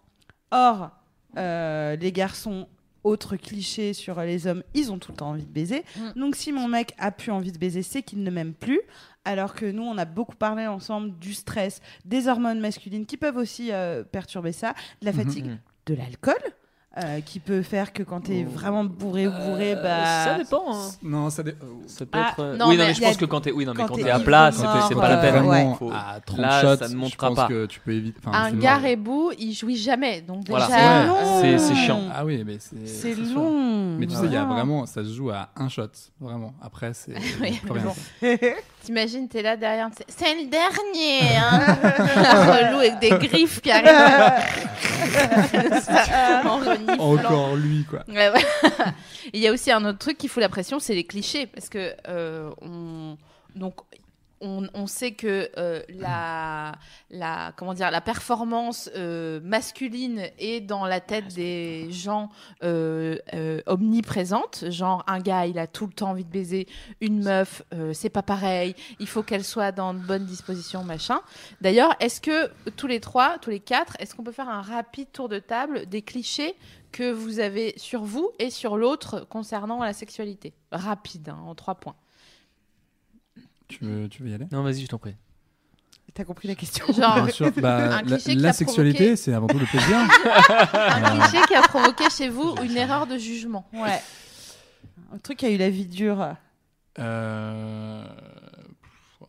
Speaker 1: Or, euh, les garçons, autre cliché sur les hommes, ils ont tout le temps envie de baiser.
Speaker 2: Mm.
Speaker 1: Donc si mon mec a plus envie de baiser, c'est qu'il ne m'aime plus. Alors que nous, on a beaucoup parlé ensemble du stress, des hormones masculines qui peuvent aussi euh, perturber ça, de la
Speaker 3: Mhm.
Speaker 1: fatigue,
Speaker 4: Mhm.
Speaker 1: de l'alcool. euh, qui peut faire que quand
Speaker 3: Oh.
Speaker 1: t'es vraiment bourré ou bourré,
Speaker 3: Euh,
Speaker 1: bah.
Speaker 4: Ça dépend. hein.
Speaker 3: Non, ça dé- euh,
Speaker 4: Ça peut
Speaker 1: Ah,
Speaker 4: être. euh,
Speaker 2: non,
Speaker 4: oui, non,
Speaker 2: mais
Speaker 4: mais je
Speaker 1: il y a-
Speaker 4: pense que quand t'es, oui, non, mais
Speaker 1: quand
Speaker 4: quand
Speaker 1: t'es
Speaker 4: t'es à plat,
Speaker 1: ivre
Speaker 4: c'est c'est
Speaker 1: mort,
Speaker 4: pas la
Speaker 1: euh,
Speaker 4: peine.
Speaker 1: ouais.
Speaker 4: Faut-
Speaker 3: à 30
Speaker 4: Là,
Speaker 3: shots,
Speaker 4: ça ne
Speaker 3: je
Speaker 4: montera
Speaker 3: pense
Speaker 4: pas.
Speaker 3: que tu peux éviter. enfin,
Speaker 2: Un
Speaker 3: c'est
Speaker 2: gars
Speaker 3: mort.
Speaker 2: rebou, il jouit jamais. Donc
Speaker 4: Voilà.
Speaker 2: déjà, euh,
Speaker 3: Ouais.
Speaker 1: long.
Speaker 4: C'est- c'est chiant.
Speaker 3: Ah oui, mais c'est.
Speaker 1: C'est
Speaker 3: sûr.
Speaker 1: long.
Speaker 3: Mais tu sais, il y a
Speaker 1: Ah.
Speaker 3: vraiment, ça se joue à un shot, vraiment. Après, c'est.
Speaker 2: Oui,
Speaker 3: plus rien.
Speaker 2: bon. t'imagines, t'es là derrière, c'est- c'est le dernier, hein Un Relou avec des griffes qui arrivent. Ça, en reniflant.
Speaker 3: Encore lui, quoi.
Speaker 2: Ouais, ouais. *laughs* Il y a aussi un autre truc qui fout la pression, c'est les clichés, parce que euh, on donc on, on sait que euh, la la comment dire la performance euh, masculine est dans la tête des gens euh, euh, omniprésente, genre un gars il a tout le temps envie de baiser, une meuf euh, c'est pas pareil, il faut qu'elle soit dans de bonnes dispositions machin. D'ailleurs, est-ce que tous les trois, tous les quatre, est-ce qu'on peut faire un rapide tour de table des clichés que vous avez sur vous et sur l'autre concernant la sexualité. Rapide, hein, en trois points.
Speaker 3: Tu veux, tu veux y aller
Speaker 4: Non, vas-y, je t'en prie.
Speaker 1: *laughs* T'as compris la question
Speaker 2: Genre,
Speaker 3: Bien sûr. Bah,
Speaker 2: Un
Speaker 3: la,
Speaker 2: cliché qui
Speaker 3: la
Speaker 2: a
Speaker 3: sexualité,
Speaker 2: provoqué-
Speaker 3: c'est avant tout le plaisir.
Speaker 2: un
Speaker 3: Euh,
Speaker 2: cliché qui a provoqué chez vous une erreur de jugement.
Speaker 1: *laughs* Ouais. Un truc qui a eu la vie dure.
Speaker 3: euh, oh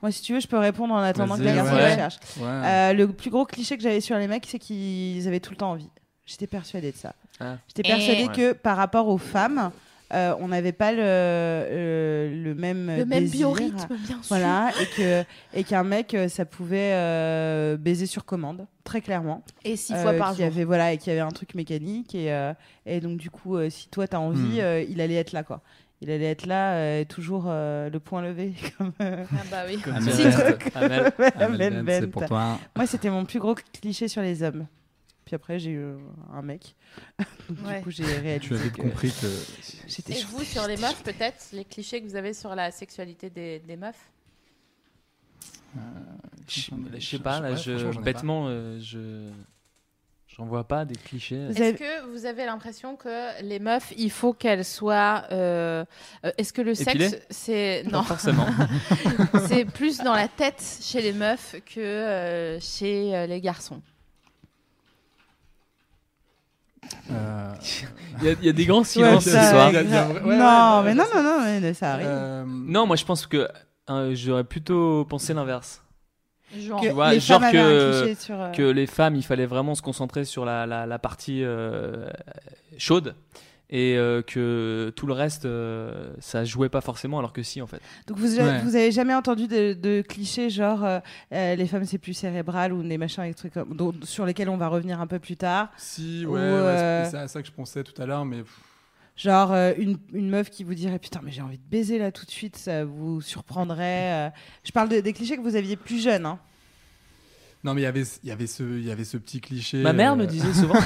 Speaker 1: Moi, si tu veux, je peux répondre en attendant que la
Speaker 3: Vas-y,
Speaker 1: garçon
Speaker 4: ouais.
Speaker 1: cherche.
Speaker 3: ouais.
Speaker 1: Euh, le plus gros cliché que j'avais sur les mecs, c'est qu'ils avaient tout le temps envie. J'étais persuadée de ça.
Speaker 4: Ah.
Speaker 1: J'étais
Speaker 2: Et-
Speaker 1: persuadée
Speaker 4: Ouais.
Speaker 1: que par rapport aux femmes, euh, on n'avait pas le, euh, le même
Speaker 2: Le même
Speaker 1: désir.
Speaker 2: biorhythme, bien sûr.
Speaker 1: Voilà, et que et qu'un mec, euh, ça pouvait euh, baiser sur commande, très clairement.
Speaker 2: Et six
Speaker 1: Euh,
Speaker 2: fois par
Speaker 1: qu'il y
Speaker 2: jour.
Speaker 1: Avait, voilà, et qu'il y avait un truc mécanique. Et, euh, et donc, du coup, euh, si toi, t'as envie,
Speaker 3: Hmm.
Speaker 1: euh, il allait être là, quoi. Il allait être là, euh, toujours euh, le point levé. comme, euh,
Speaker 2: Ah bah oui.
Speaker 4: Comme
Speaker 3: Amel
Speaker 4: tu
Speaker 3: Bent.
Speaker 4: restes.
Speaker 1: *laughs*
Speaker 4: Amel.
Speaker 1: Amel
Speaker 3: Amel Bent,
Speaker 1: Bent.
Speaker 3: Ah, c'est pour toi.
Speaker 1: Moi, c'était mon plus gros cliché sur les hommes. Puis après, j'ai eu euh, un mec. *laughs* Donc,
Speaker 2: Ouais.
Speaker 1: Du coup, j'ai réalisé.
Speaker 3: Tu avais
Speaker 1: que
Speaker 3: compris que.
Speaker 1: J'étais
Speaker 2: Et
Speaker 1: sur
Speaker 2: vous, sur les meufs, peut-être, les clichés que vous avez sur la sexualité des, des meufs
Speaker 4: Je je sais pas, là,
Speaker 3: Ouais, franchement,
Speaker 4: je.
Speaker 3: j'en ai pas.
Speaker 4: Bêtement, euh, je. J'en vois pas des clichés.
Speaker 1: Vous
Speaker 2: Est-ce
Speaker 1: avez-
Speaker 2: que vous avez l'impression que les meufs, il faut qu'elles soient. euh, euh, Est-ce que le
Speaker 4: Épilées
Speaker 2: sexe, c'est. Non.
Speaker 4: *laughs* Pas forcément.
Speaker 2: C'est plus dans la tête chez les meufs que euh, chez euh, les garçons.
Speaker 3: Euh,
Speaker 4: Il y a- il y, a des grands
Speaker 1: Ouais,
Speaker 4: silences
Speaker 1: ça,
Speaker 4: ce soir.
Speaker 1: grave.
Speaker 3: Il y a- il y a- ouais,
Speaker 1: non,
Speaker 3: ouais,
Speaker 1: mais
Speaker 3: ouais,
Speaker 1: non,
Speaker 3: ouais,
Speaker 1: non, non, mais ça arrive.
Speaker 3: euh,
Speaker 4: Non, moi je pense que euh, j'aurais plutôt pensé l'inverse.
Speaker 2: Genre.
Speaker 1: Que
Speaker 4: tu vois,
Speaker 1: les
Speaker 4: genre
Speaker 1: femmes avaient un
Speaker 4: que-
Speaker 1: cliché sur, euh,
Speaker 4: Que les femmes, il fallait vraiment se concentrer sur la, la, la partie euh, chaude et euh, que tout le reste, euh, ça jouait pas forcément, alors que si en fait.
Speaker 1: Donc vous,
Speaker 3: Ouais.
Speaker 1: vous avez jamais entendu de, de clichés genre euh, euh, les femmes c'est plus cérébral ou des machins et des trucs comme, dont- sur lesquels on va revenir un peu plus tard.
Speaker 3: Si,
Speaker 1: Ou,
Speaker 3: ouais,
Speaker 1: euh,
Speaker 3: ouais, c'est c'est à ça que je pensais tout à l'heure, mais pff,
Speaker 1: Genre euh, une, une meuf qui vous dirait putain mais j'ai envie de baiser là tout de suite, ça vous surprendrait. euh. Je parle de- des clichés que vous aviez plus jeune. Hein.
Speaker 3: non, mais il y avait, il y avait ce, il y avait ce petit cliché.
Speaker 4: Ma mère
Speaker 3: euh,
Speaker 4: me disait souvent.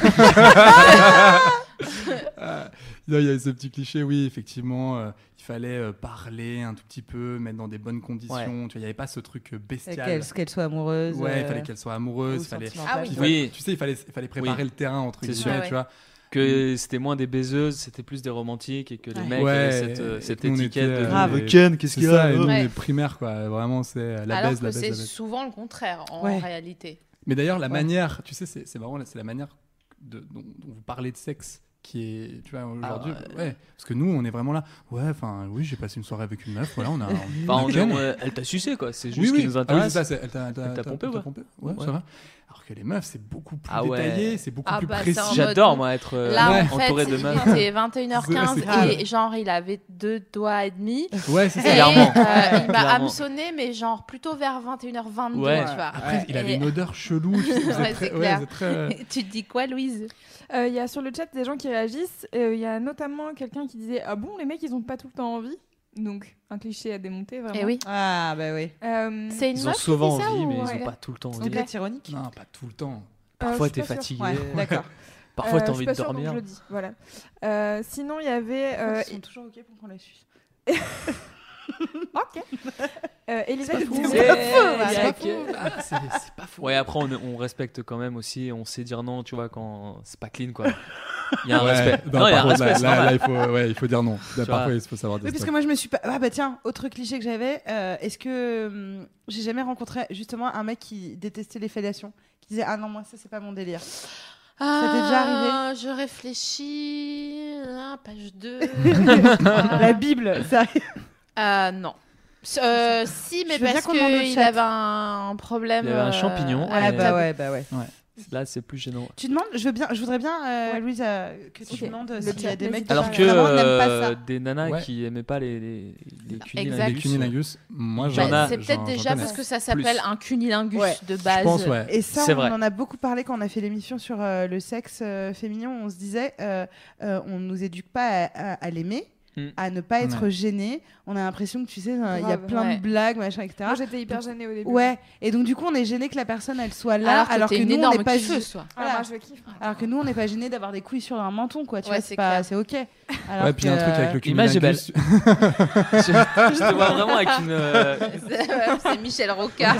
Speaker 3: Ah, non, il y avait ce petit cliché, oui, effectivement, euh, il fallait euh, parler un tout petit peu, mettre dans des bonnes conditions.
Speaker 4: Ouais.
Speaker 3: Tu vois, il n'y avait pas ce truc euh, bestial.
Speaker 1: Qu'elle qu'elle soit amoureuse.
Speaker 3: Ouais, il
Speaker 1: euh,
Speaker 3: fallait qu'elle soit
Speaker 1: ou
Speaker 3: amoureuse. Fallait...
Speaker 1: sentimentale.
Speaker 2: Ah
Speaker 3: il
Speaker 2: oui.
Speaker 3: fallait-
Speaker 4: Oui.
Speaker 3: Tu sais, il fallait, il fallait préparer
Speaker 4: Oui.
Speaker 3: le terrain, entre
Speaker 4: C'est
Speaker 3: guillemets,
Speaker 2: sûr.
Speaker 3: tu vois.
Speaker 4: *laughs* que c'était moins des baiseuses, c'était plus des romantiques et que les
Speaker 1: Ouais.
Speaker 4: mecs avaient cette, euh,
Speaker 3: et
Speaker 4: cette
Speaker 3: nous, on
Speaker 4: étiquette
Speaker 3: était,
Speaker 4: de
Speaker 3: euh,
Speaker 1: Grave.
Speaker 3: les-
Speaker 4: qu'est-ce
Speaker 3: C'est ça,
Speaker 7: hein
Speaker 3: et nous,
Speaker 2: Ouais.
Speaker 3: les primaires, quoi. Vraiment, c'est euh, la
Speaker 2: Alors
Speaker 3: baisse,
Speaker 2: que
Speaker 3: la baisse, la
Speaker 2: c'est
Speaker 3: baisse.
Speaker 2: souvent le contraire en
Speaker 1: Ouais.
Speaker 2: réalité.
Speaker 3: Mais d'ailleurs, la
Speaker 1: Ouais.
Speaker 3: manière, tu sais, c'est c'est marrant, là, c'est la manière de- dont, dont vous parlez de sexe qui est, tu vois, aujourd'hui,
Speaker 4: Ah,
Speaker 3: ouais. Parce que nous, on est vraiment là, ouais, enfin, oui, j'ai passé une soirée avec une meuf, voilà, on a. on a
Speaker 4: Enfin, on-
Speaker 3: ken.
Speaker 4: on- euh, elle t'a sucé quoi, c'est juste
Speaker 3: oui,
Speaker 4: ce
Speaker 3: oui.
Speaker 4: qui nous
Speaker 3: Ah oui, c'est
Speaker 4: intéresse.
Speaker 3: ça, c'est- elle t'a elle t'a-
Speaker 4: Elle t'a
Speaker 3: t'a-
Speaker 4: pompé,
Speaker 3: t'a
Speaker 4: ouais.
Speaker 3: Ouais,
Speaker 4: Ouais.
Speaker 3: ça va. Alors que les meufs, c'est beaucoup plus
Speaker 4: Ah ouais.
Speaker 3: détaillé, c'est beaucoup
Speaker 2: Ah
Speaker 3: plus
Speaker 2: bah, c'est
Speaker 3: précis.
Speaker 2: en mode-
Speaker 4: J'adore moi être euh,
Speaker 2: Là, en
Speaker 4: entouré
Speaker 2: fait,
Speaker 4: de meufs.
Speaker 2: il était
Speaker 4: *laughs*
Speaker 3: C'est
Speaker 2: 21h15
Speaker 1: grave.
Speaker 2: et genre, il avait deux doigts et demi.
Speaker 3: Ouais, c'est
Speaker 2: Et, *laughs*
Speaker 3: ça.
Speaker 4: Clairement.
Speaker 2: euh, il m'a
Speaker 4: Clairement.
Speaker 2: hameçonné, mais genre plutôt vers 21h22,
Speaker 4: Ouais.
Speaker 2: tu
Speaker 4: *laughs*
Speaker 2: vois.
Speaker 3: Après, il avait
Speaker 2: Et-
Speaker 3: une odeur chelou. tu sais, vous êtes
Speaker 2: Ouais,
Speaker 3: très-
Speaker 2: c'est
Speaker 3: ouais,
Speaker 2: clair.
Speaker 3: vous êtes
Speaker 2: *laughs*
Speaker 3: très- euh,
Speaker 2: tu te dis quoi, Louise
Speaker 6: Euh, Il y a sur le chat des gens qui réagissent. Euh, Il y a notamment quelqu'un qui disait Ah bon, les mecs, ils ont pas tout le temps envie. Donc, un cliché à démonter, vraiment.
Speaker 2: Eh oui.
Speaker 1: Ah bah oui.
Speaker 6: Euh,
Speaker 2: Mmh. C'est une
Speaker 4: Ils ont
Speaker 2: meuf qui
Speaker 4: souvent
Speaker 2: dit ça
Speaker 4: envie,
Speaker 2: ou-
Speaker 4: mais
Speaker 6: ouais.
Speaker 4: ils ont pas tout le temps
Speaker 1: C'est
Speaker 4: envie.
Speaker 1: peut-être ironique.
Speaker 3: Non, pas tout le temps.
Speaker 6: Euh,
Speaker 4: Parfois
Speaker 6: je suis
Speaker 4: t'es
Speaker 6: pas sûre.
Speaker 4: fatigué,
Speaker 1: Ouais,
Speaker 3: *laughs*
Speaker 1: d'accord.
Speaker 4: parfois
Speaker 6: Euh,
Speaker 4: t'as
Speaker 6: je
Speaker 4: envie
Speaker 6: suis
Speaker 4: de
Speaker 6: pas sûre, donc
Speaker 4: dormir.
Speaker 6: Je le dis, voilà. Euh, sinon, il y avait. euh,
Speaker 1: Ils sont toujours ok pour qu'on la suive.
Speaker 6: Ok. Euh, Elisabeth
Speaker 1: C'est
Speaker 6: disait-
Speaker 1: pas faux,
Speaker 6: Ouais,
Speaker 1: ouais.
Speaker 6: c'est pas
Speaker 3: faux.
Speaker 1: euh,
Speaker 3: Ah, c'est c'est pas faux.
Speaker 4: Ouais, après on, on respecte quand même aussi, on sait dire non, tu vois, quand c'est pas clean quoi. Il y a
Speaker 3: *laughs*
Speaker 4: un
Speaker 3: Ouais,
Speaker 4: respect.
Speaker 3: non,
Speaker 4: Non, il y a
Speaker 3: par
Speaker 4: un
Speaker 3: contre,
Speaker 4: respect, c'est
Speaker 3: là, là,
Speaker 4: normal.
Speaker 3: il, faut, ouais, il faut dire non. Là,
Speaker 4: Tu
Speaker 3: parfois,
Speaker 4: vois.
Speaker 3: il faut savoir dire
Speaker 1: Oui, parce
Speaker 3: stop.
Speaker 1: que moi je me suis pas. Ah bah tiens, autre cliché que j'avais, euh, est-ce que hum, j'ai jamais rencontré justement un mec qui détestait les fellations, qui disait ah non moi ça c'est pas mon délire. Ça t'est déjà arrivé
Speaker 2: Ah, Je réfléchis. Ah, page
Speaker 4: *laughs*
Speaker 2: 2.
Speaker 1: La Bible, *laughs* ça arrive.
Speaker 2: Ah non. Euh, si, mais
Speaker 1: Je veux bien
Speaker 2: parce
Speaker 1: qu'on demande au
Speaker 2: qu'il
Speaker 1: chat.
Speaker 2: avait un problème.
Speaker 4: Il y avait un
Speaker 2: euh,
Speaker 4: champignon.
Speaker 2: à la
Speaker 4: Ah, bah
Speaker 2: table.
Speaker 1: ouais, bah ouais.
Speaker 4: Là, c'est plus gênant.
Speaker 1: Tu demandes, je veux bien, je voudrais bien, euh,
Speaker 6: Ouais.
Speaker 1: Louise, euh, que tu
Speaker 6: Ok.
Speaker 1: demandes
Speaker 6: Le
Speaker 1: s'il y a
Speaker 6: chat,
Speaker 1: des mecs
Speaker 6: n'hésitez
Speaker 1: qui
Speaker 4: Alors
Speaker 6: pas.
Speaker 4: que
Speaker 1: vraiment n'aiment pas
Speaker 4: euh,
Speaker 1: ça. Bah,
Speaker 4: des nanas
Speaker 3: Ouais.
Speaker 4: qui aimaient pas les, les, les
Speaker 2: Exact.
Speaker 3: Les
Speaker 4: cunilingus.
Speaker 3: cunilingus, moi
Speaker 2: Bah,
Speaker 3: j'en
Speaker 4: J'en a-
Speaker 2: c'est peut-être déjà parce que ça s'appelle un cunilingus
Speaker 1: Ouais.
Speaker 2: de base.
Speaker 3: Je pense, ouais.
Speaker 1: Et ça,
Speaker 4: C'est
Speaker 1: on
Speaker 4: vrai.
Speaker 1: en a beaucoup parlé quand on a fait l'émission sur euh, le sexe euh, féminin. On se disait, euh, euh, on nous éduque pas à, à- à l'aimer,
Speaker 4: Mm.
Speaker 1: à ne pas être gêné. On a l'impression que tu sais, hein, il y a
Speaker 6: Grave.
Speaker 1: plein
Speaker 2: Ouais.
Speaker 1: de blagues, machin, etc.
Speaker 6: Moi, j'étais hyper gênée au début.
Speaker 1: Ouais. Et donc du coup, on est gêné que la personne elle soit là,
Speaker 2: alors
Speaker 1: Ah, alors,
Speaker 2: que, t'es
Speaker 1: que
Speaker 2: une
Speaker 1: nous on
Speaker 2: énorme
Speaker 1: n'est pas
Speaker 2: kiffeuse,
Speaker 1: gê-
Speaker 2: toi.
Speaker 6: Alors,
Speaker 1: Voilà.
Speaker 6: moi, je kiffe.
Speaker 1: alors que nous on n'est pas gêné d'avoir des couilles sur un menton, quoi. Tu
Speaker 2: Ouais,
Speaker 1: vois, c'est
Speaker 2: c'est
Speaker 1: pas,
Speaker 2: clair.
Speaker 1: c'est ok. Alors
Speaker 3: Ouais, puis il y a un
Speaker 1: que- euh,
Speaker 3: truc avec le
Speaker 4: L'image est belle.
Speaker 3: cunilingus. *laughs*
Speaker 4: je, *laughs* je te vois vraiment avec une. euh,
Speaker 2: *laughs* C'est c'est Michel Rocard.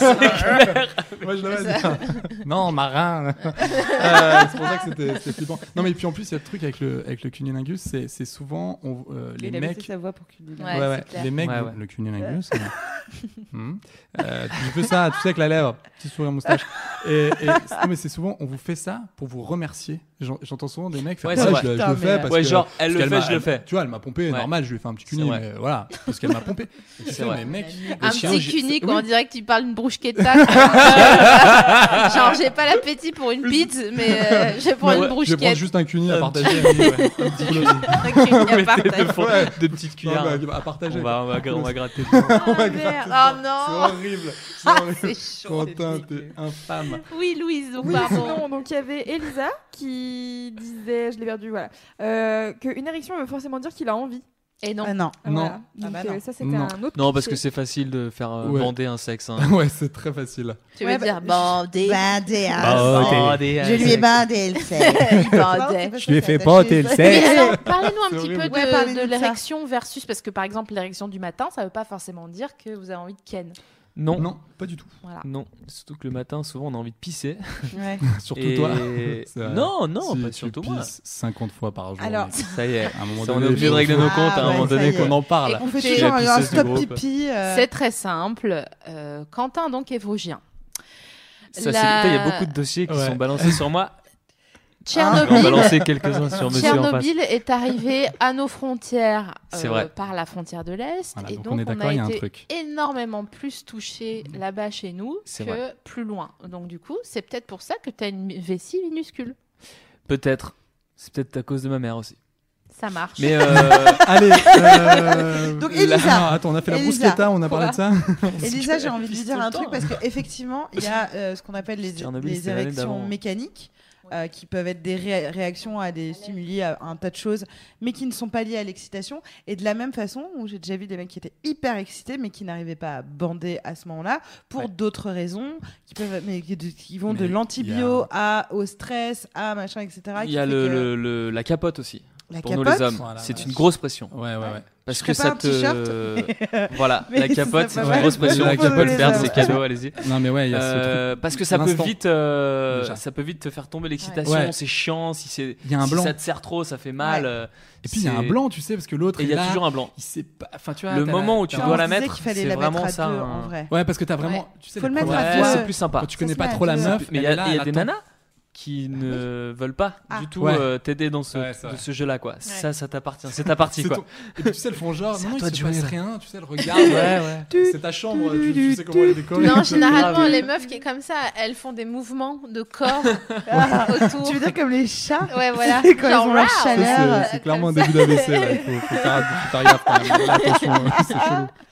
Speaker 3: Moi, je l'avais
Speaker 2: C'est
Speaker 3: dit. *laughs*
Speaker 1: *laughs*
Speaker 3: non, marin. Euh, c'est pour ça que c'était c'était flippant. Non, mais puis en plus, il y a le truc avec le, avec le cunilingus, c'est c'est souvent on- euh,
Speaker 1: Il
Speaker 3: les
Speaker 1: a baissé
Speaker 3: mecs.
Speaker 1: sa voix pour qu'il
Speaker 2: Ouais, c'est clair.
Speaker 3: Les mecs,
Speaker 4: Ouais,
Speaker 3: vont-
Speaker 4: ouais.
Speaker 3: le cunilingus. je hmm. euh, tu fais ça, tu sais, avec la lèvre, petit sourire moustache. Et, et- non, mais c'est souvent, on vous fait ça pour vous remercier. J'en- J'entends souvent des mecs faire
Speaker 4: Ouais,
Speaker 3: ça.
Speaker 4: c'est
Speaker 3: je
Speaker 4: vrai.
Speaker 3: le- je,
Speaker 1: Putain,
Speaker 3: le
Speaker 1: mais
Speaker 3: fais
Speaker 1: là-
Speaker 3: parce
Speaker 4: Ouais,
Speaker 3: que-
Speaker 4: genre, elle le
Speaker 3: parce
Speaker 4: fait,
Speaker 3: qu'elle
Speaker 4: je le
Speaker 3: m'a-
Speaker 4: fais.
Speaker 3: Tu vois, elle m'a pompé,
Speaker 4: Ouais.
Speaker 3: normal, je lui ai fait un petit
Speaker 4: C'est
Speaker 3: cuni,
Speaker 4: vrai.
Speaker 3: mais euh, voilà, parce qu'elle m'a
Speaker 4: *laughs*
Speaker 3: pompé. Et tu
Speaker 4: C'est
Speaker 3: sais,
Speaker 4: vrai.
Speaker 3: mais mec,
Speaker 2: Un
Speaker 4: chien,
Speaker 2: petit
Speaker 4: j'ai-
Speaker 2: cunique,
Speaker 4: oui.
Speaker 2: on dirait que tu parles une bruschetta. Euh, Genre, j'ai pas l'appétit pour une bite, mais euh, je prends une
Speaker 3: non, ouais, je vais prendre
Speaker 2: bruschetta.
Speaker 3: juste un cuni à
Speaker 4: Un
Speaker 3: partager.
Speaker 4: *laughs*
Speaker 3: Un petit cuni.
Speaker 4: Vous mettez deux, *laughs*
Speaker 2: Oh
Speaker 4: fo- deux petites cuillères.
Speaker 3: Non, mais à
Speaker 4: on,
Speaker 3: partager.
Speaker 4: va, on, va, gra- on va
Speaker 3: *laughs*
Speaker 4: gratter.
Speaker 2: merde. Oh non, Ah,
Speaker 3: horrible. C'est
Speaker 2: c'est chaud.
Speaker 3: Quentin, t'es infâme. *laughs*
Speaker 2: Oui, Louise, donc,
Speaker 6: Oui,
Speaker 2: pardon.
Speaker 6: sinon, donc il y avait Elisa qui disait, je l'ai perdu, voilà, euh, qu'une érection veut forcément dire qu'il a envie.
Speaker 2: Et non,
Speaker 1: Ah non.
Speaker 6: Ah,
Speaker 3: Non.
Speaker 6: voilà.
Speaker 1: Ah
Speaker 6: Donc,
Speaker 1: bah non.
Speaker 6: euh, ça, c'était
Speaker 3: Non.
Speaker 6: un autre.
Speaker 4: Non, parce que
Speaker 6: cliché.
Speaker 4: c'est facile de faire euh,
Speaker 3: Ouais.
Speaker 4: bander un sexe. hein.
Speaker 3: Ouais, c'est très facile.
Speaker 2: tu
Speaker 1: Ouais,
Speaker 2: veux
Speaker 1: *laughs*
Speaker 2: dire
Speaker 1: bah,
Speaker 2: bandé.
Speaker 1: Bandé, hein.
Speaker 3: Bah,
Speaker 4: Bander un
Speaker 1: Je lui ai
Speaker 4: sexe.
Speaker 1: bandé le
Speaker 2: *laughs*
Speaker 1: sexe.
Speaker 2: Il
Speaker 1: Non, c'est
Speaker 2: bandait.
Speaker 1: pas ça,
Speaker 3: Je lui ai
Speaker 1: c'est
Speaker 3: fait
Speaker 1: attaché,
Speaker 3: botter le
Speaker 1: ça.
Speaker 3: sexe.
Speaker 2: Mais alors, parlez-nous un
Speaker 3: C'est
Speaker 2: petit peu
Speaker 3: horrible.
Speaker 2: de,
Speaker 1: Eh, Ouais, parlez-nous
Speaker 2: de
Speaker 1: de ça.
Speaker 2: l'érection versus parce que par exemple l'érection du matin, ça veut pas forcément dire que vous avez envie de ken.
Speaker 4: Non. non.
Speaker 3: Non, pas du tout.
Speaker 4: surtout que le matin, souvent, on a envie de pisser.
Speaker 1: Ouais.
Speaker 3: Surtout
Speaker 4: Et-
Speaker 3: toi. *laughs*
Speaker 4: Non, non,
Speaker 3: Si
Speaker 4: pas
Speaker 3: tu
Speaker 4: surtout
Speaker 3: pisses
Speaker 4: moi.
Speaker 3: 50 fois par jour.
Speaker 1: Alors,
Speaker 3: mec,
Speaker 4: Ça y est.
Speaker 3: à un moment
Speaker 4: Ça, on est
Speaker 3: donné,
Speaker 4: obligé de
Speaker 3: faut-
Speaker 4: régler nos comptes hein, à
Speaker 1: Ah,
Speaker 4: un moment
Speaker 1: ouais, ça
Speaker 4: donné
Speaker 1: y est.
Speaker 4: qu'on en parle.
Speaker 1: On fait
Speaker 2: J'ai
Speaker 1: toujours
Speaker 4: la
Speaker 1: un
Speaker 4: pisseuse du
Speaker 1: stop
Speaker 4: groupe.
Speaker 1: pipi. euh,
Speaker 2: C'est très simple. Euh, Quentin donc est vosgien.
Speaker 4: Ça,
Speaker 2: La-
Speaker 4: c'est- putain, Il y a beaucoup de dossiers qui
Speaker 3: Ouais.
Speaker 4: sont balancés sur moi. On va
Speaker 2: Tchernobyl,
Speaker 4: balancer quelques-uns sur monsieur en face.
Speaker 2: Tchernobyl est arrivé à nos frontières
Speaker 4: C'est
Speaker 2: euh,
Speaker 4: vrai.
Speaker 2: par la frontière de l'Est
Speaker 3: Voilà,
Speaker 2: et
Speaker 3: donc on est d'accord,
Speaker 2: a
Speaker 3: il y a un
Speaker 2: été
Speaker 3: truc.
Speaker 2: énormément plus touché là-bas chez nous que
Speaker 4: Mm. C'est vrai.
Speaker 2: plus loin. Donc du coup, c'est peut-être pour ça que tu as une vessie minuscule.
Speaker 4: Peut-être. C'est peut-être à cause de ma mère aussi.
Speaker 2: Ça marche.
Speaker 3: *laughs*
Speaker 4: Mais euh,
Speaker 3: Allez. euh,
Speaker 1: Donc,
Speaker 3: la-
Speaker 1: Elisa.
Speaker 3: Non, attends, on a fait la
Speaker 1: Elisa.
Speaker 3: bruschetta, on a parlé de ça.
Speaker 1: Et déjà, j'ai envie de lui
Speaker 4: pisse
Speaker 1: dire
Speaker 4: tout le
Speaker 1: un truc
Speaker 4: temps.
Speaker 1: parce qu'effectivement, il y a euh, ce qu'on appelle les,
Speaker 4: Tchernobyl,
Speaker 1: les
Speaker 4: c'était l'année
Speaker 1: érections
Speaker 4: d'avant.
Speaker 1: mécaniques. euh, qui peuvent être des ré- réactions à des stimuli, à un tas de choses, mais qui ne sont pas liées à l'excitation. Et de la même façon, où j'ai déjà vu des mecs qui étaient hyper excités, mais qui n'arrivaient pas à bander à ce moment-là, pour
Speaker 4: Ouais.
Speaker 1: d'autres raisons, qui, peuvent, mais qui, qui vont de
Speaker 3: Mais
Speaker 1: l'antibio à au stress, à machin, etc.
Speaker 4: il
Speaker 1: qui
Speaker 4: y a
Speaker 1: fait
Speaker 4: le,
Speaker 1: que
Speaker 4: le- le- la capote aussi.
Speaker 1: la
Speaker 4: pour
Speaker 1: capote,
Speaker 4: nous les hommes,
Speaker 3: Voilà,
Speaker 4: c'est
Speaker 3: ouais.
Speaker 4: une grosse pression.
Speaker 3: Ouais, ouais, ouais.
Speaker 4: Parce
Speaker 1: Je
Speaker 4: que
Speaker 1: ferais
Speaker 4: ça
Speaker 1: pas
Speaker 4: te.
Speaker 1: un
Speaker 4: *laughs* voilà,
Speaker 1: mais
Speaker 4: la
Speaker 1: ce
Speaker 4: capote, c'est
Speaker 1: serait
Speaker 4: une
Speaker 3: pas mal.
Speaker 4: grosse pression. La
Speaker 3: Ouais, pour
Speaker 4: capote,
Speaker 3: les
Speaker 4: merde,
Speaker 3: hommes.
Speaker 4: c'est cadeau, allez-y.
Speaker 3: Non, mais ouais, il y a ce
Speaker 4: Euh, parce que ça peut
Speaker 3: L'instant.
Speaker 4: vite, euh,
Speaker 3: Déjà.
Speaker 4: ça peut vite te faire tomber l'excitation.
Speaker 3: Ouais.
Speaker 4: C'est chiant si c'est.
Speaker 3: truc. Il y a un
Speaker 4: si
Speaker 3: blanc.
Speaker 4: ça te serre trop, ça fait mal.
Speaker 1: Ouais.
Speaker 4: euh,
Speaker 3: Et puis il y a un
Speaker 4: c'est-
Speaker 3: blanc, tu sais, parce que l'autre
Speaker 4: Et il y
Speaker 3: est
Speaker 4: a
Speaker 3: là.
Speaker 4: toujours un blanc.
Speaker 3: Il sait pas. Enfin, tu vois.
Speaker 4: Le
Speaker 3: t'as
Speaker 4: moment où
Speaker 3: t'as
Speaker 4: tu
Speaker 3: un-
Speaker 4: dois la
Speaker 1: on disait
Speaker 4: mettre,
Speaker 1: qu'il fallait
Speaker 4: c'est
Speaker 1: la mettre
Speaker 4: vraiment
Speaker 1: à
Speaker 4: ça,
Speaker 1: deux,
Speaker 4: hein.
Speaker 1: en vrai.
Speaker 3: Ouais, parce que t'as vraiment. Tu sais,
Speaker 1: Faut
Speaker 3: les
Speaker 1: le mettre
Speaker 3: premières
Speaker 1: à
Speaker 4: Ouais,
Speaker 3: fois,
Speaker 1: deux.
Speaker 4: c'est plus sympa.
Speaker 3: Quand tu connais
Speaker 1: se
Speaker 3: pas
Speaker 1: met à
Speaker 3: trop la
Speaker 1: deux.
Speaker 3: meuf,
Speaker 4: Mais il y
Speaker 3: elle est là,
Speaker 4: a, il y a
Speaker 3: elle
Speaker 4: des
Speaker 3: attend.
Speaker 4: nanas qui ne veulent pas
Speaker 1: Ah.
Speaker 4: du tout
Speaker 3: Ouais.
Speaker 4: euh, t'aider dans ce,
Speaker 3: Ouais, c'est vrai.
Speaker 4: de ce jeu-là. quoi. Ça, ça t'appartient. C'est ta partie.
Speaker 3: C'est
Speaker 4: quoi.
Speaker 3: ton- Et puis, tu sais, elles font genre,
Speaker 4: C'est à
Speaker 3: non,
Speaker 4: toi
Speaker 3: il
Speaker 4: de
Speaker 3: se
Speaker 4: jouer,
Speaker 3: passe
Speaker 4: ça.
Speaker 3: rien, tu sais,
Speaker 4: *laughs*
Speaker 3: elles regardent.
Speaker 4: ouais.
Speaker 1: *laughs*
Speaker 3: C'est ta chambre, tu, tu sais comment elle est décorée.
Speaker 2: Non, généralement,
Speaker 4: grave.
Speaker 2: les meufs qui est comme ça, elles font des mouvements de corps
Speaker 1: Ah,
Speaker 2: autour.
Speaker 1: tu veux dire comme les chats
Speaker 2: Ouais, voilà.
Speaker 1: C'est quand ils ont leur
Speaker 2: waouh.
Speaker 3: Ça,
Speaker 1: chaleur.
Speaker 3: c'est-
Speaker 1: euh,
Speaker 3: C'est clairement un
Speaker 2: comme ça.
Speaker 3: début d'AVC, ouais.
Speaker 2: *laughs*
Speaker 3: Faut, faut faire faut faire gaffe quand même. Là, hein. attention, c'est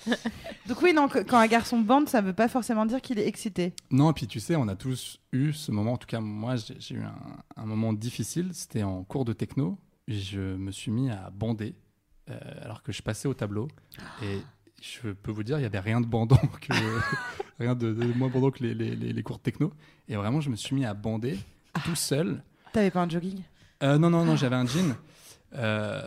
Speaker 3: chelou.
Speaker 1: Donc oui, non, que- quand un garçon bande, ça veut pas forcément dire qu'il est excité.
Speaker 3: Non, et puis tu sais, on a tous eu ce moment, en tout cas, moi, j'ai j'ai eu un, un moment difficile. C'était en cours de techno. Je me suis mis à bander euh, alors que je passais au tableau. Et je peux vous dire, il n'y avait rien de bandant *laughs* que. rien de, de moins bandant que les, les- les- les cours de techno. Et vraiment, je me suis mis à bander tout seul.
Speaker 1: T'avais pas un jogging
Speaker 3: Euh, non, non, non, j'avais un jean. Euh,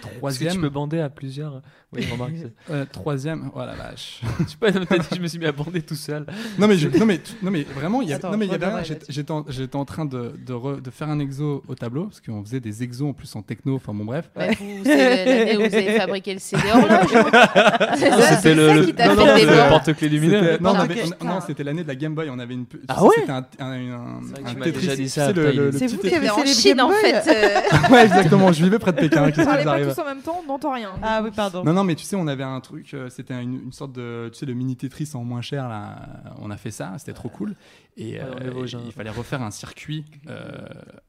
Speaker 4: Parce que
Speaker 3: troisième.
Speaker 4: tu peux bander à plusieurs. Oui, remarque.
Speaker 3: *laughs*
Speaker 4: c'est-
Speaker 3: euh, troisième. Oh la vache.
Speaker 4: je sais pas, t'as dit, je me suis mis à bander tout seul.
Speaker 3: *laughs* Non mais, je- non, mais, tu- non, mais vraiment, il y a-
Speaker 1: Attends,
Speaker 3: non, mais il y
Speaker 1: je
Speaker 3: avait un-
Speaker 1: reviendrai
Speaker 3: j'étais
Speaker 1: là-dessus.
Speaker 3: j'étais en, j'étais en train de, de, re- de faire un exo au tableau, parce qu'on faisait des exos en plus en techno, enfin bon bref.
Speaker 2: Bah, vous- c'est l'année où vous avez fabriqué le CD horloge. je crois. C'est
Speaker 4: Non,
Speaker 2: ça,
Speaker 4: c'était
Speaker 2: c'est
Speaker 4: le,
Speaker 2: ça
Speaker 4: le-
Speaker 2: qui t'a
Speaker 4: non,
Speaker 2: fait
Speaker 4: non,
Speaker 2: des
Speaker 4: le
Speaker 2: blancs.
Speaker 4: porte-clés lumineux.
Speaker 3: C'était- non, on
Speaker 2: Ah,
Speaker 3: avait-
Speaker 2: ok.
Speaker 3: on- non, c'était l'année de la Game Boy, on avait une... tu
Speaker 4: Ah
Speaker 3: sais,
Speaker 4: ouais
Speaker 3: C'était un, un, un-
Speaker 4: C'est vrai que
Speaker 3: un
Speaker 4: tu m'as déjà dit
Speaker 3: tu
Speaker 4: ça,
Speaker 3: sais, le- le-
Speaker 4: après, il est-
Speaker 1: C'est
Speaker 3: le petit
Speaker 1: vous qui
Speaker 3: Tetris.
Speaker 1: avez
Speaker 2: Mais en
Speaker 1: fait les
Speaker 2: Chine,
Speaker 1: Game
Speaker 2: en
Speaker 1: Boy,
Speaker 2: fait. euh, *laughs*
Speaker 3: Ouais, exactement, je vivais près de Pékin. *laughs* Qu'est-ce
Speaker 6: Si on
Speaker 3: qui
Speaker 6: n'est
Speaker 3: vous
Speaker 6: pas
Speaker 3: arrive
Speaker 6: tous en même temps, on n'entend rien.
Speaker 1: Ah oui, pardon.
Speaker 3: Non, non, mais tu sais, on avait un truc, euh, c'était une, une sorte de, tu sais, le mini Tetris en moins cher, là. On a fait ça, c'était trop cool. Et
Speaker 4: Ouais, on est
Speaker 3: euh,
Speaker 4: Vosges,
Speaker 3: et
Speaker 4: hein.
Speaker 3: il fallait refaire un circuit euh,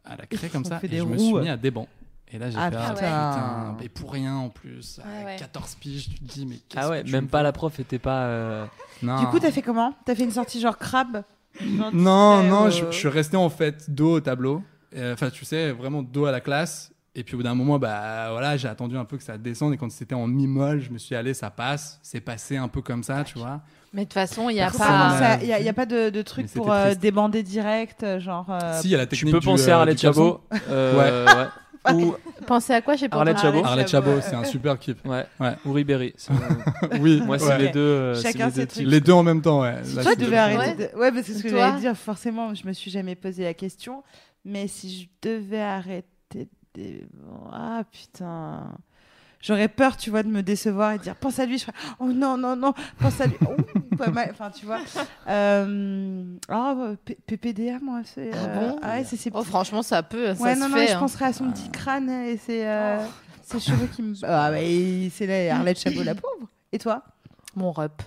Speaker 3: à la craie
Speaker 1: Ils
Speaker 3: comme
Speaker 1: ont
Speaker 3: ça.
Speaker 1: fait
Speaker 3: Et
Speaker 1: des
Speaker 3: je me
Speaker 1: roues.
Speaker 3: suis mis à des bancs. Et là, j'ai
Speaker 1: Ah,
Speaker 3: fait,
Speaker 1: putain.
Speaker 3: putain, et pour rien en plus, à
Speaker 2: Ouais, ouais.
Speaker 3: 14 piges, tu te dis, mais qu'est-ce
Speaker 4: Ah ouais,
Speaker 3: que tu
Speaker 4: même
Speaker 3: me
Speaker 4: pas
Speaker 3: fais
Speaker 4: la prof était pas. euh,
Speaker 3: Non.
Speaker 1: Du coup, t'as fait comment T'as fait une sortie genre crabe
Speaker 3: Non,
Speaker 1: Euh,
Speaker 3: non, je, je suis resté en fait dos au tableau. Euh, Enfin, tu sais, vraiment dos à la classe. Et puis au bout d'un moment, bah voilà, j'ai attendu un peu que ça descende. Et quand c'était en mi-molle, je me suis dit, allez, ça passe. C'est passé un peu comme ça, tu vois.
Speaker 2: Mais de toute façon, il n'y a
Speaker 3: Personne
Speaker 2: pas.
Speaker 3: n'a-
Speaker 1: Il n'y a, pas de, de truc
Speaker 3: euh, Mais c'était
Speaker 1: pour euh,
Speaker 3: triste.
Speaker 1: débander direct, euh, genre. euh,
Speaker 3: si, il y a la
Speaker 4: Tu
Speaker 3: technique
Speaker 4: peux
Speaker 3: du,
Speaker 4: penser
Speaker 3: euh,
Speaker 4: à Arlette
Speaker 3: du garçon.
Speaker 4: Chabot. euh, ouais. Ou
Speaker 2: Pensez à quoi J'ai pas
Speaker 4: Arlette
Speaker 2: entendu.
Speaker 4: Chabot.
Speaker 3: Arlette Chabot, c'est un super clip.
Speaker 4: ouais.
Speaker 3: Ouais.
Speaker 4: Ou Ribéry. c'est-
Speaker 3: *laughs* Oui,
Speaker 4: Moi, c'est
Speaker 3: ouais.
Speaker 4: les deux. euh, c'est
Speaker 1: Chacun
Speaker 4: les deux
Speaker 1: ses
Speaker 4: types.
Speaker 1: trucs.
Speaker 3: les deux en même temps, ouais. Là,
Speaker 1: toi,
Speaker 3: c'est-
Speaker 1: tu devais arrêter.
Speaker 2: Ouais.
Speaker 1: Bah, De... Ouais, parce que ce que
Speaker 2: Toi
Speaker 1: j'allais dire, forcément, je me suis jamais posé la question. Mais si je devais arrêter. des- Ah putain. J'aurais peur, tu vois, de me décevoir et de dire pense à lui. Je ferais, oh non, non, non, pense à lui. Oh, *laughs* pas mal. Enfin, tu vois. Euh... Ah, bah, P- PPDA, moi, c'est.
Speaker 2: Ah
Speaker 1: euh,
Speaker 2: bon
Speaker 1: ouais, c'est ses
Speaker 2: Oh,
Speaker 1: petits-
Speaker 2: franchement, ça peut. ça
Speaker 1: Ouais,
Speaker 2: se
Speaker 1: non, non,
Speaker 2: fait,
Speaker 1: je
Speaker 2: hein. Oh.
Speaker 1: penserai à son petit crâne et ses, euh, ses cheveux qui
Speaker 2: *laughs*
Speaker 1: me. Ah, bah, et c'est la Arlette Chabot, la pauvre. Et toi
Speaker 2: Mon rep.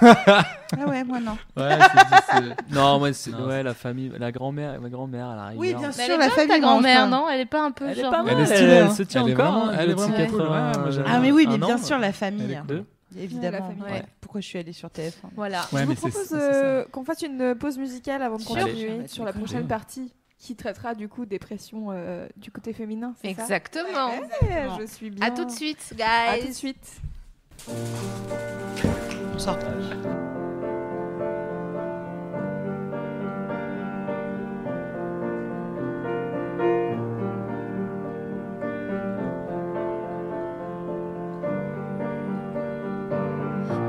Speaker 1: Ah, ouais, moi, non.
Speaker 3: Ouais, c'est- c'est-
Speaker 4: Non, moi,
Speaker 3: *laughs*
Speaker 4: c'est
Speaker 3: Non,
Speaker 4: ouais, la famille, la grand-mère, ma grand-mère, elle arrive.
Speaker 1: Oui, bien
Speaker 2: Mais
Speaker 1: sûr,
Speaker 2: elle est
Speaker 1: la
Speaker 2: bien,
Speaker 1: famille.
Speaker 2: ta grand-mère,
Speaker 1: mange pas.
Speaker 2: non Elle est pas un peu
Speaker 4: Elle est
Speaker 2: genre. euh,
Speaker 4: pas mal.
Speaker 3: Elle est
Speaker 4: Elle,
Speaker 3: stylée,
Speaker 4: elle
Speaker 3: hein.
Speaker 4: se tient
Speaker 3: Elle est
Speaker 4: encore.
Speaker 3: vraiment-
Speaker 4: hein,
Speaker 3: elle est
Speaker 4: le petit
Speaker 3: vraiment cool,
Speaker 4: 80,
Speaker 3: ouais, moi, j'aime
Speaker 1: Ah mais oui,
Speaker 4: un
Speaker 1: mais bien
Speaker 4: an,
Speaker 1: sûr la famille. hein.
Speaker 4: deux.
Speaker 1: Évidemment.
Speaker 6: famille.
Speaker 1: ouais. Pourquoi je suis allée sur
Speaker 4: hein.
Speaker 1: TF1
Speaker 2: Voilà.
Speaker 3: Ouais,
Speaker 6: je vous
Speaker 3: mais c'est-
Speaker 6: propose
Speaker 3: c'est ça.
Speaker 6: euh, qu'on fasse une pause musicale avant de
Speaker 2: Sûr.
Speaker 6: continuer
Speaker 1: Allez.
Speaker 6: sur la
Speaker 1: Allez.
Speaker 6: prochaine partie qui traitera du coup des pressions euh, du côté féminin. c'est ça
Speaker 2: Exactement.
Speaker 6: Ouais, je suis bien.
Speaker 2: À tout de suite,
Speaker 6: À tout de
Speaker 2: guys.
Speaker 6: suite.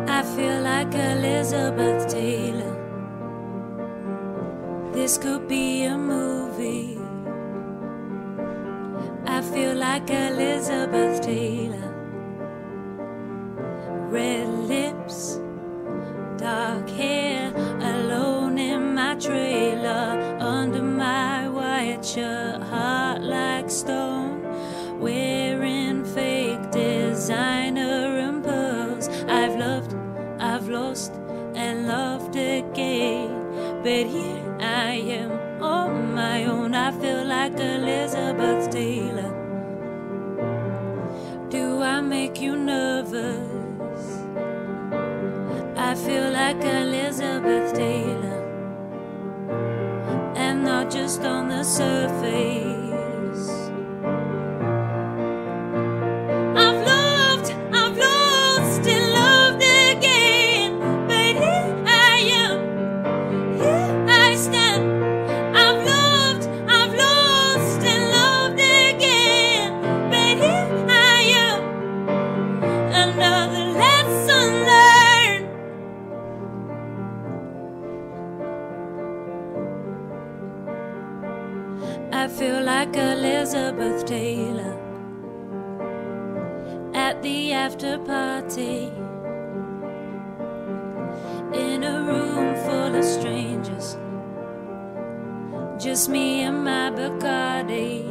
Speaker 7: I feel like Elizabeth Taylor. This could be a movie. I feel like Elizabeth Taylor. Red lips, dark hair, alone in my trailer, under my white shirt, heart like stone wearing fake designer and pearls. I've loved, I've lost, and loved again. But here I am on my own. I feel like Elizabeth Taylor. uh, Do I make you nervous? I feel like Elizabeth Taylor. uh, And not just on the surface. I've loved, I've lost and loved again. But here I am, here I stand. I've loved, I've lost and loved again. But here I am, another lesson learned. I feel like Elizabeth Taylor at the after party in a room full of strangers just me and my Bacardi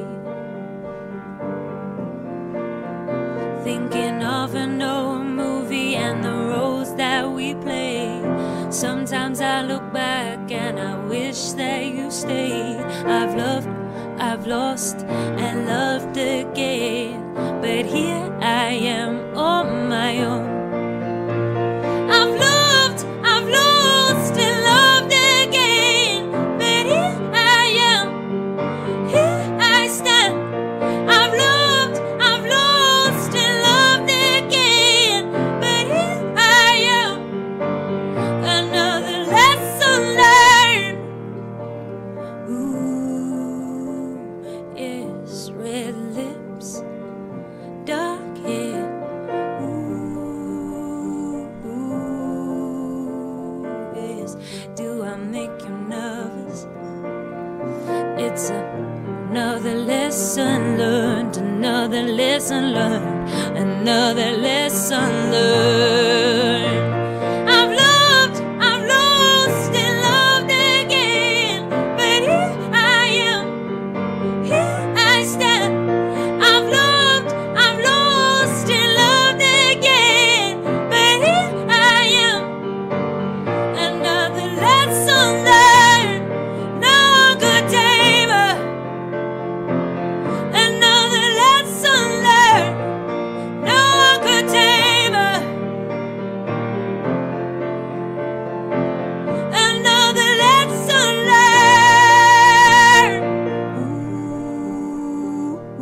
Speaker 7: thinking of an old movie and the roles that we play sometimes I look back and I wish that you stayed I've loved I've lost and loved again but here I am on my own. I've loved, I've lost and loved again, but here I am, here I stand. I've loved, I've lost and loved again, but here I am, another lesson learned. Ooh, yes, red lips learned, another lesson learned. I've loved, I've lost, and loved again, but here I am, here I stand. I've loved, I've lost, and loved again, but here I am, another lesson learned. No good day, but another lesson learned. No good day, but another lesson learned.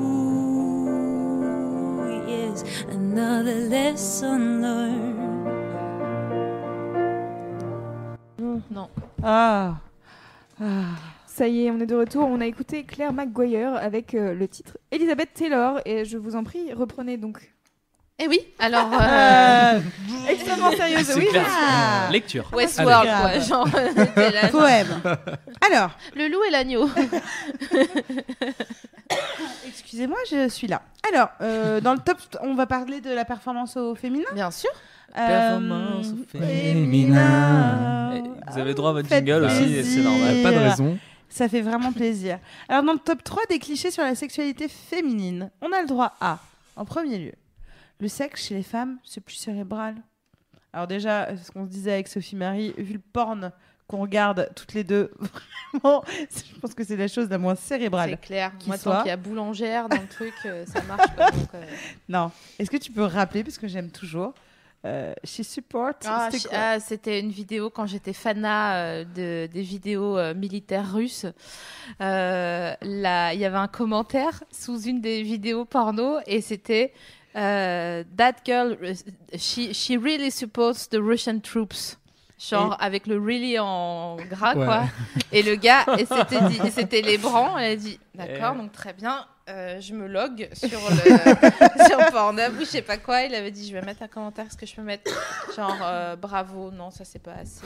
Speaker 7: Ooh, yes, another lesson learned.
Speaker 6: Non.
Speaker 1: Ah. Ah.
Speaker 6: Ça y est, on est de retour. On a écouté Claire McGuire avec euh, le titre Elisabeth Taylor. Et je vous en prie, reprenez donc.
Speaker 2: Eh oui, alors.
Speaker 1: *laughs* Euh,
Speaker 2: euh,
Speaker 6: Extrêmement sérieuse,
Speaker 4: Ah. C'est
Speaker 6: oui.
Speaker 4: clair.
Speaker 1: ah.
Speaker 4: Lecture.
Speaker 2: Westworld,
Speaker 1: Allez.
Speaker 2: quoi. *laughs* Genre, j'étais là, genre,
Speaker 1: Poème. Alors,
Speaker 2: le loup et l'agneau.
Speaker 1: excusez-moi, je suis là. Alors, euh, dans le top, on va parler de la performance au féminin.
Speaker 2: Bien sûr.
Speaker 1: Euh,
Speaker 4: Performance au
Speaker 3: féminin.
Speaker 4: Eh, Vous avez droit à votre
Speaker 1: Faites
Speaker 4: jingle aussi, et c'est
Speaker 1: plaisir.
Speaker 4: normal.
Speaker 3: Pas de raison.
Speaker 1: Ça fait vraiment plaisir. Alors, dans le top 3 des clichés sur la sexualité féminine, on a le droit à, en premier lieu, le sexe chez les femmes, c'est plus cérébral. Alors, déjà, euh, ce qu'on se disait avec Sophie Marie, vu le porn qu'on regarde toutes les deux, *laughs* vraiment, c'est- je pense que c'est la chose la moins
Speaker 2: C'est
Speaker 1: cérébrale.
Speaker 2: clair.
Speaker 1: Qui
Speaker 2: Moi,
Speaker 1: soit.
Speaker 2: tant qu'il y a boulangère dans le truc, euh, ça marche pas. donc, *laughs* euh.
Speaker 1: Non. Est-ce que tu peux rappeler, parce que j'aime toujours, euh, chez Support,
Speaker 2: Ah,
Speaker 1: c'était
Speaker 2: je-
Speaker 1: quoi
Speaker 2: ah, C'était une vidéo quand j'étais fana euh, de, des vidéos euh, militaires russes. Euh, là, Il y avait un commentaire sous une des vidéos porno et c'était euh, That girl, uh, she, she really supports the Russian troops. Genre avec le really en gras,
Speaker 3: Ouais.
Speaker 2: quoi. Et le gars, et c'était dit- et c'était les brans, elle a dit D'accord,
Speaker 4: Euh.
Speaker 2: donc très bien, euh, je
Speaker 1: *laughs*
Speaker 2: me log sur, le, sur Pornhub ou je sais pas quoi. Il avait dit Je vais mettre un commentaire, est-ce que je peux mettre Genre, euh, bravo, non, ça c'est pas
Speaker 1: *laughs*
Speaker 2: assez.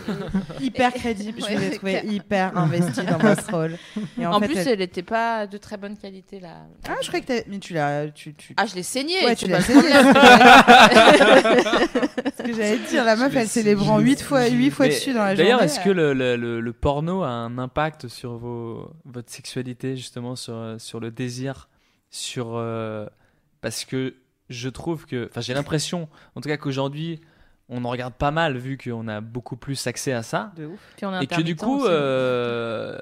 Speaker 1: Hyper crédible, je
Speaker 2: Ouais,
Speaker 1: l'ai
Speaker 2: c'est
Speaker 1: trouvé
Speaker 2: clair.
Speaker 1: hyper investi dans ce rôle. Et
Speaker 2: En,
Speaker 1: en, fait,
Speaker 2: plus,
Speaker 1: elle-
Speaker 2: elle était pas de très bonne qualité là.
Speaker 1: Ah, je croyais que t'avais- Mais tu l'as... Tu, tu...
Speaker 2: Ah, je l'ai saigné.
Speaker 1: Ouais, tu
Speaker 2: c'est pas
Speaker 1: l'as *laughs*
Speaker 2: le *laughs* problème.
Speaker 1: ce que j'allais dire, la meuf,
Speaker 4: Je
Speaker 1: elle
Speaker 4: sais,
Speaker 1: s'élève en
Speaker 4: je
Speaker 1: 8
Speaker 4: sais,
Speaker 1: fois,
Speaker 4: je-
Speaker 1: 8 fois
Speaker 4: mais
Speaker 1: dessus dans la journée.
Speaker 4: D'ailleurs, est-ce que le, le- le- le porno a un impact sur vos, votre sexualité, justement, sur, euh, sur le désir sur, euh, Parce que je trouve que. Enfin, j'ai l'impression, en tout cas, qu'aujourd'hui, on en regarde pas mal, vu qu'on a beaucoup plus accès à ça.
Speaker 1: De ouf.
Speaker 2: Puis on est
Speaker 4: Et que du
Speaker 2: intermittent
Speaker 4: coup,
Speaker 2: aussi.
Speaker 4: euh,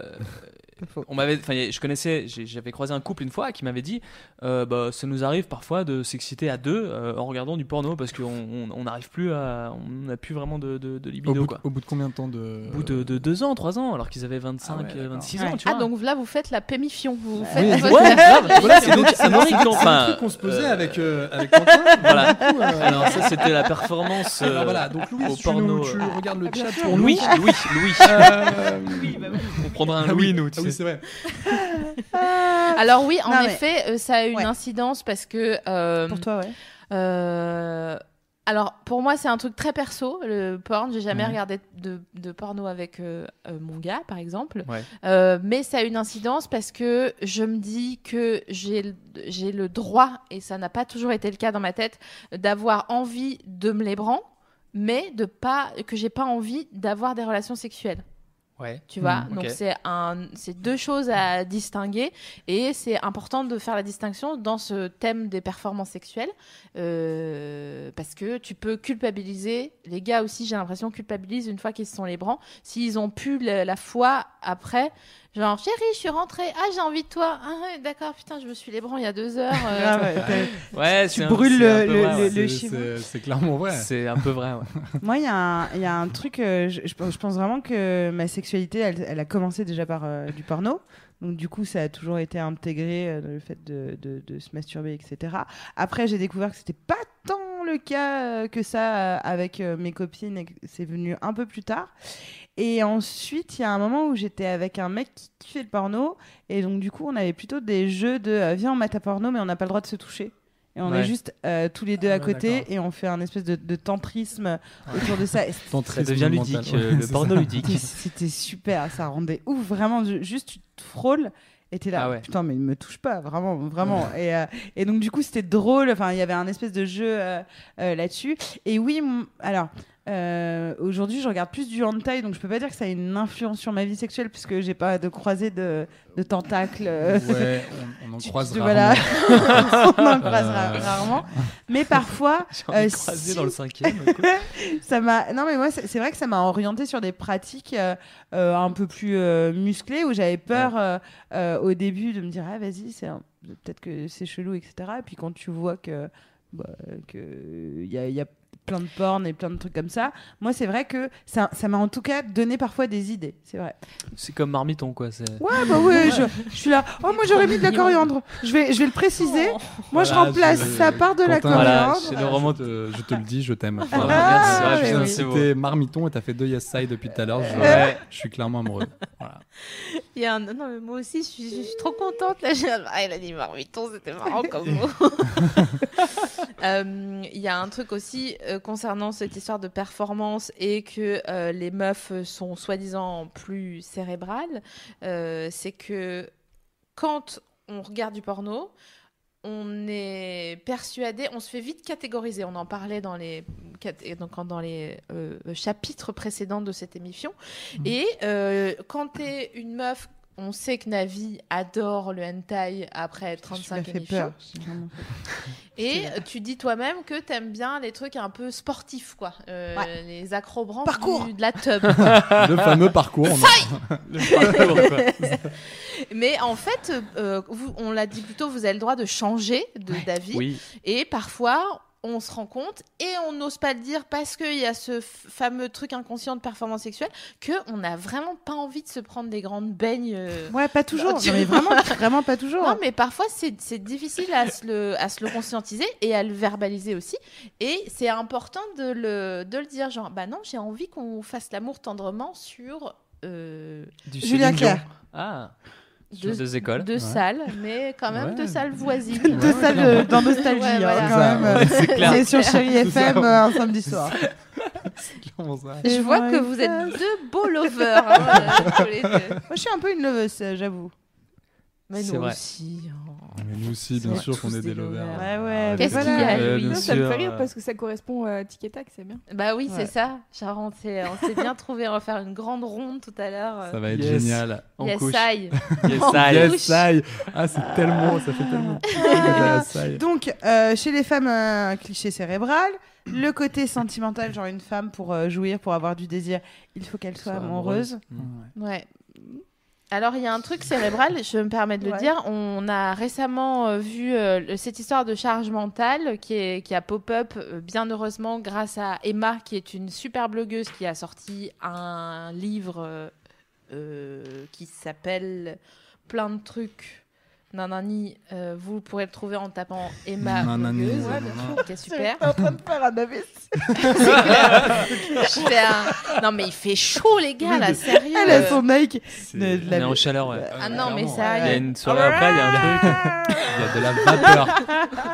Speaker 1: Faux.
Speaker 4: on m'avait, enfin, je connaissais, j'ai- j'avais croisé un couple une fois qui m'avait dit, euh, bah, ça nous arrive parfois de s'exciter à deux euh, en regardant du porno parce qu'on on- on n'arrive plus à, on n'a plus vraiment de, de, de
Speaker 3: Au
Speaker 4: libido
Speaker 3: bout,
Speaker 4: quoi.
Speaker 3: au bout de combien de temps de.
Speaker 4: Au bout de, de deux ans, trois ans, alors qu'ils avaient 25,
Speaker 3: Euh, Ah ouais,
Speaker 4: euh,
Speaker 3: d'accord.
Speaker 4: 26
Speaker 1: Ouais.
Speaker 4: ans, tu
Speaker 2: Ah,
Speaker 4: vois.
Speaker 2: donc là, vous faites la pémifion. Vous
Speaker 1: Ouais.
Speaker 2: faites
Speaker 1: *laughs*
Speaker 3: Oui,
Speaker 2: votre-
Speaker 4: Ouais, grave. Voilà, c'est donc
Speaker 3: C'est
Speaker 4: c'est donc-
Speaker 3: un
Speaker 4: enfin,
Speaker 3: truc qu'on se posait
Speaker 4: euh,
Speaker 3: avec, euh, avec Quentin.
Speaker 4: *laughs* Voilà.
Speaker 3: Du coup, euh,
Speaker 4: Alors ça, c'était la performance. euh,
Speaker 3: *laughs* Alors voilà, donc Louis,
Speaker 4: au
Speaker 3: tu,
Speaker 4: porno,
Speaker 3: nous- tu
Speaker 4: euh,
Speaker 3: regardes le
Speaker 6: bien
Speaker 3: chat
Speaker 6: sûr.
Speaker 3: pour
Speaker 4: Louis,
Speaker 1: Ah
Speaker 3: nous.
Speaker 4: Louis, Louis.
Speaker 3: Euh,
Speaker 4: On prendra un
Speaker 3: ah
Speaker 4: Louis,
Speaker 3: oui,
Speaker 4: nous. tu
Speaker 3: ah oui,
Speaker 4: sais.
Speaker 3: c'est vrai.
Speaker 2: Alors oui, en
Speaker 1: Non, mais-
Speaker 2: effet, euh, ça a une
Speaker 1: Ouais.
Speaker 2: incidence parce que. euh,
Speaker 1: Pour toi, ouais.
Speaker 2: Euh, Alors, pour moi, c'est un truc très perso, le porn. J'ai jamais
Speaker 3: Ouais.
Speaker 2: regardé de, de porno avec euh, euh, mon gars, par exemple.
Speaker 4: Ouais.
Speaker 2: Euh, mais ça a une incidence parce que je me dis que j'ai le- j'ai le droit, et ça n'a pas toujours été le cas dans ma tête, d'avoir envie de me lébran, mais de pas, que j'ai pas envie d'avoir des relations sexuelles.
Speaker 4: Ouais.
Speaker 2: Tu vois,
Speaker 1: Hmm,
Speaker 4: Mm,
Speaker 2: donc
Speaker 4: ok.
Speaker 2: c'est un, c'est deux choses à distinguer et c'est important de faire la distinction dans ce thème des performances sexuelles euh, parce que tu peux culpabiliser les gars aussi. J'ai l'impression culpabilisent une fois qu'ils se sont les brans s'ils ont pu la, la foi après. Genre chérie, je suis rentrée, ah j'ai envie de toi, ah ouais, d'accord putain je me suis les brans il y a deux heures. euh.
Speaker 1: *laughs* Ah ouais, t'as-
Speaker 4: Ouais,
Speaker 1: Tu
Speaker 4: c'est un-
Speaker 1: brûles
Speaker 4: c'est un
Speaker 1: le-
Speaker 4: peu
Speaker 1: le-
Speaker 4: vrai, Ah, ouais.
Speaker 1: le-
Speaker 3: C'est-
Speaker 1: schéma.
Speaker 3: c'est- C'est clairement vrai.
Speaker 4: C'est un peu
Speaker 3: *laughs*
Speaker 4: vrai. ouais.
Speaker 1: Moi, il y, a un- il y a un truc, euh, je, je pense- je pense vraiment que ma sexualité, elle, elle a commencé déjà par euh, du porno. Donc, du coup, ça a toujours été intégré euh, dans le fait de, de- de se masturber, etc. Après, j'ai découvert que c'était pas tant le cas euh, que ça euh, avec euh, mes copines et que c'est venu un peu plus tard. Et ensuite, il y a un moment où j'étais avec un mec qui kiffait le porno. Et donc, du coup, on avait plutôt des jeux de euh, viens, on mate à porno, mais on n'a pas le droit de se toucher. Et on est
Speaker 4: Ouais.
Speaker 1: juste euh, tous les deux
Speaker 3: Ah
Speaker 1: à
Speaker 3: ouais,
Speaker 1: côté
Speaker 3: d'accord.
Speaker 1: et on fait un espèce de, de tantrisme autour de ça. Et c'était-
Speaker 4: Ça devient
Speaker 3: *laughs*
Speaker 4: *laughs* ludique, euh, le porno ludique.
Speaker 1: C'était super, ça rendait ouf. Vraiment, ju- juste tu te frôles Et t'es là,
Speaker 4: Ah ouais.
Speaker 1: putain, mais il me touche pas, vraiment, vraiment. et, euh, et donc, du coup, c'était drôle. Enfin, il y avait un espèce de jeu euh, euh, là-dessus. Et oui, mon- alors. euh, Aujourd'hui, je regarde plus du hentai, donc je peux pas dire que ça a une influence sur ma vie sexuelle puisque j'ai pas de croisée de, de tentacles. euh,
Speaker 3: Ouais, on, on
Speaker 1: *laughs*
Speaker 3: en
Speaker 1: tu-
Speaker 3: croise
Speaker 1: tu-
Speaker 3: rarement.
Speaker 1: voilà. *laughs* on en croise ra-
Speaker 3: Euh.
Speaker 1: rarement. Mais parfois,
Speaker 4: J'ai envie de
Speaker 1: Euh,
Speaker 4: croiser
Speaker 1: si.
Speaker 4: dans le cinquième.
Speaker 1: *laughs* ça m'a. Non, mais moi, c'est c'est vrai que ça m'a orienté sur des pratiques euh, euh, un peu plus euh, musclées où j'avais peur euh, euh, au début de me dire, ah, vas-y, c'est un- peut-être que c'est chelou, etc. Et puis quand tu vois que bah, que il y a, y a plein de porn et plein de trucs comme ça, moi, c'est vrai que ça ça m'a en tout cas donné parfois des idées. C'est vrai.
Speaker 4: C'est comme Marmiton, quoi. c'est-
Speaker 1: *laughs* Ouais, bah oui, je, je suis là. Oh, moi, j'aurais mis de la coriandre. Je vais, je vais le
Speaker 2: Oh.
Speaker 1: préciser. Moi, je
Speaker 3: Oh. Voilà,
Speaker 1: remplace
Speaker 3: je-
Speaker 1: ça par de la
Speaker 3: Quentin, voilà,
Speaker 1: coriandre.
Speaker 4: c'est le roman-
Speaker 3: Je te, je te le dis, je t'aime.
Speaker 4: Ah,
Speaker 3: Voilà.
Speaker 4: merci,
Speaker 1: Ah, oui,
Speaker 3: je
Speaker 4: ouais, putain,
Speaker 1: oui.
Speaker 3: viens de
Speaker 4: c'est beau.
Speaker 3: citer Marmiton et t'as fait deux yes side depuis tout à l'heure. Je,
Speaker 4: Ouais.
Speaker 3: je suis clairement amoureux. Voilà.
Speaker 2: Il y a un... Non, mais moi aussi, je suis, je suis trop contente. Là, *laughs* J'ai- ah, il a dit marmiton, c'était marrant comme mot. Euh, Il y a un truc aussi euh, concernant cette histoire de performance et que euh, les meufs sont soi-disant plus cérébrales. euh, C'est que quand on regarde du porno, on est persuadé, on se fait vite catégoriser. On en parlait dans les, cat- et donc dans les euh, chapitres précédents de cette émission.
Speaker 1: Mmh.
Speaker 2: Et euh, quand t'es une meuf, on sait que Navi adore le hentai après
Speaker 1: Tu m'as
Speaker 2: 35
Speaker 1: fait
Speaker 2: émissions.
Speaker 1: peur. J'ai vraiment-
Speaker 2: Et euh, tu dis toi-même que t'aimes bien les trucs un peu sportifs, quoi. Euh,
Speaker 1: Ouais.
Speaker 2: Les acrobranches
Speaker 1: Parcours.
Speaker 2: du- de la tub.
Speaker 1: *laughs*
Speaker 3: Le fameux parcours. on en-
Speaker 4: *laughs* Le parcours, quoi.
Speaker 2: *laughs* Mais en fait, euh, vous- on l'a dit plus tôt, vous avez le droit de changer de- d'avis.
Speaker 4: Oui,
Speaker 2: Et parfois, on se rend compte et on n'ose pas le dire parce qu'il y a ce f- fameux truc inconscient de performance sexuelle qu'on n'a vraiment pas envie de se prendre des grandes beignes. euh.
Speaker 1: Ouais, pas toujours.
Speaker 2: Non, tu-
Speaker 1: Non, mais vraiment, vraiment pas toujours.
Speaker 2: Non, mais parfois, c'est c'est difficile à se, le, à se le conscientiser et à le verbaliser aussi. Et c'est important de le, de le dire, genre, bah non, j'ai envie qu'on fasse l'amour tendrement sur... euh,
Speaker 4: du
Speaker 1: Julien
Speaker 4: Céline Dion.
Speaker 1: Clerc.
Speaker 4: Ah, sur
Speaker 2: deux,
Speaker 4: deux écoles.
Speaker 2: deux
Speaker 3: Ouais.
Speaker 2: salles, mais quand même
Speaker 3: Ouais.
Speaker 2: deux salles voisines.
Speaker 1: de
Speaker 3: Ouais,
Speaker 1: ça
Speaker 3: clairement.
Speaker 1: de- dans Nostalgie,
Speaker 2: Ouais,
Speaker 1: hein,
Speaker 2: voilà.
Speaker 1: quand même. euh,
Speaker 4: C'est clair.
Speaker 1: C'est sur Chéri
Speaker 3: C'est ça.
Speaker 1: FM euh, un samedi soir.
Speaker 3: Comment ça
Speaker 2: Je vois que vous êtes deux beaux lovers, hein, euh, tous les deux.
Speaker 1: Moi, je suis un peu une loveuse, euh,
Speaker 4: *laughs*
Speaker 1: j'avoue.
Speaker 2: Mais
Speaker 4: C'est
Speaker 2: nous
Speaker 4: vrai.
Speaker 2: aussi. hein.
Speaker 3: Mais nous aussi, bien
Speaker 2: Ouais.
Speaker 3: sûr
Speaker 2: Tous
Speaker 3: qu'on est
Speaker 2: des
Speaker 3: des lovers. Ah,
Speaker 2: lovers.
Speaker 1: Ouais, ouais,
Speaker 3: Arrêtez.
Speaker 1: Qu'est-ce
Speaker 2: qu'il y a,
Speaker 4: Euh,
Speaker 2: lui
Speaker 4: bien
Speaker 6: Non, ça me
Speaker 4: sûr,
Speaker 6: fait rire
Speaker 4: euh,
Speaker 6: parce que ça correspond à Tic et Tac, c'est bien.
Speaker 2: Bah oui,
Speaker 1: Ouais.
Speaker 2: c'est ça. Charles, on s'est on s'est bien trouvé. On va faire une grande ronde tout à l'heure. euh.
Speaker 3: Ça va être
Speaker 4: Yes.
Speaker 3: génial.
Speaker 4: en
Speaker 2: yes,
Speaker 4: couche.
Speaker 2: I.
Speaker 4: Yes,
Speaker 2: En
Speaker 4: I.
Speaker 2: couche.
Speaker 3: Yes, aïe. Ah, c'est tellement, ça fait tellement.
Speaker 1: Ah.
Speaker 3: Yes, aïe.
Speaker 1: Donc, euh, chez les femmes, un cliché cérébral. Le côté sentimental, genre une femme pour euh, jouir, pour avoir du désir, il faut qu'elle soit
Speaker 4: Soit
Speaker 1: amoureuse.
Speaker 4: Ah
Speaker 2: Ouais. Alors, il y a un truc cérébral, je me permets de le
Speaker 1: Ouais.
Speaker 2: dire. On a récemment euh, vu euh, le- cette histoire de charge mentale qui, est, qui a pop-up, euh, bien heureusement, grâce à Emma, qui est une super blogueuse qui a sorti un livre euh, euh, qui s'appelle Plein de trucs. Nanani, Euh, vous pourrez le trouver en tapant Emma
Speaker 3: Nanani,
Speaker 2: blogueuse,
Speaker 3: ouais, bien
Speaker 2: qui est super.
Speaker 1: en train de faire un AVC.
Speaker 2: *laughs* Je fais un- Non mais il fait chaud les gars là, sérieux.
Speaker 1: Elle a
Speaker 4: euh,
Speaker 1: son Nike.
Speaker 3: C'est-
Speaker 1: De- de
Speaker 4: On
Speaker 1: la-
Speaker 4: est en chaleur, ouais.
Speaker 2: Ah non mais
Speaker 3: Clairement.
Speaker 2: ça.
Speaker 4: Il y a une soirée après, il y a un truc.
Speaker 3: Il y a de la vapeur.
Speaker 1: *laughs*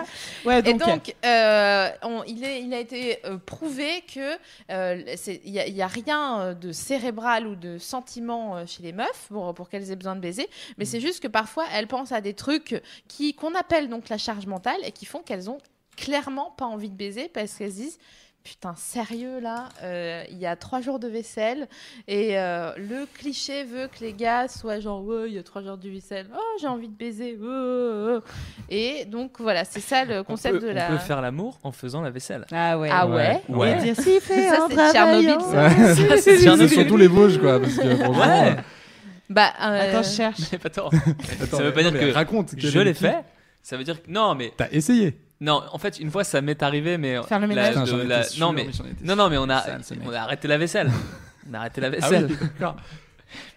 Speaker 1: Ouais,
Speaker 2: Et
Speaker 1: donc,
Speaker 2: donc, euh, on- il, est, il a été euh, prouvé que euh, c'est- il n'y a, rien euh, de cérébral ou de sentiment euh, chez les meufs pour, pour qu'elles aient besoin de baiser, mais c'est juste que parfois elles pensent à des trucs qui qu'on appelle donc la charge mentale et qui font qu'elles ont clairement pas envie de baiser parce qu'elles se disent putain sérieux là, euh, il y a trois jours de vaisselle et euh, le cliché veut que les gars soient genre ouais il y a trois jours de vaisselle, oh j'ai envie de baiser, oh, oh, oh. et donc voilà c'est ça le
Speaker 4: On
Speaker 2: concept
Speaker 4: peut,
Speaker 2: de
Speaker 4: on
Speaker 2: la
Speaker 4: peut faire l'amour en faisant la *laughs* vaisselle.
Speaker 1: Ah ouais.
Speaker 2: ah ouais,
Speaker 1: Et dire s'il fait
Speaker 2: Ça,
Speaker 1: un
Speaker 2: c'est
Speaker 1: travail,
Speaker 2: Tchernobyl,
Speaker 1: hein.
Speaker 2: ça.
Speaker 3: *laughs* Ça,
Speaker 4: c'est Tchernobyl.
Speaker 3: surtout les Vosges, quoi. Parce que, franchement,
Speaker 4: Ouais.
Speaker 2: bah euh,
Speaker 1: Attends, je cherche.
Speaker 4: Mais pas tort.
Speaker 3: Attends,
Speaker 4: Ça veut pas
Speaker 3: mais-
Speaker 4: dire
Speaker 3: mais
Speaker 4: que
Speaker 3: Raconte. quel
Speaker 4: Je
Speaker 3: est le
Speaker 4: l'ai
Speaker 3: kiff
Speaker 4: fait. Ça veut dire que non, mais
Speaker 3: T'as essayé.
Speaker 4: non. En fait, une fois, ça m'est arrivé, mais
Speaker 1: Faire le
Speaker 4: la-
Speaker 1: ménage.
Speaker 4: de-
Speaker 3: Putain, j'en étais
Speaker 4: la-
Speaker 3: sûr,
Speaker 4: non mais
Speaker 3: j'en étais
Speaker 4: non non mais on a
Speaker 3: Sale, ce mec.
Speaker 4: on a arrêté la vaisselle. on a arrêté la
Speaker 3: Ah oui,
Speaker 4: vaisselle.
Speaker 3: d'accord.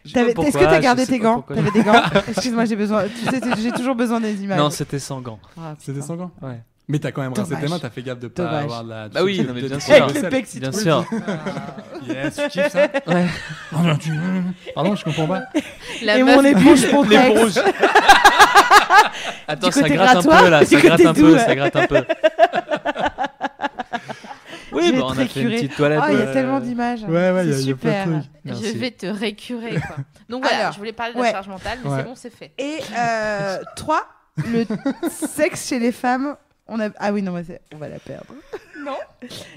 Speaker 4: Je sais
Speaker 1: T'avais-
Speaker 4: pas
Speaker 1: Est-ce que
Speaker 4: pourquoi,
Speaker 1: t'as
Speaker 4: je
Speaker 1: gardé
Speaker 4: sais
Speaker 1: tes
Speaker 4: pas
Speaker 1: gants
Speaker 4: pourquoi.
Speaker 1: T'avais des
Speaker 4: *laughs*
Speaker 1: gants Excuse-moi, j'ai besoin. Tu sais, c'est- j'ai toujours besoin des images.
Speaker 4: Non, c'était sans gants.
Speaker 1: Ah,
Speaker 3: C'était
Speaker 1: putain.
Speaker 3: sans gants.
Speaker 4: Ouais.
Speaker 3: Mais t'as quand même rincé
Speaker 1: Dommage.
Speaker 3: tes mains, t'as fait gaffe de pas
Speaker 1: Dommage.
Speaker 3: avoir de la.
Speaker 4: Bah oui, non, mais bien sûr.
Speaker 1: Avec le pec, si
Speaker 4: Bien
Speaker 1: tu veux.
Speaker 4: sûr.
Speaker 3: Yes, tu kiffes ça
Speaker 4: *laughs* Ouais.
Speaker 3: Oh non, tu- Pardon, je comprends pas.
Speaker 2: la
Speaker 1: Et
Speaker 2: meuf-
Speaker 1: mon *laughs* éponge pour
Speaker 4: L'éponge. Attends,
Speaker 1: Du
Speaker 4: ça
Speaker 1: côté
Speaker 4: gratte un
Speaker 1: grattoir,
Speaker 4: peu là,
Speaker 1: du
Speaker 4: ça
Speaker 1: *laughs*
Speaker 4: gratte
Speaker 1: côté
Speaker 4: un
Speaker 1: doux,
Speaker 4: peu,
Speaker 1: ouais.
Speaker 4: ça gratte un peu. Oui,
Speaker 1: Je
Speaker 4: bah,
Speaker 1: vais
Speaker 4: on a
Speaker 1: te
Speaker 4: fait une
Speaker 1: récurer.
Speaker 4: petite toilette.
Speaker 1: Oh, il y a
Speaker 4: euh,
Speaker 1: tellement d'images.
Speaker 3: Ouais, ouais, il y a-
Speaker 1: c'est
Speaker 3: il y a plein
Speaker 1: super.
Speaker 3: de trucs.
Speaker 4: Merci.
Speaker 2: Je vais te récurer. Quoi. Donc voilà,
Speaker 1: Alors,
Speaker 2: je voulais parler de la
Speaker 1: ouais.
Speaker 2: charge mentale, mais
Speaker 3: Ouais.
Speaker 2: c'est bon, c'est fait.
Speaker 1: Et euh, trois, le sexe chez les femmes. On a... Ah oui, non, mais c'est- on va la perdre.
Speaker 6: Non.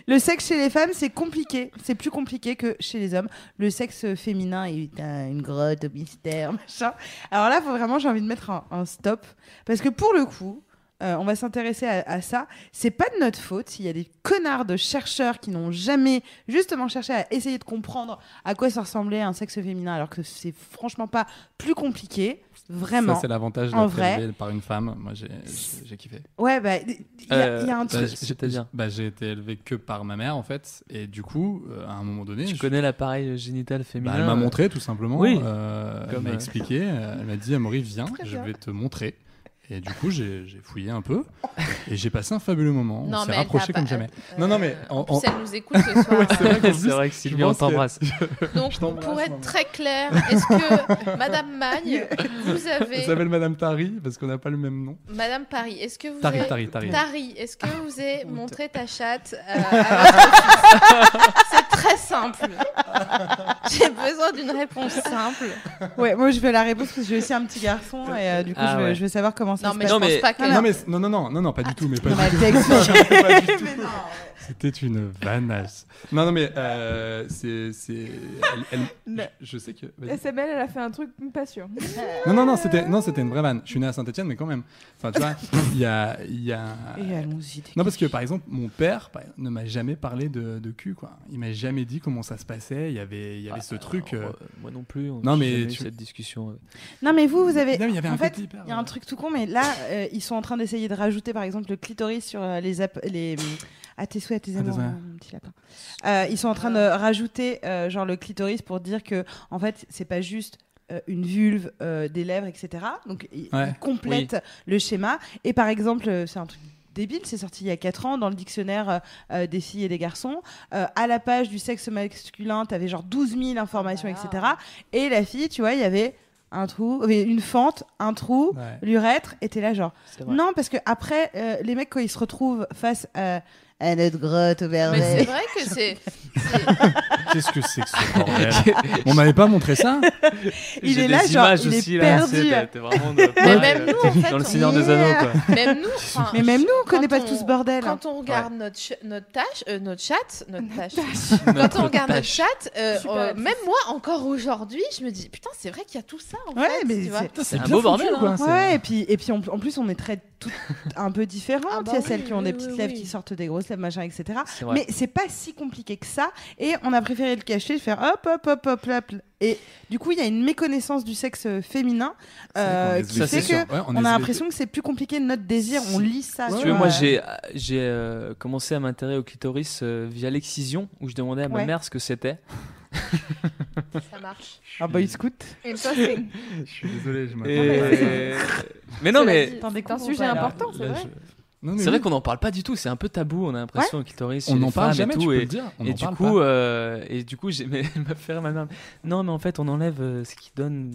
Speaker 1: Le sexe chez les femmes, c'est compliqué. C'est plus compliqué que chez les hommes. Le sexe féminin est un- une grotte au mystère, machin. Alors là, faut vraiment, j'ai envie de mettre un, un stop. Parce que pour le coup, euh, on va s'intéresser à, à ça. C'est pas de notre faute s'il y a des connards de chercheurs qui n'ont jamais justement cherché à essayer de comprendre à quoi ça ressemblait un sexe féminin, alors que c'est franchement pas plus compliqué. Vraiment.
Speaker 3: Ça, c'est l'avantage
Speaker 1: En
Speaker 3: d'être
Speaker 1: vrai.
Speaker 3: élevé par une femme. Moi, j'ai- j'ai j'ai kiffé.
Speaker 1: Ouais, bah, il y, a- il y a un
Speaker 4: Euh,
Speaker 1: truc.
Speaker 4: bah, c'est-à-dire
Speaker 3: Bah, j'ai été élevé que par ma mère, en fait. Et du coup, euh, à un moment donné,
Speaker 4: Tu
Speaker 3: je-
Speaker 4: connais l'appareil génital féminin
Speaker 3: bah, elle m'a
Speaker 4: euh,
Speaker 3: montré, tout simplement.
Speaker 4: Oui.
Speaker 3: Euh, elle
Speaker 4: Comme,
Speaker 3: m'a
Speaker 4: euh,
Speaker 3: expliqué. euh, Elle m'a dit, Amaury, viens,
Speaker 1: Très
Speaker 3: je
Speaker 1: bien.
Speaker 3: vais te montrer. Et du coup, j'ai j'ai fouillé un peu. Et j'ai passé un fabuleux moment.
Speaker 2: Non,
Speaker 3: On
Speaker 2: mais
Speaker 3: s'est
Speaker 2: elle t'a
Speaker 3: rapprochés
Speaker 2: pas-
Speaker 3: comme jamais.
Speaker 2: euh,
Speaker 3: Non, non, mais en-
Speaker 2: En plus,
Speaker 3: en-
Speaker 2: elle nous écoute ce soir.
Speaker 3: *laughs* Ouais, c'est vrai qu'en
Speaker 4: *laughs* C'est
Speaker 3: plus,
Speaker 4: vrai que
Speaker 3: je
Speaker 4: Sylvie, on
Speaker 3: pense que-
Speaker 4: t'embrasse.
Speaker 3: Je
Speaker 2: Donc,
Speaker 3: t'embrasse,
Speaker 2: pour être
Speaker 3: maman.
Speaker 2: très clair, est-ce que Madame
Speaker 1: *laughs*
Speaker 2: Magne, vous
Speaker 3: Elle
Speaker 2: avez.
Speaker 3: s'appelle Madame Paris parce qu'on n'a pas le même nom.
Speaker 2: Madame Paris, est-ce que vous
Speaker 3: Tari,
Speaker 2: avez.
Speaker 3: Tari, Tari.
Speaker 2: Tari, est-ce que vous avez montré ta chatte euh, à votre fils C'est très simple. J'ai besoin d'une réponse simple.
Speaker 1: Ouais, moi je veux la réponse parce que j'ai aussi un petit garçon et euh, du coup
Speaker 4: bah, Ah
Speaker 1: je, veux,
Speaker 4: ouais.
Speaker 1: je veux savoir comment ça
Speaker 2: Non,
Speaker 1: se
Speaker 2: mais
Speaker 1: passe.
Speaker 2: je
Speaker 4: Non,
Speaker 2: pense
Speaker 4: mais-
Speaker 2: pas que.
Speaker 3: Non, mais non, non, non, non, non, pas du tout, mais pas
Speaker 1: Non,
Speaker 3: du
Speaker 1: mais
Speaker 3: tout.
Speaker 1: elle t'a expliqué. *laughs*
Speaker 3: Pas du tout. C'était une vanasse. Non, non, mais euh, c'est. c'est- elle-
Speaker 1: *laughs*
Speaker 3: elle-
Speaker 6: Mais-
Speaker 3: je, je sais que. vas-y.
Speaker 6: SML, elle a fait un truc, pas sûr.
Speaker 3: Non, non, non, c'était, non, c'était une vraie vanne. Je suis né à Saint-Etienne, mais quand même. Enfin, tu vois, il y a. il Y a...
Speaker 1: Et allons-y. t'es
Speaker 3: *laughs* Non, parce que par exemple, mon père par- ne m'a jamais parlé de, de cul, quoi. Il m'a jamais dit comment ça se passait. Il y avait, il y avait
Speaker 4: Ah,
Speaker 3: ce truc.
Speaker 4: alors,
Speaker 3: euh,
Speaker 4: euh, Moi non plus. on-
Speaker 3: Non,
Speaker 4: j'ai
Speaker 3: mais
Speaker 4: jamais eu
Speaker 3: tu-
Speaker 4: cette discussion.
Speaker 1: Non, mais vous, vous avez.
Speaker 3: Non, mais il y avait
Speaker 1: en
Speaker 3: un
Speaker 1: fait,
Speaker 3: côté hyper,
Speaker 1: Il y a un
Speaker 3: ouais.
Speaker 1: truc tout con, mais là, euh, ils sont en train d'essayer de rajouter, par exemple, le clitoris sur euh, les, app- les. À tes souhaits, à tes
Speaker 3: Ah,
Speaker 1: amours,
Speaker 3: désolé.
Speaker 1: euh, mon petit lapin. Euh, ils sont en train de rajouter, euh, genre, le clitoris pour dire que, en fait, c'est pas juste. euh, une vulve, euh, des lèvres, etc. Donc, ils
Speaker 3: Ouais.
Speaker 1: ils complètent le schéma. Et par exemple, euh, c'est un truc débile, c'est sorti il y a 4 ans dans le dictionnaire euh, euh, des filles et des garçons. Euh, à la page du sexe masculin, t'avais genre 12 000 informations,
Speaker 2: Voilà.
Speaker 1: etc. Et la fille, tu vois, il y avait un trou, euh, une fente, un trou,
Speaker 3: Ouais.
Speaker 1: l'urètre, et t'es là genre.
Speaker 4: C'est
Speaker 1: Non, parce que après, euh, les mecs, quand ils se retrouvent face à, à notre grotte au
Speaker 2: Mais
Speaker 1: verre,
Speaker 2: c'est vrai que c'est.
Speaker 3: Qu'est-ce que c'est que ce bordel
Speaker 4: *laughs*
Speaker 3: *laughs* On m'avait pas montré ça
Speaker 1: Il est là, genre, il est perdu.
Speaker 4: T'es vraiment de- euh,
Speaker 2: Mais même nous, en fait,
Speaker 4: dans le
Speaker 2: on-
Speaker 4: Seigneur des Anneaux, quoi.
Speaker 2: Même nous, enfin,
Speaker 1: Mais même nous, on connaît
Speaker 2: quand
Speaker 1: pas tout
Speaker 2: on-
Speaker 1: ce bordel. hein.
Speaker 2: Quand on regarde notre, ch- notre tâche, euh, notre chat, notre tâche.
Speaker 4: Notre
Speaker 2: Quand on regarde notre
Speaker 4: tâche.
Speaker 2: chat, euh,
Speaker 6: Super
Speaker 2: euh,
Speaker 6: actrice.
Speaker 2: même moi, encore aujourd'hui, je me dis putain, c'est vrai qu'il y a tout ça. En
Speaker 1: Ouais,
Speaker 2: fait,
Speaker 1: mais
Speaker 2: tu vois.
Speaker 1: c'est-
Speaker 4: C'est un
Speaker 3: bien
Speaker 4: beau
Speaker 3: foutu,
Speaker 4: bordel. hein.
Speaker 3: quoi. C'est-
Speaker 1: Ouais, et puis, et puis on- en plus, on est très toutes un peu différentes.
Speaker 2: Ah
Speaker 1: Il
Speaker 2: bah
Speaker 1: y a
Speaker 2: oui,
Speaker 1: celles qui ont
Speaker 2: oui,
Speaker 1: des
Speaker 2: oui,
Speaker 1: petites lèvres
Speaker 2: oui.
Speaker 1: qui sortent des grosses lèvres, machin, etc.
Speaker 4: C'est vrai.
Speaker 1: Mais c'est pas si compliqué que ça. Et on a préféré le cacher, le faire hop, hop, hop, hop, hop. Et du coup, il y a une méconnaissance du sexe féminin
Speaker 3: C'est vrai qu'on
Speaker 1: euh,
Speaker 3: est
Speaker 1: qui
Speaker 3: zéro.
Speaker 1: fait
Speaker 3: Ça, c'est
Speaker 1: que
Speaker 3: sûr. Ouais,
Speaker 1: on
Speaker 3: est
Speaker 1: a
Speaker 3: zéro.
Speaker 1: l'impression que c'est plus compliqué que notre désir. On lit ça.
Speaker 4: Si
Speaker 1: sur,
Speaker 4: tu veux, moi
Speaker 1: euh,
Speaker 4: j'ai j'ai euh, commencé à m'intéresser au clitoris euh, via l'excision où je demandais à ma
Speaker 1: Ouais.
Speaker 4: mère ce que c'était.
Speaker 2: ça marche.
Speaker 1: Ah bah, il scoute.
Speaker 6: Et toi, c'est
Speaker 3: Je suis désolé, je
Speaker 4: Et- Euh, mais non, mais
Speaker 1: T'en
Speaker 6: un
Speaker 1: découvres ou
Speaker 6: sujet
Speaker 1: pas, là
Speaker 6: important, c'est vrai.
Speaker 4: c'est vrai qu'on n'en parle pas du tout. C'est un peu tabou. On a l'impression au clitoris,
Speaker 3: on
Speaker 4: chez
Speaker 3: en
Speaker 4: les
Speaker 3: parle
Speaker 4: femmes
Speaker 3: jamais,
Speaker 4: et
Speaker 3: tu
Speaker 4: tout.
Speaker 3: peux
Speaker 4: et-
Speaker 3: le dire. On
Speaker 4: et
Speaker 3: en
Speaker 4: du,
Speaker 3: parle
Speaker 4: coup,
Speaker 3: pas.
Speaker 4: euh, et du coup, j'ai *laughs* mais elle m'a fait rire, ma mère. Non, mais en fait, on enlève euh, ce qui donne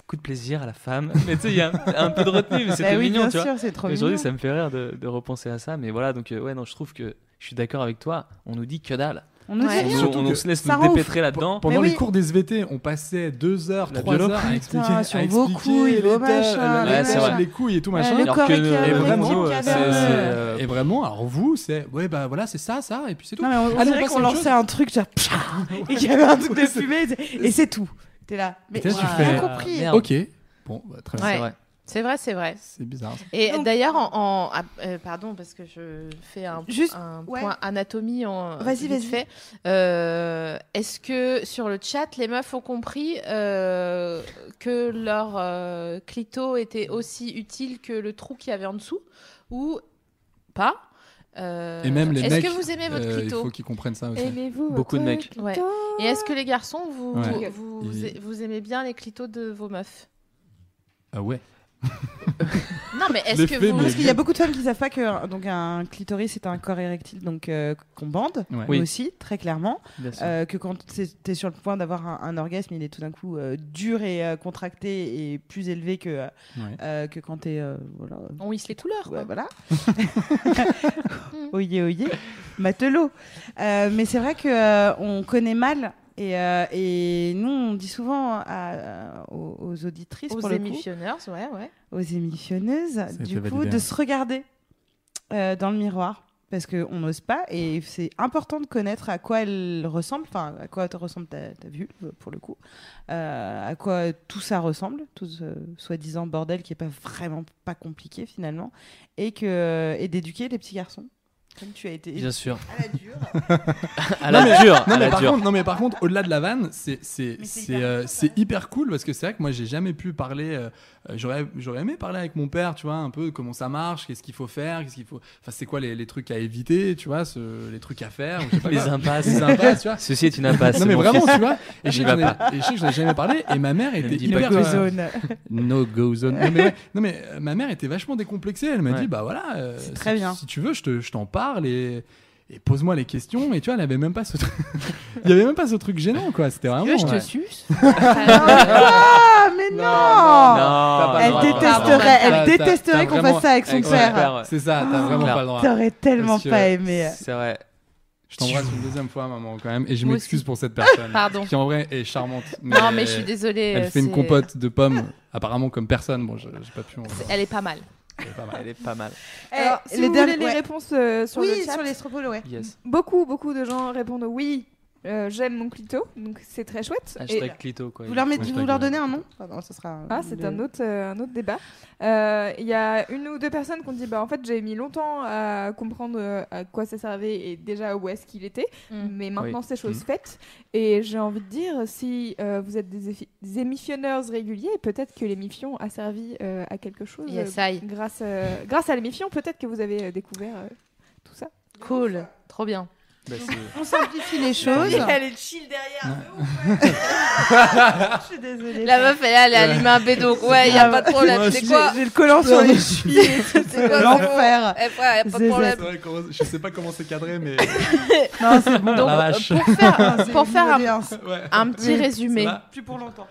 Speaker 4: beaucoup de plaisir à la femme. *laughs* Mais tu sais, il y a un, un peu de retenue, mais c'était
Speaker 1: Bah oui,
Speaker 4: mignon,
Speaker 1: bien
Speaker 4: tu vois.
Speaker 1: sûr, c'est trop
Speaker 4: Mais
Speaker 1: mignon.
Speaker 4: Aujourd'hui, ça me fait rire de, de repenser à ça. Mais voilà, donc, euh, ouais, non, je trouve que je suis d'accord avec toi. On nous dit que dalle.
Speaker 1: On nous
Speaker 2: Ouais.
Speaker 1: dit
Speaker 4: On,
Speaker 1: rien.
Speaker 4: nous- on
Speaker 3: que
Speaker 4: se laisse
Speaker 1: ça
Speaker 4: nous
Speaker 1: rend ouf.
Speaker 4: dépêtrer là-dedans.
Speaker 3: euh, Pendant
Speaker 1: Mais
Speaker 3: les
Speaker 1: oui.
Speaker 3: cours des SVT, on passait deux heures,
Speaker 4: La
Speaker 3: trois
Speaker 4: biolo.
Speaker 3: heures à expliquer,
Speaker 1: Putain,
Speaker 3: à
Speaker 1: sur
Speaker 3: expliquer
Speaker 1: vos couilles,
Speaker 3: les
Speaker 1: vos
Speaker 3: têtes,
Speaker 1: machins,
Speaker 3: la-
Speaker 4: les
Speaker 3: la-
Speaker 4: machins.
Speaker 3: les couilles et tout
Speaker 1: Ouais,
Speaker 3: machin.
Speaker 1: le
Speaker 4: Alors
Speaker 1: corps
Speaker 4: que,
Speaker 1: est
Speaker 4: euh,
Speaker 1: carré,
Speaker 3: et
Speaker 1: le
Speaker 3: vraiment,
Speaker 1: corps
Speaker 4: euh,
Speaker 1: est
Speaker 4: c'est-
Speaker 1: carré.
Speaker 4: c'est,
Speaker 3: Euh,
Speaker 4: euh,
Speaker 3: Et vraiment, alors vous, c'est ouais, bah voilà, c'est ça, ça, et puis c'est tout.
Speaker 1: Non, mais on,
Speaker 3: Allez, on
Speaker 1: dirait
Speaker 3: passe à
Speaker 1: qu'on
Speaker 3: autre
Speaker 1: lançait
Speaker 3: chose.
Speaker 1: un truc genre pcha, et qu'il y avait un truc de fumée et c'est- et c'est tout. T'es là. Mais
Speaker 3: t'as- tu
Speaker 1: j'ai
Speaker 3: fais-
Speaker 1: rien compris.
Speaker 4: euh, Ah, Merde.
Speaker 3: Ok, bon, bah, très bien.
Speaker 2: Ouais. C'est
Speaker 4: C'est vrai.
Speaker 2: vrai, c'est vrai.
Speaker 3: C'est bizarre. ça.
Speaker 2: Et
Speaker 1: Donc-
Speaker 2: d'ailleurs, en, en- ah, euh, pardon parce que je fais un,
Speaker 1: Juste-
Speaker 2: un
Speaker 1: ouais.
Speaker 2: point anatomie en
Speaker 1: Vas-y,
Speaker 2: vite
Speaker 1: vas-y.
Speaker 2: fait. Euh, Est-ce que sur le chat, les meufs ont compris euh, que leur euh, clito était aussi utile que le trou qu'il y avait en dessous ou pas Euh,
Speaker 3: Et même les
Speaker 2: Est-ce
Speaker 3: mecs,
Speaker 2: que vous aimez votre
Speaker 3: Euh, il
Speaker 2: clito
Speaker 3: faut qu'ils comprennent ça aussi.
Speaker 6: Aimez-vous
Speaker 4: Beaucoup de
Speaker 6: votre
Speaker 4: mecs.
Speaker 6: clito Eh,
Speaker 2: Ouais.
Speaker 1: euh,
Speaker 2: Et est-ce que les garçons, vous,
Speaker 3: Ouais.
Speaker 2: vous,
Speaker 3: Il-
Speaker 2: vous aimez bien les clitos de vos meufs
Speaker 3: Ah ouais.
Speaker 2: Non, mais est-ce
Speaker 3: Les
Speaker 2: que
Speaker 3: faits,
Speaker 2: vous...
Speaker 3: mais-
Speaker 1: Parce qu'il y a beaucoup de femmes qui savent pas que donc un clitoris c'est un corps érectile donc euh, qu'on bande
Speaker 3: Ouais.
Speaker 4: Oui.
Speaker 1: aussi très clairement
Speaker 4: Bien sûr.
Speaker 1: euh, que quand c'est- t'es sur le point d'avoir un, un orgasme il est tout d'un coup euh, dur et euh, contracté et plus élevé que euh,
Speaker 3: Ouais.
Speaker 1: euh, que quand t'es euh, voilà
Speaker 2: On hisse les couleurs,
Speaker 1: Ouais,
Speaker 2: quoi.
Speaker 1: voilà. *laughs* oyez, oyez. matelot. Euh, mais c'est vrai que euh, on connaît mal. Et, euh, et nous, on dit souvent à- aux, aux auditrices,
Speaker 2: Aux
Speaker 1: pour le coup,
Speaker 2: émissionneurs, ouais,
Speaker 1: *laughs*
Speaker 2: ouais.
Speaker 1: aux émissionneuses,
Speaker 3: été
Speaker 1: du coup,
Speaker 3: validé,
Speaker 1: de
Speaker 3: hein.
Speaker 1: se regarder euh, dans le miroir. Parce qu'on n'ose pas et c'est important de connaître à quoi elle ressemble, enfin à quoi te ressemble ta, ta vue, euh, pour le coup, euh, à quoi tout ça ressemble, tout ce soi-disant bordel qui est pas vraiment pas compliqué finalement, et, que, et d'éduquer les petits garçons, comme tu as été
Speaker 4: Bien sûr.
Speaker 1: à la dure.
Speaker 4: À la dure. à
Speaker 3: Non mais,
Speaker 4: la
Speaker 3: par
Speaker 4: dure.
Speaker 3: contre, non, mais par contre, au-delà de la vanne, c'est c'est-
Speaker 1: Mais c'est
Speaker 3: c'est,
Speaker 1: hyper
Speaker 3: euh,
Speaker 1: cool,
Speaker 3: c'est
Speaker 1: quand même.
Speaker 3: hyper cool parce que c'est vrai que moi j'ai jamais pu parler. euh, euh, J'aurais j'aurais aimé parler avec mon père, tu vois, un peu comment ça marche, qu'est-ce qu'il faut faire, qu'est-ce qu'il faut. Enfin, c'est quoi les, les trucs à éviter, tu vois, ce- les trucs à faire. ou je sais
Speaker 4: *laughs*
Speaker 3: pas *laughs*
Speaker 4: Les
Speaker 3: quoi.
Speaker 4: impasses.
Speaker 3: Les impasses, tu vois.
Speaker 4: Ceci est une impasse.
Speaker 3: non mais
Speaker 4: mon
Speaker 3: vraiment,
Speaker 4: fils.
Speaker 3: tu vois. Et je sais
Speaker 4: J'y
Speaker 3: que j'en
Speaker 4: vais
Speaker 3: ai- et je sais que j'en ai jamais parlé. Et ma mère
Speaker 4: me
Speaker 3: était
Speaker 4: dis pas
Speaker 3: hyper
Speaker 4: que-
Speaker 3: euh,
Speaker 1: zone.
Speaker 4: Ah
Speaker 3: No go zone. Non mais, ouais. Non, mais, euh, ma mère était vachement décomplexée. Elle m'a
Speaker 4: Ouais.
Speaker 3: dit bah voilà, euh,
Speaker 1: C'est
Speaker 3: si
Speaker 1: très
Speaker 3: tu-
Speaker 1: bien.
Speaker 3: Si tu veux, je te- je t'en parle et, et pose-moi les questions. Et tu vois, elle avait même pas ce truc. *laughs* Il y avait même pas ce truc gênant quoi. C'était vraiment.
Speaker 2: je te
Speaker 3: ouais.
Speaker 2: suce
Speaker 1: Ah mais non,
Speaker 4: Non,
Speaker 1: Elle
Speaker 4: non, non, non, non.
Speaker 1: détesterait,
Speaker 3: T'as-
Speaker 1: elle
Speaker 3: t'as-
Speaker 1: détesterait
Speaker 3: t'as
Speaker 1: qu'on
Speaker 3: vraiment-
Speaker 1: fasse ça avec son
Speaker 4: avec son
Speaker 1: père.
Speaker 4: père.
Speaker 3: C'est ça.
Speaker 2: Ah.
Speaker 3: T'as vraiment
Speaker 4: Claire.
Speaker 3: pas le droit.
Speaker 1: T'aurais tellement
Speaker 3: Parce que-
Speaker 1: pas aimé.
Speaker 4: C'est vrai.
Speaker 3: Je t'embrasse une deuxième fois, maman, quand même. Et je
Speaker 2: Moi
Speaker 3: m'excuse
Speaker 2: aussi.
Speaker 3: pour cette personne.
Speaker 2: Pardon.
Speaker 3: Qui en vrai est charmante.
Speaker 2: Non, mais je suis désolée.
Speaker 3: Elle
Speaker 2: euh,
Speaker 3: fait une
Speaker 2: c'est-
Speaker 3: compote de pommes, apparemment comme personne. Bon, je- j'ai pas pu. en-
Speaker 2: c'est- Elle est pas mal.
Speaker 3: Elle est pas mal.
Speaker 4: Elle est pas mal.
Speaker 6: Alors, si
Speaker 1: les
Speaker 6: vous
Speaker 1: derniers-
Speaker 6: voulez les
Speaker 1: ouais.
Speaker 6: réponses euh, sur le
Speaker 1: Oui,
Speaker 6: chat,
Speaker 1: sur les stropolos, ouais.
Speaker 4: Yes.
Speaker 6: beaucoup, beaucoup de gens répondent oui, euh, j'aime mon clito, donc c'est très chouette. Et-
Speaker 4: Hashtag clito quoi.
Speaker 1: Vous leur, mettez-
Speaker 3: Ouais,
Speaker 1: vous
Speaker 3: je
Speaker 1: leur
Speaker 3: t'accorde.
Speaker 1: donnez un nom Ah non, ça sera.
Speaker 6: Ah, c'est
Speaker 1: le-
Speaker 6: un autre, euh, un autre débat. Euh, Il y a une ou deux personnes qui ont dit bah, en fait, j'ai mis longtemps à comprendre euh, à quoi ça servait et déjà où est-ce qu'il était,
Speaker 2: Mm.
Speaker 6: mais maintenant c'est chose
Speaker 3: Mm.
Speaker 6: faite. Et j'ai envie de dire si euh, vous êtes des, effi- des émissionneurs réguliers, peut-être que l'émission a servi euh, à quelque chose.
Speaker 2: Yes,
Speaker 6: euh,
Speaker 2: I.
Speaker 6: grâce, euh, grâce à l'émission, peut-être que vous avez euh, découvert euh, tout ça.
Speaker 2: Cool. Trop bien.
Speaker 4: Bah, c'est-
Speaker 1: On simplifie les choses.
Speaker 5: Elle est chill derrière. de ouf.
Speaker 1: Je suis désolée.
Speaker 2: La meuf, elle est allée allumer un bédo. Ouais, y a pas de problème. C'est
Speaker 1: J'ai-
Speaker 2: quoi
Speaker 1: Ah, J'ai le collant sur les chevilles. et tout,
Speaker 2: *laughs* C'est
Speaker 1: C'est
Speaker 2: quoi,
Speaker 1: l'enfer.
Speaker 2: Eh, ouais, y a pas de
Speaker 1: Zézette.
Speaker 2: problème.
Speaker 3: C'est vrai qu'on- je sais pas comment c'est
Speaker 2: *laughs*
Speaker 3: cadré, mais.
Speaker 1: Non, c'est bon. *laughs*
Speaker 2: Donc,
Speaker 4: la
Speaker 2: euh,
Speaker 4: vache.
Speaker 2: pour faire, pour faire un,
Speaker 3: Ouais.
Speaker 2: un petit
Speaker 1: Oui,
Speaker 2: résumé,
Speaker 3: ça
Speaker 1: Plus pour longtemps.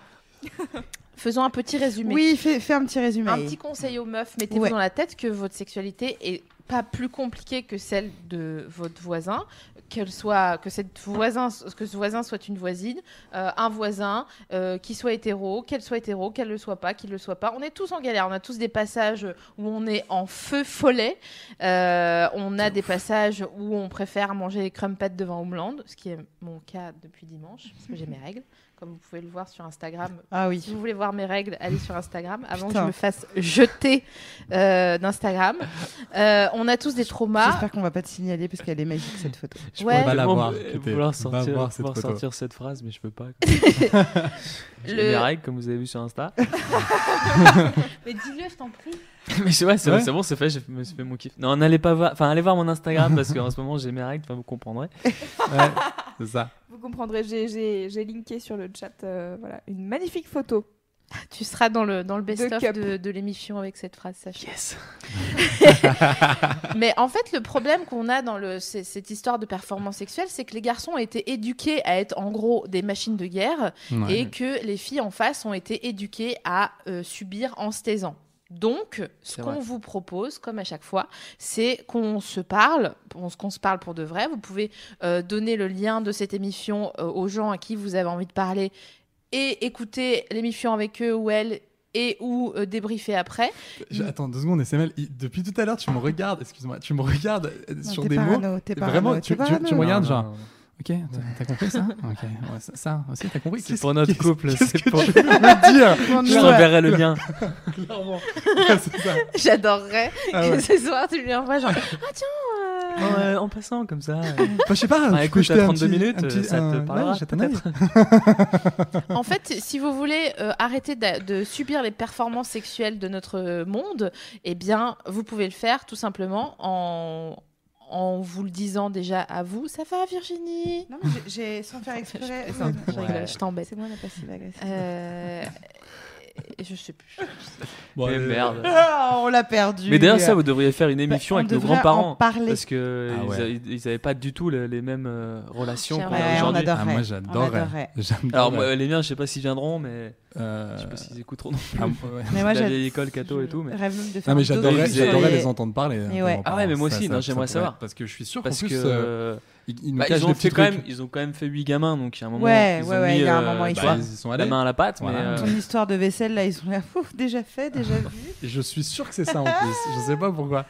Speaker 2: faisons un petit résumé.
Speaker 1: Oui, fais, fais un petit résumé.
Speaker 2: Un petit conseil aux meufs, mettez-vous
Speaker 1: Ouais.
Speaker 2: dans la tête que votre sexualité est pas plus compliquée que celle de votre voisin, qu'elle soit que cette voisin que ce voisin soit une voisine, euh, un voisin euh, qui soit hétéro, qu'elle soit hétéro, qu'elle le soit pas, qu'il le soit pas. On est tous en galère, on a tous des passages où on est en feu follet, Euh, on a des passages où on préfère manger les crumpets devant Homeland, ce qui est mon cas depuis dimanche parce que j'ai mes règles, comme vous pouvez le voir sur Instagram,
Speaker 1: Ah
Speaker 2: si
Speaker 1: oui.
Speaker 2: vous voulez voir mes règles, allez sur Instagram avant que
Speaker 1: Putain.
Speaker 2: je me fasse jeter euh, d'Instagram. Euh, on a tous des traumas.
Speaker 1: J'espère qu'on va pas te signaler parce qu'elle est magique cette photo.
Speaker 4: Je
Speaker 2: Ouais.
Speaker 4: pourrais
Speaker 3: Va la
Speaker 4: tellement
Speaker 3: voir,
Speaker 4: vou-
Speaker 3: Kété. Va
Speaker 4: vouloir sortir,
Speaker 3: voir cette
Speaker 4: vouloir
Speaker 3: photo.
Speaker 4: sortir cette phrase, mais je peux pas. quoi. J'ai
Speaker 2: Le-
Speaker 4: mes règles, comme vous avez vu sur Insta.
Speaker 2: Mais dis-le, je t'en prie.
Speaker 4: *laughs* mais je- ouais, c'est
Speaker 3: Ouais.
Speaker 4: c'est bon, c'est fait, j'ai me suis fait mon kiff. Non, n'allez pas voir, enfin, allez voir mon Instagram parce qu'en ce moment j'ai mes règles, enfin, vous comprendrez.
Speaker 3: Ouais, c'est ça.
Speaker 6: Vous comprendrez, j'ai- j'ai j'ai linké sur le chat euh, voilà, une magnifique photo.
Speaker 2: Tu seras dans le, dans le
Speaker 6: Deux
Speaker 2: best-of
Speaker 6: cups.
Speaker 2: de, de l'émission avec cette phrase, sachez.
Speaker 4: Yes.
Speaker 2: *laughs* Mais en fait, le problème qu'on a dans le, c- cette histoire de performance sexuelle, c'est que les garçons ont été éduqués à être en gros des machines de guerre
Speaker 3: Ouais.
Speaker 2: et que les filles en face ont été éduquées à euh, subir en se taisant. Donc, ce
Speaker 4: C'est
Speaker 2: qu'on
Speaker 4: vrai.
Speaker 2: vous propose, comme à chaque fois, c'est qu'on se parle, on, qu'on se parle pour de vrai. Vous pouvez euh, donner le lien de cette émission euh, aux gens à qui vous avez envie de parler et écouter l'émission avec eux ou elles et ou euh, débriefer après. *laughs*
Speaker 3: Je- Attends deux secondes, SML. il- Depuis tout à l'heure, tu me regardes, excuse-moi, tu me regardes euh,
Speaker 1: Non,
Speaker 3: sur
Speaker 1: t'es
Speaker 3: des mots.
Speaker 1: parano, t'es
Speaker 3: Vraiment,
Speaker 1: parano, t'es
Speaker 3: tu- tu- tu
Speaker 1: parano.
Speaker 3: me regardes.
Speaker 4: Non,
Speaker 3: genre.
Speaker 4: non, non.
Speaker 3: Ok, t'as- t'as compris ça Ok, ouais, ça, ça aussi, t'as compris
Speaker 4: C'est pour notre couple, c'est pour.
Speaker 3: Tu veux me dire
Speaker 1: Mon
Speaker 4: *laughs* Je
Speaker 1: nom, ouais.
Speaker 4: t'enverrai le
Speaker 3: *laughs*
Speaker 4: lien.
Speaker 3: Clairement. Ouais, c'est ça.
Speaker 2: J'adorerais
Speaker 3: Ah
Speaker 2: que
Speaker 3: ouais.
Speaker 2: ce soir tu lui envoies genre Ah,
Speaker 4: Euh, en passant
Speaker 3: *laughs*
Speaker 4: comme ça. euh,
Speaker 3: Bah, je sais pas,
Speaker 4: Ah,
Speaker 3: tu
Speaker 4: écoute,
Speaker 3: peux jeter
Speaker 4: t'as
Speaker 3: un
Speaker 4: 32
Speaker 3: petit-
Speaker 4: minutes,
Speaker 3: un petit-
Speaker 4: euh, ça te
Speaker 3: un- ouais,
Speaker 4: parlera
Speaker 3: jette un œil.
Speaker 2: En fait, si vous voulez euh, arrêter d'a- de, subir les performances sexuelles de notre euh, monde, eh bien, vous pouvez le faire tout simplement en, en vous le disant déjà à vous. Ça va, Virginie
Speaker 1: Non, mais j'ai- j'ai, sans faire exprès.
Speaker 2: Attends, je rigole,
Speaker 4: Ouais.
Speaker 2: je t'embête.
Speaker 1: C'est moi la passive agressive.
Speaker 2: Euh, Je sais plus.
Speaker 3: Bon,
Speaker 4: Mais
Speaker 3: allez,
Speaker 4: merde.
Speaker 1: Ah, on l'a perdu.
Speaker 4: Mais d'ailleurs,
Speaker 3: euh,
Speaker 4: ça, vous devriez faire
Speaker 3: bah,
Speaker 4: une émission
Speaker 1: on
Speaker 4: avec nos
Speaker 1: devrait en
Speaker 4: grands-parents.
Speaker 1: parler.
Speaker 4: Parce que
Speaker 3: Ah
Speaker 4: ils
Speaker 3: ouais.
Speaker 4: a- ils n'avaient pas du tout le- les mêmes euh, relations
Speaker 2: C'est
Speaker 4: qu'on
Speaker 2: vrai,
Speaker 4: a
Speaker 1: Ouais, on
Speaker 4: aujourd'hui.
Speaker 1: adorerait.
Speaker 3: Ah, moi,
Speaker 1: On
Speaker 3: j'adorerais.
Speaker 1: adorerait.
Speaker 3: J'adorerais.
Speaker 4: Alors, moi, les miens, je sais pas s'ils viendront, mais
Speaker 3: Euh,
Speaker 4: je sais pas s'ils écouteront. non plus.
Speaker 3: ah, ouais.
Speaker 1: Mais
Speaker 4: la
Speaker 1: j'ad-
Speaker 4: vieille école catho et tout, mais-
Speaker 1: Rêve même de faire
Speaker 3: Non, Ah, mais
Speaker 1: un dodo
Speaker 3: j'adorais
Speaker 4: ils-
Speaker 1: sur
Speaker 3: j'adorais
Speaker 1: les-
Speaker 3: les entendre parler.
Speaker 1: Mais
Speaker 3: euh,
Speaker 1: ouais.
Speaker 3: vraiment,
Speaker 4: Ah ouais, mais moi aussi, non, j'aimerais
Speaker 3: pourrait-
Speaker 4: savoir.
Speaker 3: Parce que je suis sûr qu'en
Speaker 4: Parce que.
Speaker 3: plus, euh,
Speaker 4: euh,
Speaker 3: ils ils nous
Speaker 4: bah,
Speaker 3: cachent
Speaker 4: ils, ont
Speaker 3: des petits
Speaker 4: fait quand
Speaker 3: trucs.
Speaker 4: même, ils ont quand même fait 8 gamins, donc il y a un moment.
Speaker 1: Ouais,
Speaker 4: ils
Speaker 1: ouais,
Speaker 4: ont
Speaker 1: ouais,
Speaker 4: mis,
Speaker 1: il y a un
Speaker 4: euh,
Speaker 1: moment, il
Speaker 4: tu
Speaker 1: faut-
Speaker 3: Bah,
Speaker 4: vois,
Speaker 3: ils y sont
Speaker 4: la
Speaker 3: allés.
Speaker 4: main à la pâte.
Speaker 3: Voilà.
Speaker 4: Mais, euh,
Speaker 1: Ton histoire de vaisselle, là, ils sont là, ouf, déjà fait, déjà vu.
Speaker 3: Je suis sûr que c'est ça en plus. Je sais pas pourquoi.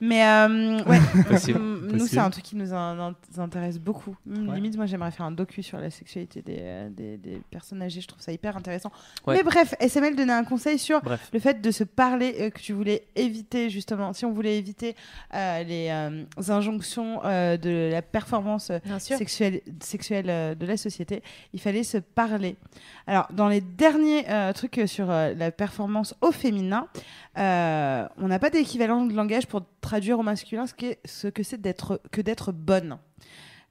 Speaker 1: Mais
Speaker 3: *laughs*
Speaker 1: euh, ouais,
Speaker 4: Possible,
Speaker 1: nous,
Speaker 3: possible.
Speaker 1: c'est un truc qui nous in- in- intéresse beaucoup. Même
Speaker 3: Ouais.
Speaker 1: Limite, moi, j'aimerais faire un docu sur la sexualité des, euh, des, des personnes âgées. Je trouve ça hyper intéressant.
Speaker 4: Ouais.
Speaker 1: Mais bref, SML donnait un conseil sur
Speaker 4: Bref.
Speaker 1: le fait de se parler euh, que tu voulais éviter justement si on voulait éviter euh, les euh, injonctions euh, de la performance euh,
Speaker 2: Bien sûr.
Speaker 1: sexuelle, sexuelle euh, de la société il fallait se parler alors dans les derniers euh, trucs euh, sur euh, la performance au féminin euh, on n'a pas d'équivalent de langage pour traduire au masculin ce, qu'est- ce que c'est d'être que d'être bonne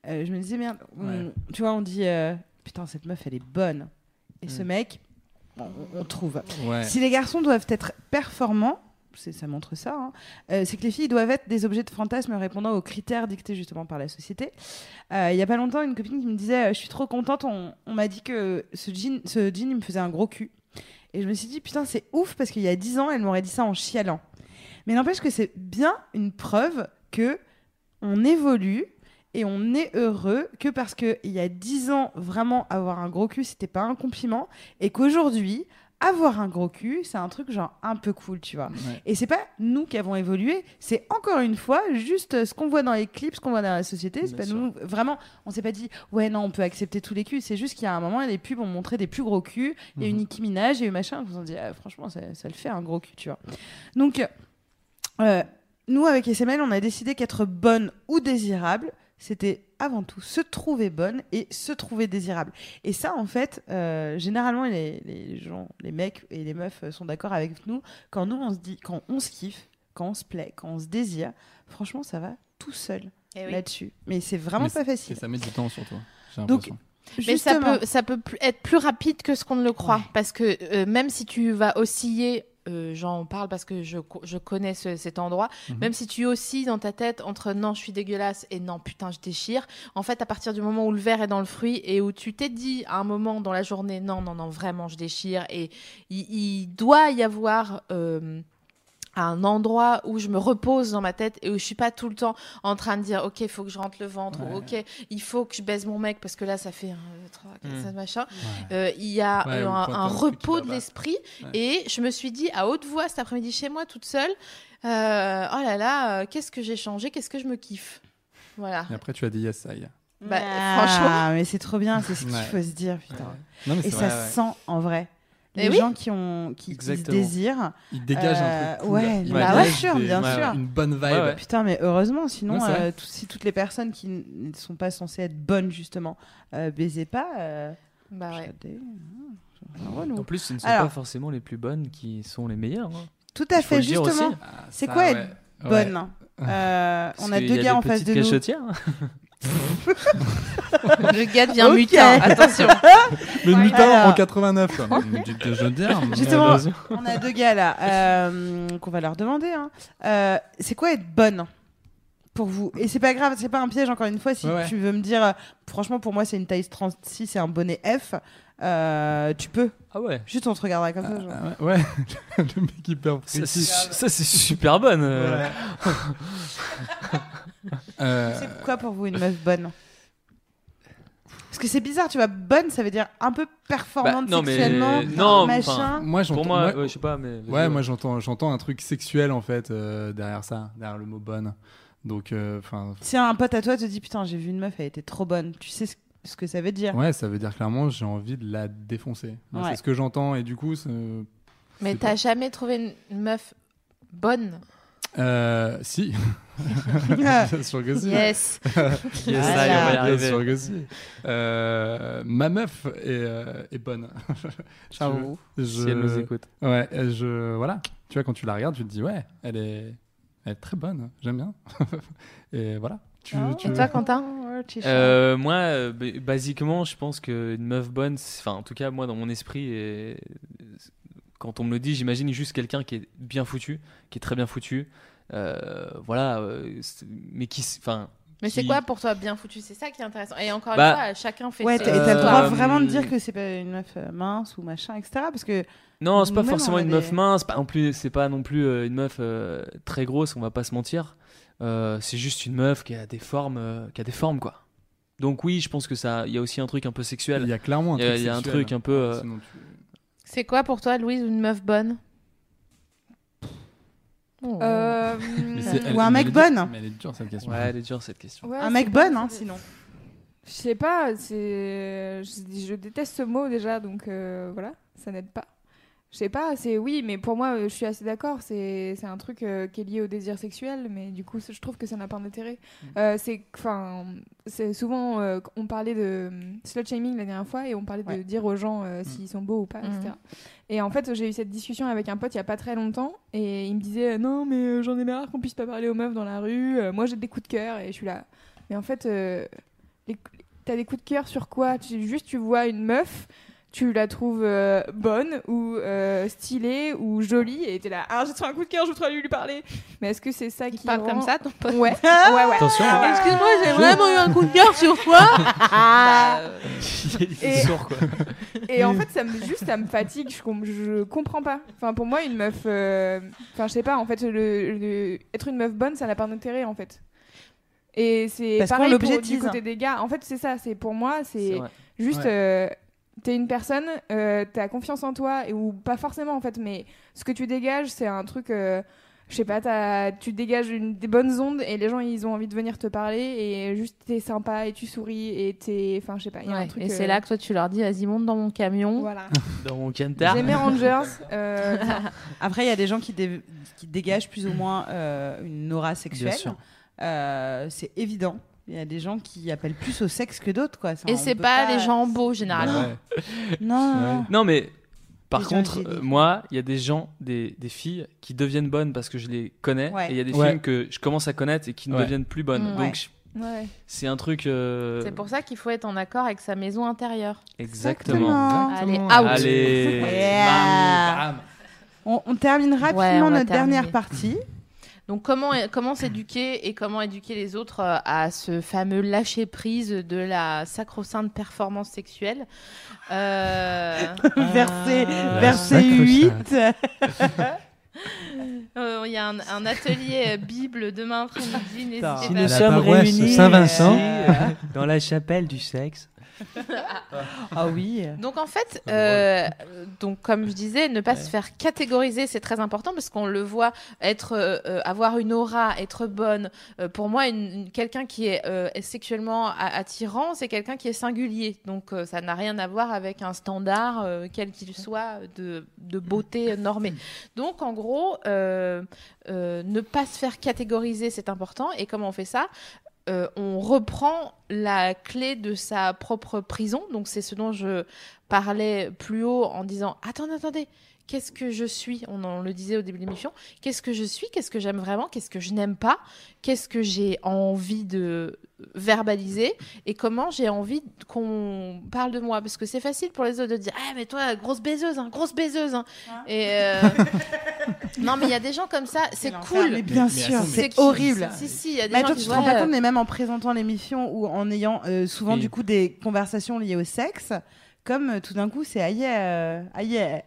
Speaker 1: Euh, je me disais merde on-
Speaker 3: Ouais.
Speaker 1: tu vois on dit euh, putain cette meuf elle est bonne et ce
Speaker 4: Mm.
Speaker 1: mec on- on trouve
Speaker 3: Ouais.
Speaker 1: si les garçons doivent être performants, c'est- ça montre ça, hein, euh, c'est que les filles doivent être des objets de fantasme répondant aux critères dictés justement par la société. Euh, Il y a pas longtemps, une copine qui me disait euh, Je suis trop contente, on, on m'a dit que ce jean, ce jean, il me faisait un gros cul. Et je me suis dit Putain, c'est ouf parce qu'il y a 10 ans, elle m'aurait dit ça en chialant. Mais n'empêche que c'est bien une preuve que on évolue et on est heureux que parce qu'il y a 10 ans, vraiment avoir un gros cul, c'était pas un compliment et qu'aujourd'hui, avoir un gros cul, c'est un truc genre un peu cool, tu vois.
Speaker 3: Ouais.
Speaker 1: Et c'est pas nous qui avons évolué, c'est encore une fois juste euh, ce qu'on voit dans les clips, ce qu'on voit dans la société. C'est
Speaker 4: Bien
Speaker 1: pas
Speaker 4: sûr.
Speaker 1: nous, vraiment, on s'est pas dit, ouais, non, on peut accepter tous les culs. C'est juste qu'il y a un moment, les pubs ont montré des plus gros culs, il y a eu
Speaker 3: Mhm.
Speaker 1: Nicki Minaj, il y a eu machin. On s'est dit, ah, franchement, ça, ça le fait un gros cul, tu vois. Donc, euh, nous, avec SML, on a décidé qu'être bonne ou désirable, c'était avant tout se trouver bonne et se trouver désirable. Et ça, en fait, euh, généralement, les, les gens, les mecs et les meufs euh, sont d'accord avec nous. Quand nous, on se dit, quand on se kiffe, quand on se plaît, quand on se désire, franchement, ça va tout seul
Speaker 2: Eh
Speaker 1: là-dessus. Mais c'est vraiment
Speaker 3: Mais
Speaker 1: pas
Speaker 3: Et
Speaker 1: facile.
Speaker 3: ça met du temps sur toi. J'ai
Speaker 1: Donc,
Speaker 3: l'impression.
Speaker 2: Mais ça
Speaker 1: Justement.
Speaker 2: peut, ça peut plus- être plus rapide que ce qu'on ne le croit.
Speaker 1: Ouais.
Speaker 2: Parce que euh, même si tu vas osciller, euh, j'en parle parce que je, co- je connais ce- cet endroit,
Speaker 3: Mhm.
Speaker 2: même si tu oscilles dans ta tête entre non, je suis dégueulasse et non, putain, je déchire, en fait, à partir du moment où le verre est dans le fruit et où tu t'es dit à un moment dans la journée, non, non, non, vraiment, je déchire, et il, il doit y avoir. euh, un endroit où je me repose dans ma tête et où je suis pas tout le temps en train de dire ok il faut que je rentre le ventre ou ok il faut que je baise mon mec parce que là ça fait 3, 4,
Speaker 4: Mm.
Speaker 2: machin.
Speaker 3: Ouais.
Speaker 2: Euh, il y a
Speaker 3: Hmm. Ouais,
Speaker 2: euh,
Speaker 3: ou
Speaker 2: un,
Speaker 3: quand
Speaker 2: un
Speaker 3: t'as un truc qui
Speaker 2: repos
Speaker 3: va
Speaker 2: de
Speaker 3: pas.
Speaker 2: l'esprit
Speaker 3: Ouais.
Speaker 2: et je me suis dit à haute voix cet après-midi chez moi toute seule, euh, oh là là, euh, qu'est-ce que j'ai changé, qu'est-ce que je me kiffe. Voilà.
Speaker 3: Et après, tu as dit yes, ça y est.
Speaker 2: Bah,
Speaker 1: Ah,
Speaker 2: franchement.
Speaker 1: mais c'est trop bien, c'est ce qu'il
Speaker 3: Ouais.
Speaker 1: faut se dire, putain.
Speaker 3: Non, mais
Speaker 1: Et
Speaker 3: c'est
Speaker 1: ça
Speaker 3: vrai.
Speaker 1: se sent en vrai.
Speaker 2: Eh
Speaker 1: Les
Speaker 2: oui.
Speaker 1: gens qui ont qui, qui se
Speaker 4: Exactement.
Speaker 1: désirent.
Speaker 3: Il dégage
Speaker 1: Euh,
Speaker 3: un truc. Cool.
Speaker 1: ouais,
Speaker 3: Il
Speaker 1: bah
Speaker 3: dégage
Speaker 1: ouais, sûr, bien
Speaker 4: sûr.
Speaker 3: Une bonne vibe.
Speaker 4: Ouais, ouais.
Speaker 1: Putain, mais heureusement, sinon,
Speaker 3: Ouais, c'est vrai.
Speaker 1: euh, tout- si toutes les personnes qui n- ne sont pas censées être bonnes, justement, euh, baisaient pas, euh,
Speaker 2: Bah
Speaker 3: *laughs*
Speaker 2: ouais.
Speaker 1: j'ai des- c'est un relou.
Speaker 4: En plus, ce ne sont
Speaker 1: Alors-
Speaker 4: pas forcément les plus bonnes qui sont les meilleures. hein.
Speaker 1: Tout à
Speaker 4: il faut
Speaker 1: fait,
Speaker 4: le dire aussi.
Speaker 1: justement,
Speaker 3: Ah,
Speaker 1: C'est
Speaker 3: ça,
Speaker 1: quoi
Speaker 3: ouais.
Speaker 1: être
Speaker 4: *laughs*
Speaker 1: bonne. Euh,
Speaker 4: Parce
Speaker 1: on a
Speaker 4: qu'il
Speaker 1: deux
Speaker 4: y
Speaker 1: gars
Speaker 4: des
Speaker 1: en face
Speaker 4: petites
Speaker 1: de nous.
Speaker 4: cachotières.
Speaker 2: Le gars devient
Speaker 1: Ok.
Speaker 2: mutin,
Speaker 4: Ah,
Speaker 2: attention.
Speaker 3: Ouais. Le mutant
Speaker 1: Voilà.
Speaker 3: en 89.
Speaker 4: *laughs*
Speaker 3: là. Mais tu te- je veux *laughs* dire. mais-
Speaker 1: Justement,
Speaker 4: Ouais,
Speaker 1: on a deux gars là euh, qu'on va leur demander. hein. Euh, c'est quoi être bonne pour vous Et c'est pas grave, c'est pas un piège encore une fois. Si
Speaker 3: Ouais, ouais.
Speaker 1: tu veux me dire, euh, franchement, pour moi, c'est une taille 36 et un bonnet F. euh, tu peux.
Speaker 4: Ah ouais.
Speaker 1: Juste on te regardera comme ça.
Speaker 4: Euh,
Speaker 1: genre.
Speaker 3: Ah ouais, *laughs* ouais. le mec hyper
Speaker 4: Ça, c'est
Speaker 3: précis.
Speaker 4: su- ça, c'est super bonne. euh.
Speaker 3: *laughs* Euh,
Speaker 1: C'est quoi pour vous une meuf bonne Parce que c'est bizarre, tu vois, bonne, ça veut dire un peu
Speaker 4: Bah,
Speaker 1: performante
Speaker 4: non, mais.
Speaker 1: sexuellement,
Speaker 4: Non, enfin,
Speaker 1: machin.
Speaker 3: Moi, j'entends.
Speaker 4: Pour moi,
Speaker 3: moi-
Speaker 4: ouais, je sais pas, mais. vas-y,
Speaker 3: Ouais, moi j'entends, j'entends un truc sexuel en fait euh, derrière ça, derrière le mot bonne. Donc, euh, enfin,
Speaker 1: Si un pote à toi te dit putain, j'ai vu une meuf, elle était trop bonne, tu sais ce- ce que ça veut dire.
Speaker 3: ouais, ça veut dire clairement j'ai envie de la défoncer. Moi,
Speaker 1: Ouais.
Speaker 3: C'est ce que j'entends et du coup, c'est- euh,
Speaker 2: Mais
Speaker 3: C'est
Speaker 2: t'as jamais trouvé une- une meuf bonne
Speaker 3: euh, si, *laughs*
Speaker 1: *laughs*
Speaker 3: bien sûr que si.
Speaker 2: Yes.
Speaker 4: Yes,
Speaker 1: Voilà.
Speaker 4: aïe, on va y
Speaker 3: Bien
Speaker 4: arriver.
Speaker 3: sûr que si. Euh, ma meuf est, euh, est bonne. *laughs* Si tu veux. Je,
Speaker 4: Si elle nous écoute.
Speaker 3: Ouais, euh, je voilà. Tu vois, quand tu la regardes, tu te dis ouais, elle est, elle est très bonne. J'aime bien. *laughs* et voilà. Tu,
Speaker 1: Ah.
Speaker 3: *laughs* tu-
Speaker 2: Et toi, Quentin
Speaker 4: Euh, moi, euh, ba- basiquement, je pense qu'une meuf bonne, c'est- enfin, en tout cas, moi, dans mon esprit, et- euh, Quand on me le dit, j'imagine juste quelqu'un qui est bien foutu, qui est très bien foutu. euh, voilà, euh, c'est- mais qui, s- enfin,
Speaker 2: Mais c'est
Speaker 4: qui-
Speaker 2: quoi pour toi bien foutu C'est ça qui est intéressant. Et encore
Speaker 4: Bah,
Speaker 2: une fois, chacun fait
Speaker 1: Ouais,
Speaker 2: ses-
Speaker 1: t'as et t'as le droit
Speaker 4: Euh,
Speaker 1: vraiment de dire que c'est pas une meuf euh, mince ou machin, etc. Parce que
Speaker 4: Non, c'est pas
Speaker 1: Même
Speaker 4: forcément
Speaker 1: on a
Speaker 4: une
Speaker 1: des-
Speaker 4: meuf mince, pas non plus, c'est pas non plus euh, une meuf euh, très grosse, on va pas se mentir. Euh, c'est juste une meuf qui a des formes, euh, qui a des formes quoi. Donc oui, je pense que ça, il y a aussi un truc un peu
Speaker 3: Il
Speaker 4: sexuel.
Speaker 3: y a clairement un
Speaker 4: Il y
Speaker 3: truc.
Speaker 4: a- il y a un
Speaker 3: sexuel. hein.
Speaker 4: truc un peu, euh,
Speaker 3: Sinon, tu-
Speaker 2: C'est quoi pour toi, Louise, une meuf bonne Oh.
Speaker 6: Euh,
Speaker 3: Mais
Speaker 6: hmm,
Speaker 3: c'est- elle-
Speaker 1: Mmh. Ou un
Speaker 3: mais
Speaker 1: mec
Speaker 3: elle est dure-
Speaker 1: bonne.
Speaker 3: Mais elle est dure cette question.
Speaker 4: Ouais, elle est dure cette
Speaker 6: *laughs*
Speaker 4: question.
Speaker 6: ouais,
Speaker 1: un
Speaker 6: c'est
Speaker 1: mec
Speaker 6: pas-
Speaker 1: bonne, hein,
Speaker 6: c'est-
Speaker 1: sinon.
Speaker 6: Je sais pas, c'est. Je, je déteste ce mot déjà, donc euh, voilà, ça n'aide pas. Je sais pas, c'est oui, mais pour moi, euh, je suis assez d'accord. C'est c'est un truc euh, qui est lié au désir sexuel, mais du coup, je trouve que ça n'a pas d'intérêt. Euh, c'est enfin, c'est souvent euh, on parlait de hum, slut shaming la dernière fois et on parlait de
Speaker 1: Ouais.
Speaker 6: dire aux gens euh, s'ils sont beaux ou pas,
Speaker 2: Mhm.
Speaker 6: etc. Et en fait, j'ai eu cette discussion avec un pote il y a pas très longtemps et il me disait euh, non mais euh, j'en ai marre qu'on puisse pas parler aux meufs dans la rue. euh, moi, j'ai des coups de cœur et je suis là. Mais en fait, euh, les- t'as des coups de cœur sur quoi Tu- Juste tu vois une meuf, tu la trouves euh, bonne ou euh, stylée ou jolie et t'es là ah j'ai trouvé un coup de cœur, je voudrais lui lui parler. Mais est-ce que c'est ça
Speaker 2: Il
Speaker 6: qui
Speaker 2: parle
Speaker 6: rend-
Speaker 2: comme ça, ton pote
Speaker 1: *laughs*
Speaker 6: Ouais,
Speaker 1: Ah
Speaker 6: ouais, ouais.
Speaker 4: Attention, hein.
Speaker 2: Excuse-moi, j'ai vraiment eu un coup de cœur sur
Speaker 1: *laughs*
Speaker 2: toi. Bah, euh,
Speaker 4: il
Speaker 6: Et-
Speaker 4: est sourd quoi.
Speaker 6: Et
Speaker 1: Mm.
Speaker 6: en fait, ça me juste, ça me fatigue. Je, com- je comprends pas. Enfin, pour moi, une meuf, euh, enfin, je sais pas. En fait, le, le- être une meuf bonne, ça n'a pas d'intérêt, en fait. Et c'est
Speaker 1: Parce qu'on
Speaker 6: pareil pour, du
Speaker 1: l'objectise. hein.
Speaker 6: côté des gars. En fait, c'est ça. C'est pour moi,
Speaker 4: C'est
Speaker 6: c'est
Speaker 4: vrai.
Speaker 6: juste. euh, T'es une personne, euh, t'as confiance en toi, et, ou pas forcément en fait, mais ce que tu dégages, c'est un truc, euh, je sais pas, t'as- tu dégages une, des bonnes ondes et les gens ils ont envie de venir te parler, et juste t'es sympa et tu souris, et t'es. Enfin, je sais pas, il y a un
Speaker 2: ouais,
Speaker 6: truc.
Speaker 2: Et c'est
Speaker 6: euh,
Speaker 2: là que toi, tu leur dis, vas-y, monte dans mon camion. *laughs*
Speaker 6: Voilà.
Speaker 4: Dans mon cantard.
Speaker 6: J'aimais Rangers. euh,
Speaker 1: Après, il y a des gens qui, dé- qui dégagent plus ou moins euh, une aura sexuelle.
Speaker 4: Bien sûr.
Speaker 1: Euh, c'est évident. Il y a des gens qui appellent plus au sexe que d'autres, quoi. Ça,
Speaker 2: Et
Speaker 1: on
Speaker 2: c'est
Speaker 1: peut
Speaker 2: pas, les gens beaux,
Speaker 3: Ouais.
Speaker 2: généralement.
Speaker 1: Non, non, non.
Speaker 4: Non mais par
Speaker 1: Les gens
Speaker 4: contre,
Speaker 1: gênés.
Speaker 4: euh, moi, il y a des gens, des, des filles qui deviennent bonnes parce que je les connais,
Speaker 1: Ouais.
Speaker 4: et il y a des
Speaker 3: Ouais.
Speaker 4: filles que je commence à connaître et qui ne
Speaker 3: Ouais.
Speaker 4: deviennent plus bonnes.
Speaker 2: Mm.
Speaker 1: Ouais.
Speaker 4: Donc je-
Speaker 6: ouais.
Speaker 4: c'est un truc.
Speaker 6: Bah,
Speaker 4: euh,
Speaker 2: C'est pour ça qu'il faut être en accord avec sa maison intérieure.
Speaker 4: Exactement.
Speaker 2: Allez, out.
Speaker 4: Ah Allez.
Speaker 1: Yeah.
Speaker 3: Bam, bam.
Speaker 1: On, on termine rapidement
Speaker 2: Ouais, on va
Speaker 1: notre dernière
Speaker 2: terminer.
Speaker 1: partie.
Speaker 2: Donc comment comment s'éduquer et comment éduquer les autres euh, à ce fameux lâcher prise de la sacro-sainte performance sexuelle.
Speaker 6: *laughs*
Speaker 2: Euh,
Speaker 1: *laughs* verset
Speaker 2: Ah.
Speaker 1: verset
Speaker 3: sacre
Speaker 1: 8.
Speaker 2: euh, Il y a un, un atelier euh, Bible demain après-midi. n'hésitez
Speaker 1: Putain.
Speaker 2: pas.
Speaker 1: Si
Speaker 4: nous
Speaker 3: La sommes paroisse réunis, Saint-Vincent.
Speaker 4: dans la chapelle du sexe.
Speaker 1: Ah oui.
Speaker 2: Donc en fait, euh, donc comme je disais, ne pas se faire catégoriser, c'est très important parce qu'on le voit être, euh, euh, avoir une aura, être bonne. Euh, pour moi, une, une- quelqu'un qui est euh, sexuellement a- attirant, c'est quelqu'un qui est singulier. Donc euh, ça n'a rien à voir avec un standard, euh, quel qu'il soit, de, de beauté normée. Donc en gros, euh, euh, ne pas se faire catégoriser, c'est important. Et comment on fait ça Euh, on reprend la clé de sa propre prison. Donc c'est ce dont je parlais plus haut en disant attendez, attendez, qu'est-ce que je suis On en le disait au début de l'émission. Qu'est-ce que je suis Qu'est-ce que j'aime vraiment Qu'est-ce que je n'aime pas Qu'est-ce que j'ai envie de euh, verbaliser et comment j'ai envie qu'on parle de moi parce que c'est facile pour les autres de dire ah mais toi grosse baiseuse hein, grosse baiseuse hein. et
Speaker 1: *laughs*
Speaker 2: euh, non mais il y a des gens comme ça c'est
Speaker 1: Quel enfer.
Speaker 2: cool
Speaker 1: Mais bien
Speaker 3: Mais
Speaker 1: sûr,
Speaker 3: attends, mais
Speaker 1: c'est
Speaker 3: qui-
Speaker 1: horrible.
Speaker 2: si, si, il y a des
Speaker 1: Mais
Speaker 2: gens
Speaker 1: attends,
Speaker 2: qui
Speaker 1: tu te
Speaker 2: voient,
Speaker 1: rends pas
Speaker 2: euh,
Speaker 1: compte, mais même en présentant l'émission ou en ayant euh, souvent
Speaker 4: Oui.
Speaker 1: du coup des conversations liées au sexe, comme euh, tout d'un coup c'est aïe, euh, aïe,
Speaker 2: ouais.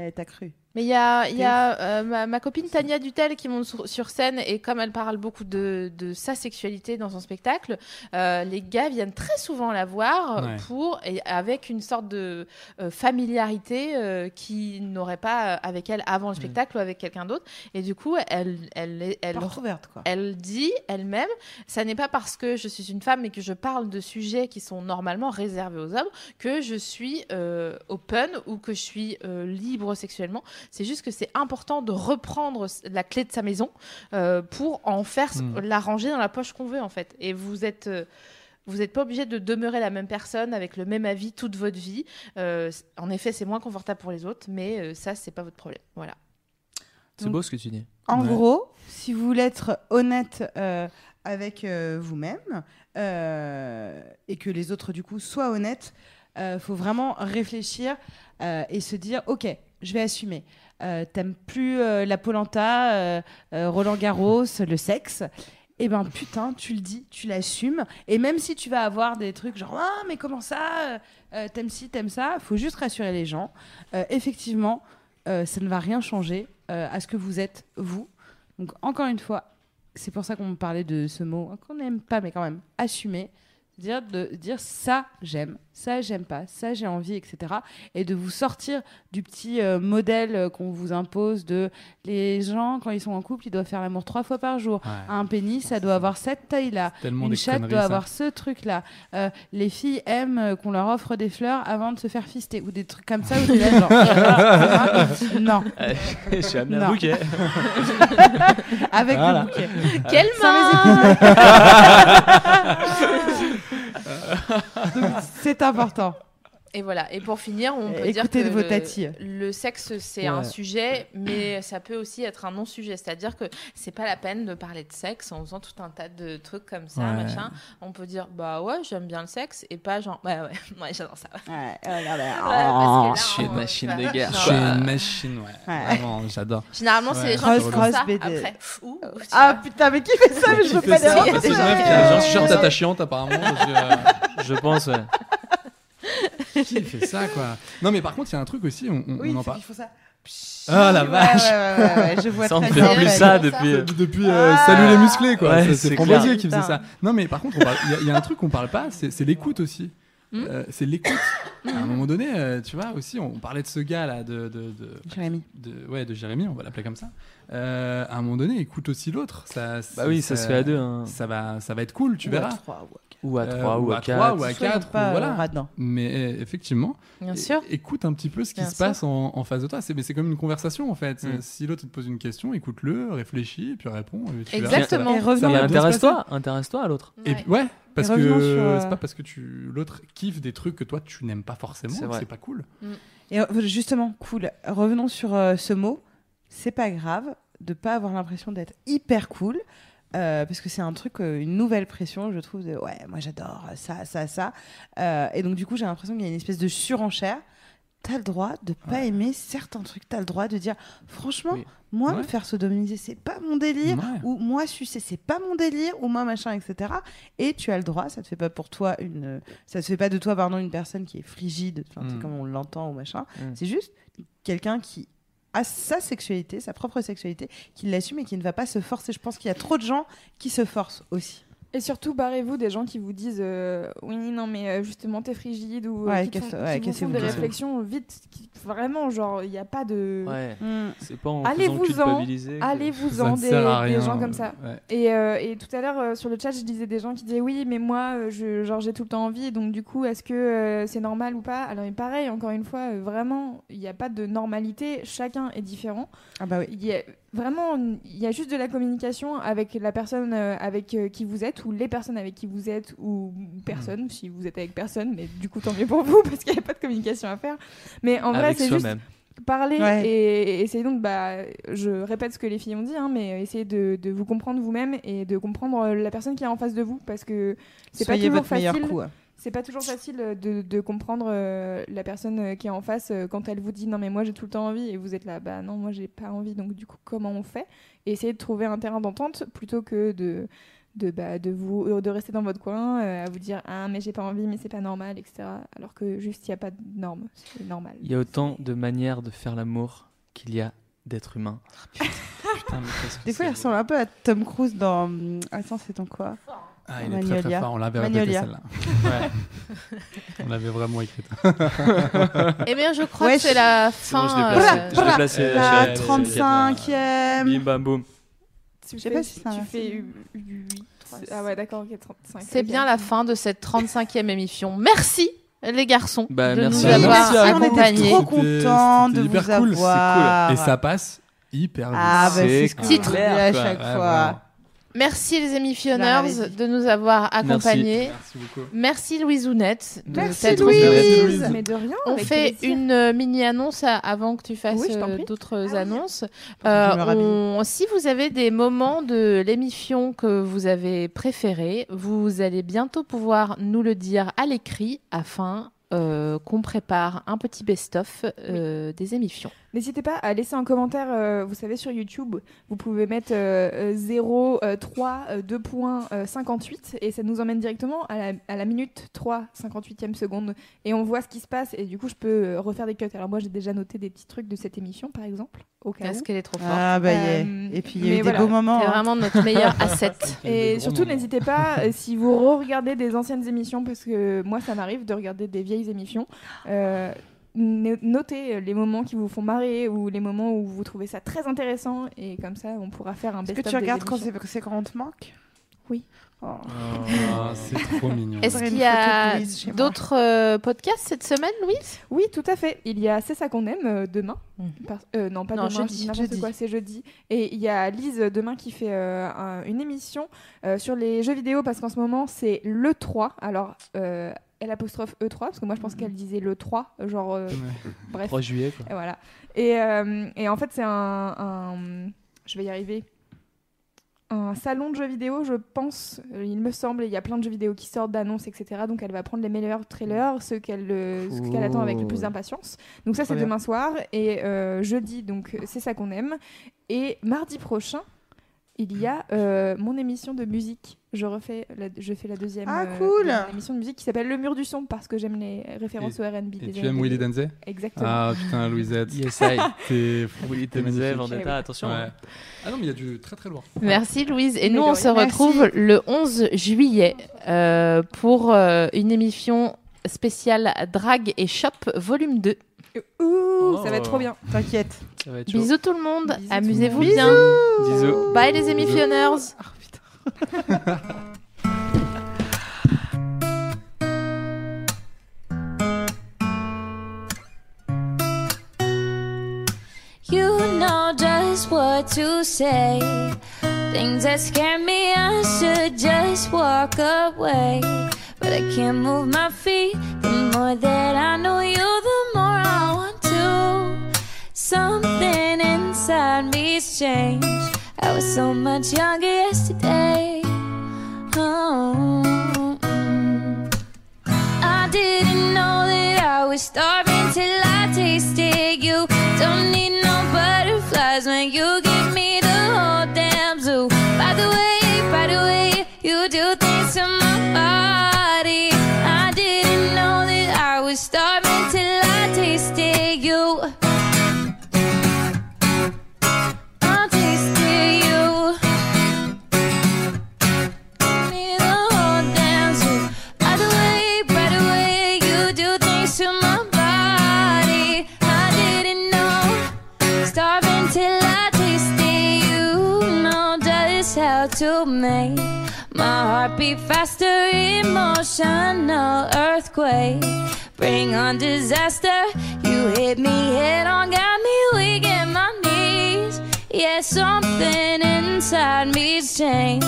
Speaker 1: euh, t'as cru.
Speaker 2: Mais il y a, il y a euh, ma, ma copine Tania Dutel qui monte sur, sur scène et comme elle parle beaucoup de, de sa sexualité dans son spectacle, euh, les gars viennent très souvent la voir
Speaker 3: Ouais.
Speaker 2: pour et avec une sorte de euh, familiarité euh, qu'ils n'auraient pas euh, avec elle avant le spectacle ou avec quelqu'un d'autre. Et du coup, elle, elle, elle,
Speaker 1: Porte ouverte quoi.
Speaker 2: elle dit elle-même, ça n'est pas parce que je suis une femme et que je parle de sujets qui sont normalement réservés aux hommes que je suis euh, open ou que je suis euh, libre sexuellement. C'est juste que c'est important de reprendre s- la clé de sa maison euh, pour en faire s-
Speaker 3: Mm.
Speaker 2: la ranger dans la poche qu'on veut en fait. Et vous êtes euh, vous n'êtes pas obligé de demeurer la même personne avec le même avis toute votre vie. Euh, c- en effet, c'est moins confortable pour les autres, mais euh, ça, c'est pas votre problème. Voilà.
Speaker 4: C'est beau ce que tu dis.
Speaker 1: En
Speaker 3: Ouais.
Speaker 1: gros, si vous voulez être honnête euh, avec euh, vous-même euh, et que les autres, du coup, soient honnêtes, euh, faut vraiment réfléchir euh, et se dire, OK, je vais assumer. Euh, T'aimes plus euh, la polenta, euh, euh, Roland Garros, le sexe. Eh ben putain, tu le dis, tu l'assumes. Et même si tu vas avoir des trucs genre ah mais comment ça, euh, euh, t'aimes ci, t'aimes ça, faut juste rassurer les gens. Euh, effectivement, euh, ça ne va rien changer euh, à ce que vous êtes vous. Donc encore une fois, c'est pour ça qu'on parlait de ce mot hein, qu'on n'aime pas, mais quand même assumer, dire de dire ça j'aime, ça j'aime pas, ça j'ai envie, etc. Et de vous sortir du petit euh, modèle euh, qu'on vous impose de les gens quand ils sont en couple, ils doivent faire l'amour trois fois par jour.
Speaker 3: Ouais.
Speaker 1: Un pénis, ça doit avoir cette taille-là.
Speaker 3: Tellement
Speaker 1: Une
Speaker 3: des
Speaker 1: chatte
Speaker 3: conneries,
Speaker 1: doit
Speaker 3: ça.
Speaker 1: avoir ce truc-là. Euh, les filles aiment euh, qu'on leur offre des fleurs avant de se faire fister ou des trucs comme ça. Ou des
Speaker 4: *laughs*
Speaker 1: non,
Speaker 4: *laughs* je suis amené à
Speaker 1: Non. *laughs*
Speaker 4: bouquet.
Speaker 1: avec
Speaker 3: Voilà.
Speaker 1: le bouquet.
Speaker 2: Quelle main
Speaker 1: Donc, c'est important.
Speaker 2: Et voilà. Et pour finir, on peut
Speaker 1: Écoutez
Speaker 2: dire que
Speaker 1: de vos
Speaker 2: le-
Speaker 1: tatis.
Speaker 2: le, sexe c'est
Speaker 3: Ouais.
Speaker 2: un sujet, mais ça peut aussi être un non-sujet. C'est-à-dire que c'est pas la peine de parler de sexe en faisant tout un tas de trucs comme ça,
Speaker 3: Ouais.
Speaker 2: machin. On peut dire bah ouais, j'aime bien le sexe, et pas genre bah ouais *laughs* ouais, ouais j'adore ça.
Speaker 3: Oh,
Speaker 1: Ouais,
Speaker 2: parce
Speaker 4: Je suis une
Speaker 2: on-
Speaker 4: machine
Speaker 2: enfin,
Speaker 4: de guerre.
Speaker 2: non.
Speaker 3: Je
Speaker 4: Ah
Speaker 3: suis
Speaker 4: bah.
Speaker 3: une machine, ouais.
Speaker 1: Ouais.
Speaker 3: Vraiment, j'adore.
Speaker 2: Généralement, c'est les gens
Speaker 1: Cross,
Speaker 2: qui font
Speaker 1: cross,
Speaker 2: ça
Speaker 1: BD.
Speaker 2: après. Ouh, tu vois.
Speaker 1: Ah putain, mais qui fait ça mais Je veux
Speaker 3: Qui
Speaker 1: pas
Speaker 3: fait
Speaker 1: les
Speaker 3: ça
Speaker 2: dire.
Speaker 3: Parce que
Speaker 1: refaire.
Speaker 3: c'est une meuf qui a genre shirt attachante, apparemment. je-
Speaker 1: *laughs*
Speaker 4: Je pense, ouais.
Speaker 3: Qui fait ça, quoi Non, mais par contre, il y a un truc aussi, on, on-
Speaker 1: Oui,
Speaker 3: on en
Speaker 1: faut-
Speaker 3: parle.
Speaker 1: il faut ça.
Speaker 3: Ah, la
Speaker 1: Ouais,
Speaker 3: vache.
Speaker 1: ouais, ouais, ouais, ouais, je vois
Speaker 4: Ça, on
Speaker 1: très
Speaker 4: fait
Speaker 1: bien.
Speaker 4: plus
Speaker 1: ouais.
Speaker 4: ça
Speaker 2: ouais.
Speaker 4: depuis. euh,
Speaker 3: Depuis euh,
Speaker 1: Ah
Speaker 3: Salut les musclés, quoi.
Speaker 4: Ouais,
Speaker 3: Ça,
Speaker 4: c'est
Speaker 3: c'est Framboisier
Speaker 1: clair.
Speaker 3: qui faisait ça. Non, mais par contre, on parle- il y a- il y, a un truc qu'on parle pas, c'est c'est l'écoute aussi.
Speaker 1: Hmm
Speaker 3: Euh, c'est l'écoute. À un moment donné, euh, tu vois, aussi, on parlait de ce gars-là, de- de- de,
Speaker 1: Jérémy.
Speaker 3: de, ouais, de Jérémy, on va l'appeler comme ça. Euh, à un moment donné, écoute aussi l'autre. Ça,
Speaker 4: Bah oui, ça se fait à deux. hein.
Speaker 3: Ça va, ça va être cool, tu
Speaker 1: Ou à
Speaker 3: verras.
Speaker 1: trois, ou à quatre.
Speaker 4: Ou à
Speaker 3: Euh,
Speaker 4: trois, ou à
Speaker 3: trois,
Speaker 4: quatre.
Speaker 3: ou à
Speaker 1: Soyons
Speaker 3: quatre, ou
Speaker 1: pas, euh,
Speaker 3: voilà.
Speaker 1: radins.
Speaker 3: Mais euh, effectivement,
Speaker 2: Bien
Speaker 3: é-
Speaker 2: sûr.
Speaker 3: écoute un petit peu ce qui
Speaker 2: Bien
Speaker 3: se
Speaker 2: sûr.
Speaker 3: passe en, en face de toi. C'est mais c'est comme une conversation en fait.
Speaker 4: Mm.
Speaker 3: Si l'autre te pose une question, écoute-le, réfléchis, puis réponds. et tu verras,
Speaker 2: Exactement.
Speaker 1: Et revenons
Speaker 4: Et
Speaker 3: va bien se
Speaker 4: intéresse-toi, intéresse-toi à l'autre.
Speaker 3: ça va- Et
Speaker 2: Ouais.
Speaker 3: puis- ouais, parce
Speaker 1: Et revenons
Speaker 3: que
Speaker 1: sur, euh,
Speaker 3: c'est pas parce que tu l'autre kiffe des trucs que toi tu n'aimes pas forcément,
Speaker 4: C'est vrai.
Speaker 3: c'est pas cool.
Speaker 1: Et re- justement, cool. Revenons sur euh, ce mot. C'est pas grave de pas avoir l'impression d'être hyper cool. euh, parce que c'est un truc, euh, une nouvelle pression, je trouve, de ouais, moi j'adore ça, ça, ça. Euh, et donc, du coup, j'ai l'impression qu'il y a une espèce de surenchère. T'as le droit de pas aimer certains trucs, t'as le droit de dire, franchement,
Speaker 4: Oui.
Speaker 1: moi, me
Speaker 3: Ouais.
Speaker 1: faire sodomiser, c'est pas mon délire,
Speaker 3: Ouais.
Speaker 1: ou moi, sucer, c'est pas mon délire, ou moi, machin, etc. Et tu as le droit, ça te fait pas pour toi une. Ça te fait pas de toi, pardon, une personne qui est frigide, enfin, tu sais,
Speaker 3: Mm.
Speaker 1: comme on l'entend, ou machin.
Speaker 4: Mm.
Speaker 1: C'est juste quelqu'un qui a sa sexualité, sa propre sexualité, qui l'assume et qui ne va pas se forcer. Je pense qu'il y a trop de gens qui se forcent aussi.
Speaker 6: Et surtout, barrez-vous des gens qui vous disent euh, oui, non, mais euh, justement, t'es frigide ou euh,
Speaker 1: Ouais,
Speaker 6: qui, te
Speaker 1: casse-
Speaker 6: font,
Speaker 1: ouais,
Speaker 6: qui vous font
Speaker 1: cassez-vous,
Speaker 6: des
Speaker 4: cassez-vous.
Speaker 6: réflexions vite. qui- vraiment, genre, il n'y a pas de.
Speaker 4: Ouais.
Speaker 1: Mm.
Speaker 4: C'est pas en faisant
Speaker 6: Allez-vous-en,
Speaker 4: culpabiliser. que-
Speaker 3: ne
Speaker 6: Allez-vous-en des,
Speaker 3: sert à
Speaker 6: des
Speaker 3: rien,
Speaker 6: gens comme
Speaker 3: euh,
Speaker 6: ça.
Speaker 3: ouais.
Speaker 6: Et, euh, et tout à l'heure, euh, sur le chat, je disais des gens qui disaient oui, mais moi, euh, je, genre, j'ai tout le temps envie, donc du coup, est-ce que euh, c'est normal ou pas Alors, mais pareil, encore une fois, euh, vraiment, il n'y a pas de normalité, chacun est différent.
Speaker 1: Ah bah oui.
Speaker 6: Il y a vraiment, il y a juste de la communication avec la personne euh, avec euh, qui vous êtes ou les personnes avec qui vous êtes ou personne, si vous êtes avec personne, mais du coup tant mieux pour vous *laughs* parce qu'il n'y a pas de communication à faire. Mais en vrai,
Speaker 4: Avec
Speaker 6: c'est juste
Speaker 4: soi-même.
Speaker 6: parler
Speaker 1: Ouais.
Speaker 6: et, et essayer donc, bah, je répète ce que les filles ont dit, hein, mais essayez de, de vous comprendre vous-même et de comprendre euh, la personne qui est en face de vous parce que c'est pas
Speaker 1: Soyez
Speaker 6: toujours
Speaker 1: votre meilleur
Speaker 6: facile.
Speaker 1: coup. hein.
Speaker 6: C'est pas toujours facile euh, de, de comprendre euh, la personne euh, qui est en face euh, quand elle vous dit non mais moi j'ai tout le temps envie et vous êtes là bah non moi j'ai pas envie donc du coup comment on fait et essayer de trouver un terrain d'entente plutôt que de de bah, de vous euh, de rester dans votre coin euh, à vous dire ah mais j'ai pas envie mais c'est pas normal etc alors que juste il y a pas de norme c'est normal
Speaker 4: Il y a autant de manières de faire l'amour qu'il y a d'êtres humains. *laughs*
Speaker 3: Putain, mais qu'est-ce que
Speaker 1: Des fois,
Speaker 3: c'est-
Speaker 1: il ressemble un peu à Tom Cruise dans. hum, Attends, c'est dans quoi
Speaker 3: Ah, il est très très
Speaker 1: Magnolia.
Speaker 3: fort, on l'avait répété
Speaker 1: Magnolia.
Speaker 3: celle-là. on l'avait
Speaker 1: *laughs*
Speaker 3: vraiment écrite.
Speaker 2: Eh bien, je crois
Speaker 1: Ouais,
Speaker 2: que c'est
Speaker 1: je-
Speaker 2: la
Speaker 4: Ah, C'est bon, je l'ai
Speaker 1: Brrra,
Speaker 2: fin.
Speaker 4: placé.
Speaker 2: euh,
Speaker 4: Je l'ai
Speaker 1: brrra,
Speaker 4: placé,
Speaker 3: Euh,
Speaker 1: La
Speaker 4: chérie.
Speaker 3: je-
Speaker 1: 35e.
Speaker 6: euh,
Speaker 4: Bim bam
Speaker 6: *laughs*
Speaker 4: boum.
Speaker 6: tu
Speaker 1: sais pas si c'est un
Speaker 6: tu
Speaker 1: racine.
Speaker 6: fais u- u- huit, trois, ah ouais d'accord ok, 35
Speaker 2: C'est
Speaker 6: ok.
Speaker 2: bien la fin de cette 35e émission. Merci les garçons
Speaker 4: Bah,
Speaker 2: de
Speaker 4: merci
Speaker 2: nous
Speaker 4: à vous.
Speaker 2: avoir
Speaker 1: Merci à vous.
Speaker 2: accompagnés.
Speaker 1: Trop
Speaker 3: C'était-
Speaker 1: content
Speaker 3: c'était
Speaker 1: de
Speaker 3: hyper
Speaker 1: vous
Speaker 3: cool, c'est cool.
Speaker 1: avoir.
Speaker 3: Et ça passe hyper vite.
Speaker 1: Ah, bah, c'est ce
Speaker 4: C'est
Speaker 1: qu'on dit
Speaker 4: clair,
Speaker 1: à
Speaker 4: quoi.
Speaker 1: chaque
Speaker 3: Ouais,
Speaker 1: fois.
Speaker 3: vraiment.
Speaker 2: Merci les
Speaker 1: Je leur
Speaker 2: émissionneurs
Speaker 1: avais dit.
Speaker 2: de nous avoir accompagnés.
Speaker 3: Merci beaucoup.
Speaker 2: Merci, Louise Ounette. de
Speaker 1: Merci,
Speaker 2: t'être
Speaker 1: Louise.
Speaker 2: occupée.
Speaker 1: Louise.
Speaker 6: mais de rien
Speaker 2: On
Speaker 6: avec
Speaker 2: fait
Speaker 6: plaisir.
Speaker 2: une euh, mini-annonce à- avant que tu fasses
Speaker 6: Oui, je t'en
Speaker 2: euh,
Speaker 6: prie. Ah
Speaker 2: d'autres
Speaker 6: oui.
Speaker 2: annonces.
Speaker 1: Attends que je me
Speaker 2: Euh,
Speaker 1: rhabille.
Speaker 2: on- si vous avez des moments de l'émission que vous avez préférés, vous allez bientôt pouvoir nous le dire à l'écrit afin euh, qu'on prépare un petit best-of euh, des émissions.
Speaker 6: N'hésitez pas à laisser un commentaire, euh, vous savez, sur YouTube, vous pouvez mettre euh, euh, 0, euh, 3, euh, 2 points, euh, 58, et ça nous emmène directement à la, à la minute 3, 58e seconde, et on voit ce qui se passe, et du coup, je peux euh, refaire des cuts. Alors moi, j'ai déjà noté des petits trucs de cette émission, par exemple, au cas
Speaker 2: Parce
Speaker 6: où.
Speaker 2: qu'elle est trop forte.
Speaker 1: Ah bah yeah.
Speaker 6: Euh,
Speaker 1: Et puis il y a
Speaker 6: mais
Speaker 1: eu
Speaker 6: voilà,
Speaker 1: des beaux moments.
Speaker 2: C'est
Speaker 1: hein.
Speaker 2: vraiment
Speaker 1: *laughs*
Speaker 2: notre meilleur asset.
Speaker 6: Et surtout, n'hésitez pas, euh, si vous re-regardez des anciennes émissions, parce que moi, ça m'arrive de regarder des vieilles émissions, euh, no- notez les moments qui vous font marrer ou les moments où vous trouvez ça très intéressant, et comme ça, on pourra faire un
Speaker 1: Est-ce
Speaker 6: best-of.
Speaker 1: que tu
Speaker 6: des
Speaker 1: regardes quand
Speaker 6: émissions.
Speaker 1: c'est c'est quand on te manque
Speaker 6: Oui.
Speaker 1: Oh.
Speaker 3: Ah, c'est trop mignon.
Speaker 2: Est-ce
Speaker 1: Faudrait
Speaker 2: qu'il
Speaker 1: une
Speaker 2: y
Speaker 1: photo
Speaker 2: a
Speaker 1: de Louise chez moi.
Speaker 2: d'autres euh, podcasts cette semaine, Louise
Speaker 6: Oui, tout à fait. Il y a C'est ça qu'on aime euh, demain.
Speaker 2: Mhm.
Speaker 6: Par- euh, non, pas
Speaker 2: Non,
Speaker 6: demain,
Speaker 2: jeudi,
Speaker 6: je dis n'importe
Speaker 1: Mmh. jeudi.
Speaker 6: quoi, c'est jeudi. Et il y a Lise demain qui fait euh, un- une émission euh, sur les jeux vidéo parce qu'en ce moment, c'est le 3. Alors, euh, L apostrophe E3, parce que moi, je
Speaker 1: Mmh.
Speaker 6: pense qu'elle disait le 3, genre, euh, bref.
Speaker 4: 3 juillet, quoi.
Speaker 6: Et voilà. Et, euh, et en fait, c'est un, un- Je vais y arriver. Un salon de jeux vidéo, je pense, euh, il me semble. Il y a plein de jeux vidéo qui sortent d'annonces, etc. Donc elle va prendre les meilleurs trailers, ceux qu'elle euh, ceux qu'elle attend avec le plus
Speaker 4: Cool.
Speaker 6: d'impatience. Donc ça,
Speaker 1: Trop
Speaker 6: c'est
Speaker 1: bien.
Speaker 6: demain soir. Et euh, jeudi, donc euh, c'est ça qu'on aime. Et mardi prochain. Il y a euh, mon émission de musique. Je refais, la, je fais la deuxième
Speaker 1: Ah,
Speaker 6: euh,
Speaker 1: cool
Speaker 6: de mon émission de musique qui s'appelle Le Mur du son parce que j'aime les références au R&B.
Speaker 3: Et
Speaker 6: des
Speaker 3: tu
Speaker 6: années
Speaker 3: aimes Willy
Speaker 6: 2000.
Speaker 3: Denzey
Speaker 6: Exactement.
Speaker 3: Ah putain, Louisette.
Speaker 4: Yes, *laughs* I.
Speaker 3: T'es
Speaker 4: Willy *laughs*
Speaker 3: t'es
Speaker 4: Denzel,
Speaker 3: magnifique.
Speaker 4: Vendetta, attention. hein.
Speaker 3: Ouais. Ah non, mais il y a du très très loin.
Speaker 2: Merci Louise. Et nous,
Speaker 6: Mais de
Speaker 2: on
Speaker 6: rien.
Speaker 2: se retrouve le 11 juillet euh, pour euh, une émission spéciale Drag et Shop volume 2.
Speaker 6: Ouh,
Speaker 4: Oh.
Speaker 6: ça va être trop bien.
Speaker 1: T'inquiète.
Speaker 4: Ça va être chaud.
Speaker 2: Bisous tout le monde.
Speaker 6: Bisous tout le
Speaker 2: Amusez-vous
Speaker 6: monde.
Speaker 2: bien.
Speaker 4: Bisous.
Speaker 2: Bye les émissionneurs.
Speaker 7: You know just what to say. Things that scare me, I should just walk away. But I can't move my feet. The more that I know you, the more I want to. Something inside me's changed. I was so much younger yesterday. Oh, mm. I didn't know that I was starving till I tasted you. Don't need no butterflies when you give me the whole damn zoo. By the way, by the way, you do things to my body. I didn't know that I was starving till I tasted you. I tasted you. Me the whole damn zoo. By the way, by the way, you do things to my body. I didn't know. Starving till I tasted you. Know just how to make my heart beat faster. Emotional earthquake. Bring on disaster. You hit me head on, got me weak in my knees. Yeah, something inside me's changed.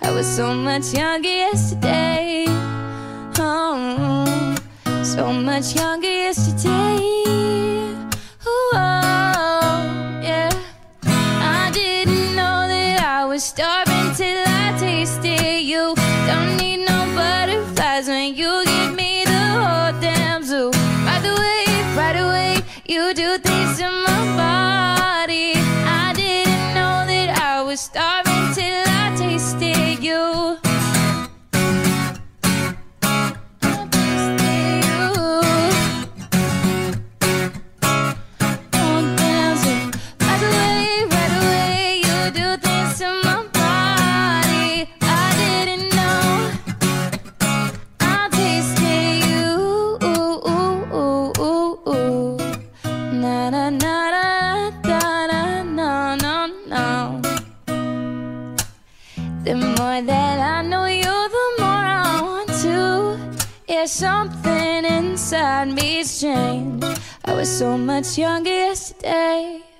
Speaker 7: I was so much younger yesterday. Oh, so much younger yesterday. Ooh, oh, yeah. I didn't know that I was starving till I tasted you. Don't need no butterflies when you give me the whole damn zoo. By the way, by the way, you do things to my body. I didn't know that I was starving till I tasted you. I tasted you. The more that I know you, the more I want to. Yeah, something inside me's changed. I was so much younger yesterday.